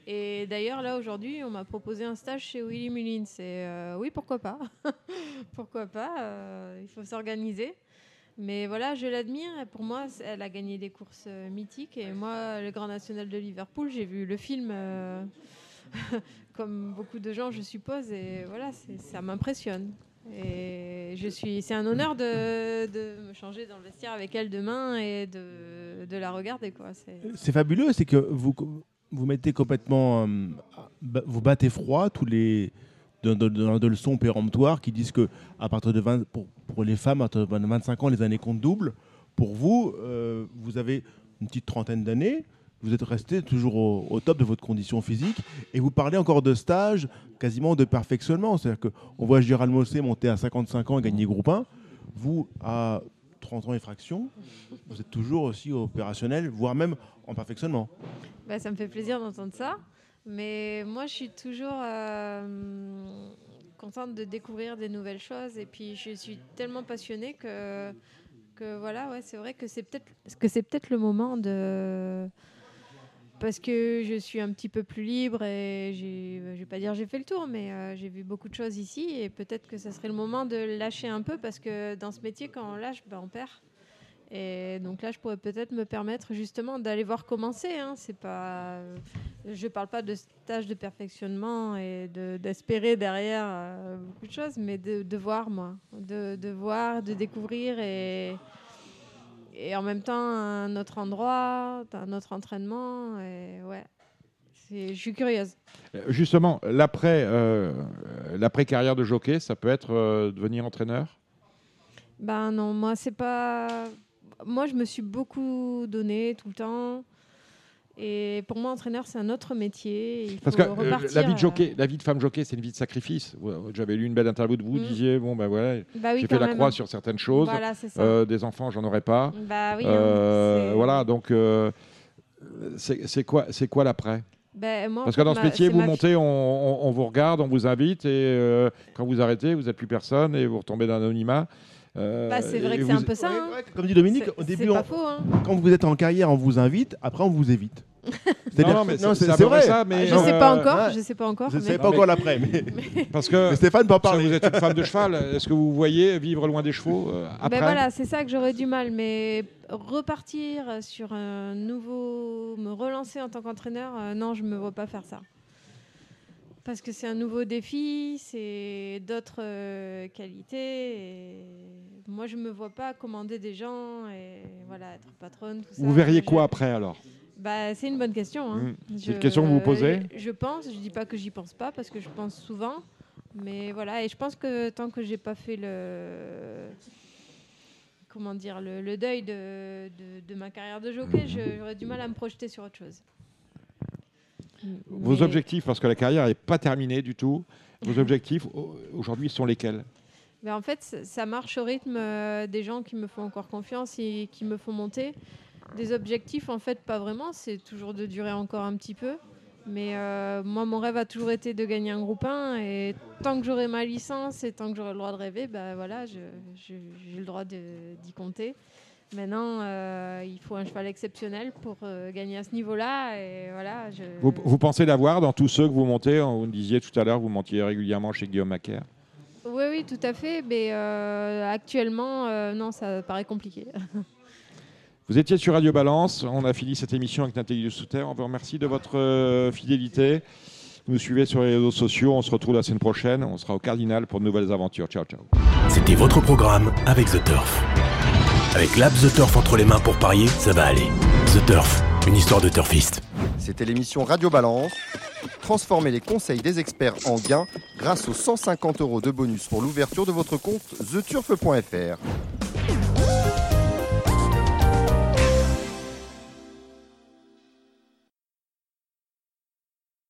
Et d'ailleurs, là, aujourd'hui, on m'a proposé un stage chez Willy Mullins. Et euh, oui, pourquoi pas Pourquoi pas euh, Il faut s'organiser. Mais voilà, je l'admire. Et Pour moi, c'est- elle a gagné des courses euh, mythiques. Et moi, le Grand National de Liverpool, j'ai vu le film, euh, comme beaucoup de gens, je suppose. Et voilà, c'est- ça m'impressionne. Et je suis, c'est un honneur de, de me changer dans le vestiaire avec elle demain et de, de la regarder. Quoi. C'est-
C'est fabuleux, c'est que vous, vous mettez complètement. euh, ba- vous battez froid tous les. Dans, dans- dans de leçons péremptoires qui disent que à partir de 20, pour, pour les femmes, à partir de 20 25 ans, les années comptent double. Pour vous, euh, vous avez une petite trentaine d'années, vous êtes resté toujours au, au top de votre condition physique et vous parlez encore de stage, quasiment de perfectionnement. C'est-à-dire qu'on voit Gérald Mossé monter à 55 ans et gagner groupe 1. Vous, à 30 ans et fraction, vous êtes toujours aussi opérationnel, voire même en perfectionnement.
Bah, ça me fait plaisir d'entendre ça. Mais moi, je suis toujours euh, contente de découvrir des nouvelles choses. Et puis, je suis tellement passionnée que, que voilà, ouais, c'est vrai que c'est peut-être que c'est peut-être le moment de parce que je suis un petit peu plus libre et j'ai- je vais pas dire j'ai fait le tour, mais euh, j'ai vu beaucoup de choses ici et peut-être que ça serait le moment de lâcher un peu parce que dans ce métier, quand on lâche, ben, on perd. Et donc là, je pourrais peut-être me permettre justement d'aller voir commencer. Hein. C'est pas, je parle pas de stage de perfectionnement et de- d'espérer derrière euh, beaucoup de choses, mais de, de voir moi, de, de voir, de découvrir et et en même temps un autre endroit, un autre entraînement. Et ouais, C'est- je suis curieuse.
Euh, Justement, l'après euh, l'après carrière de jockey, ça peut être euh, devenir entraîneur.
Ben non, moi c'est pas. Moi je me suis beaucoup donné tout le temps. Et pour moi, entraîneur, c'est un autre métier. Il
Parce
faut
que euh,
repartir,
la vie de
euh,
jockey, la vie de femme jockey, c'est une vie de sacrifice. Vous- euh, J'avais lu une belle interview de vous, vous
Mm.
disiez bon ben voilà,
Bah oui,
j'ai
quand
fait la
même.
croix sur certaines choses.
Voilà, c'est ça.
Euh, des enfants, j'en aurais pas.
Bah oui, hein,
Euh,
c'est-
voilà, donc euh, c'est c'est quoi, c'est quoi l'après
Ben, moi, en
Parce
fait,
que dans ce
ma-
métier,
c'est
vous
ma fi-
montez, on, on- on vous regarde, on vous invite, et euh, quand vous arrêtez, vous n'êtes plus personne et vous retombez dans l'anonymat. Euh,
Bah, c'est vrai
et
que c'est
vous-
un peu ça. hein.
Comme dit Dominique,
C'est-
au début,
C'est pas
on-
faux, hein.
quand vous êtes en carrière, on vous invite, après on vous évite. C'est-à-dire-
non, mais c'est- c'est à peu près ça, mais-
Je sais pas encore, je sais pas encore.
Vous ne
mais-
savez pas encore l'après. Mais...
Parce que
Stéphane peut en parler.
Vous êtes une femme de cheval, est-ce que vous voyez vivre loin des chevaux euh,
Ben
après
voilà, c'est ça que j'aurais du mal. Mais repartir sur un nouveau, me relancer en tant qu'entraîneur, euh, non, je me vois pas faire ça. Parce que c'est un nouveau défi, c'est d'autres euh, qualités. et moi, je me vois pas commander des gens et voilà être patronne. Tout ça.
Vous verriez
Je-
quoi après alors
Bah, c'est une bonne question. hein.
Mm. C'est une
Je-
question que vous vous posez
Je pense, je dis pas que j'y pense pas parce que je pense souvent, Mais voilà, et je pense que tant que j'ai pas fait le comment dire le, le deuil de, de- de ma carrière de
Mmh.
jockey, je- j'aurais du mal à me projeter sur autre chose.
Vos objectifs, parce que la carrière n'est pas terminée du tout, vos objectifs au- aujourd'hui sont lesquels
Mais Ben, en fait, c- ça marche au rythme euh, des gens qui me font encore confiance et qui me font monter. Des objectifs, en fait, pas vraiment. C'est toujours de durer encore un petit peu. Mais euh, moi, mon rêve a toujours été de gagner un groupe 1. Et tant que j'aurai ma licence et tant que j'aurai le droit de rêver, bah, voilà, je- je- j'ai le droit de- d'y compter. Maintenant, euh, il faut un cheval exceptionnel pour euh, gagner à ce niveau-là. Et voilà, je-
vous, vous pensez l'avoir dans tous ceux que vous montez On- Vous me disiez tout à l'heure, vous montiez régulièrement chez Guillaume Macaire.
Oui, oui, tout à fait. Mais euh, actuellement, euh, non, ça paraît compliqué.
Vous étiez sur Radio Balance. On a fini cette émission avec Nathalie de Souter. On vous remercie de votre euh, fidélité. Vous nous suivez sur les réseaux sociaux. On se retrouve la semaine prochaine. On sera au Cardinal pour de nouvelles aventures. Ciao, ciao.
C'était votre programme avec The Turf. Avec l'app The Turf entre les mains pour parier, ça va aller. The Turf, une histoire de turfiste.
C'était l'émission Radio Balance. Transformez les conseils des experts en gains grâce aux 150 euros de bonus pour l'ouverture de votre compte theturf.fr.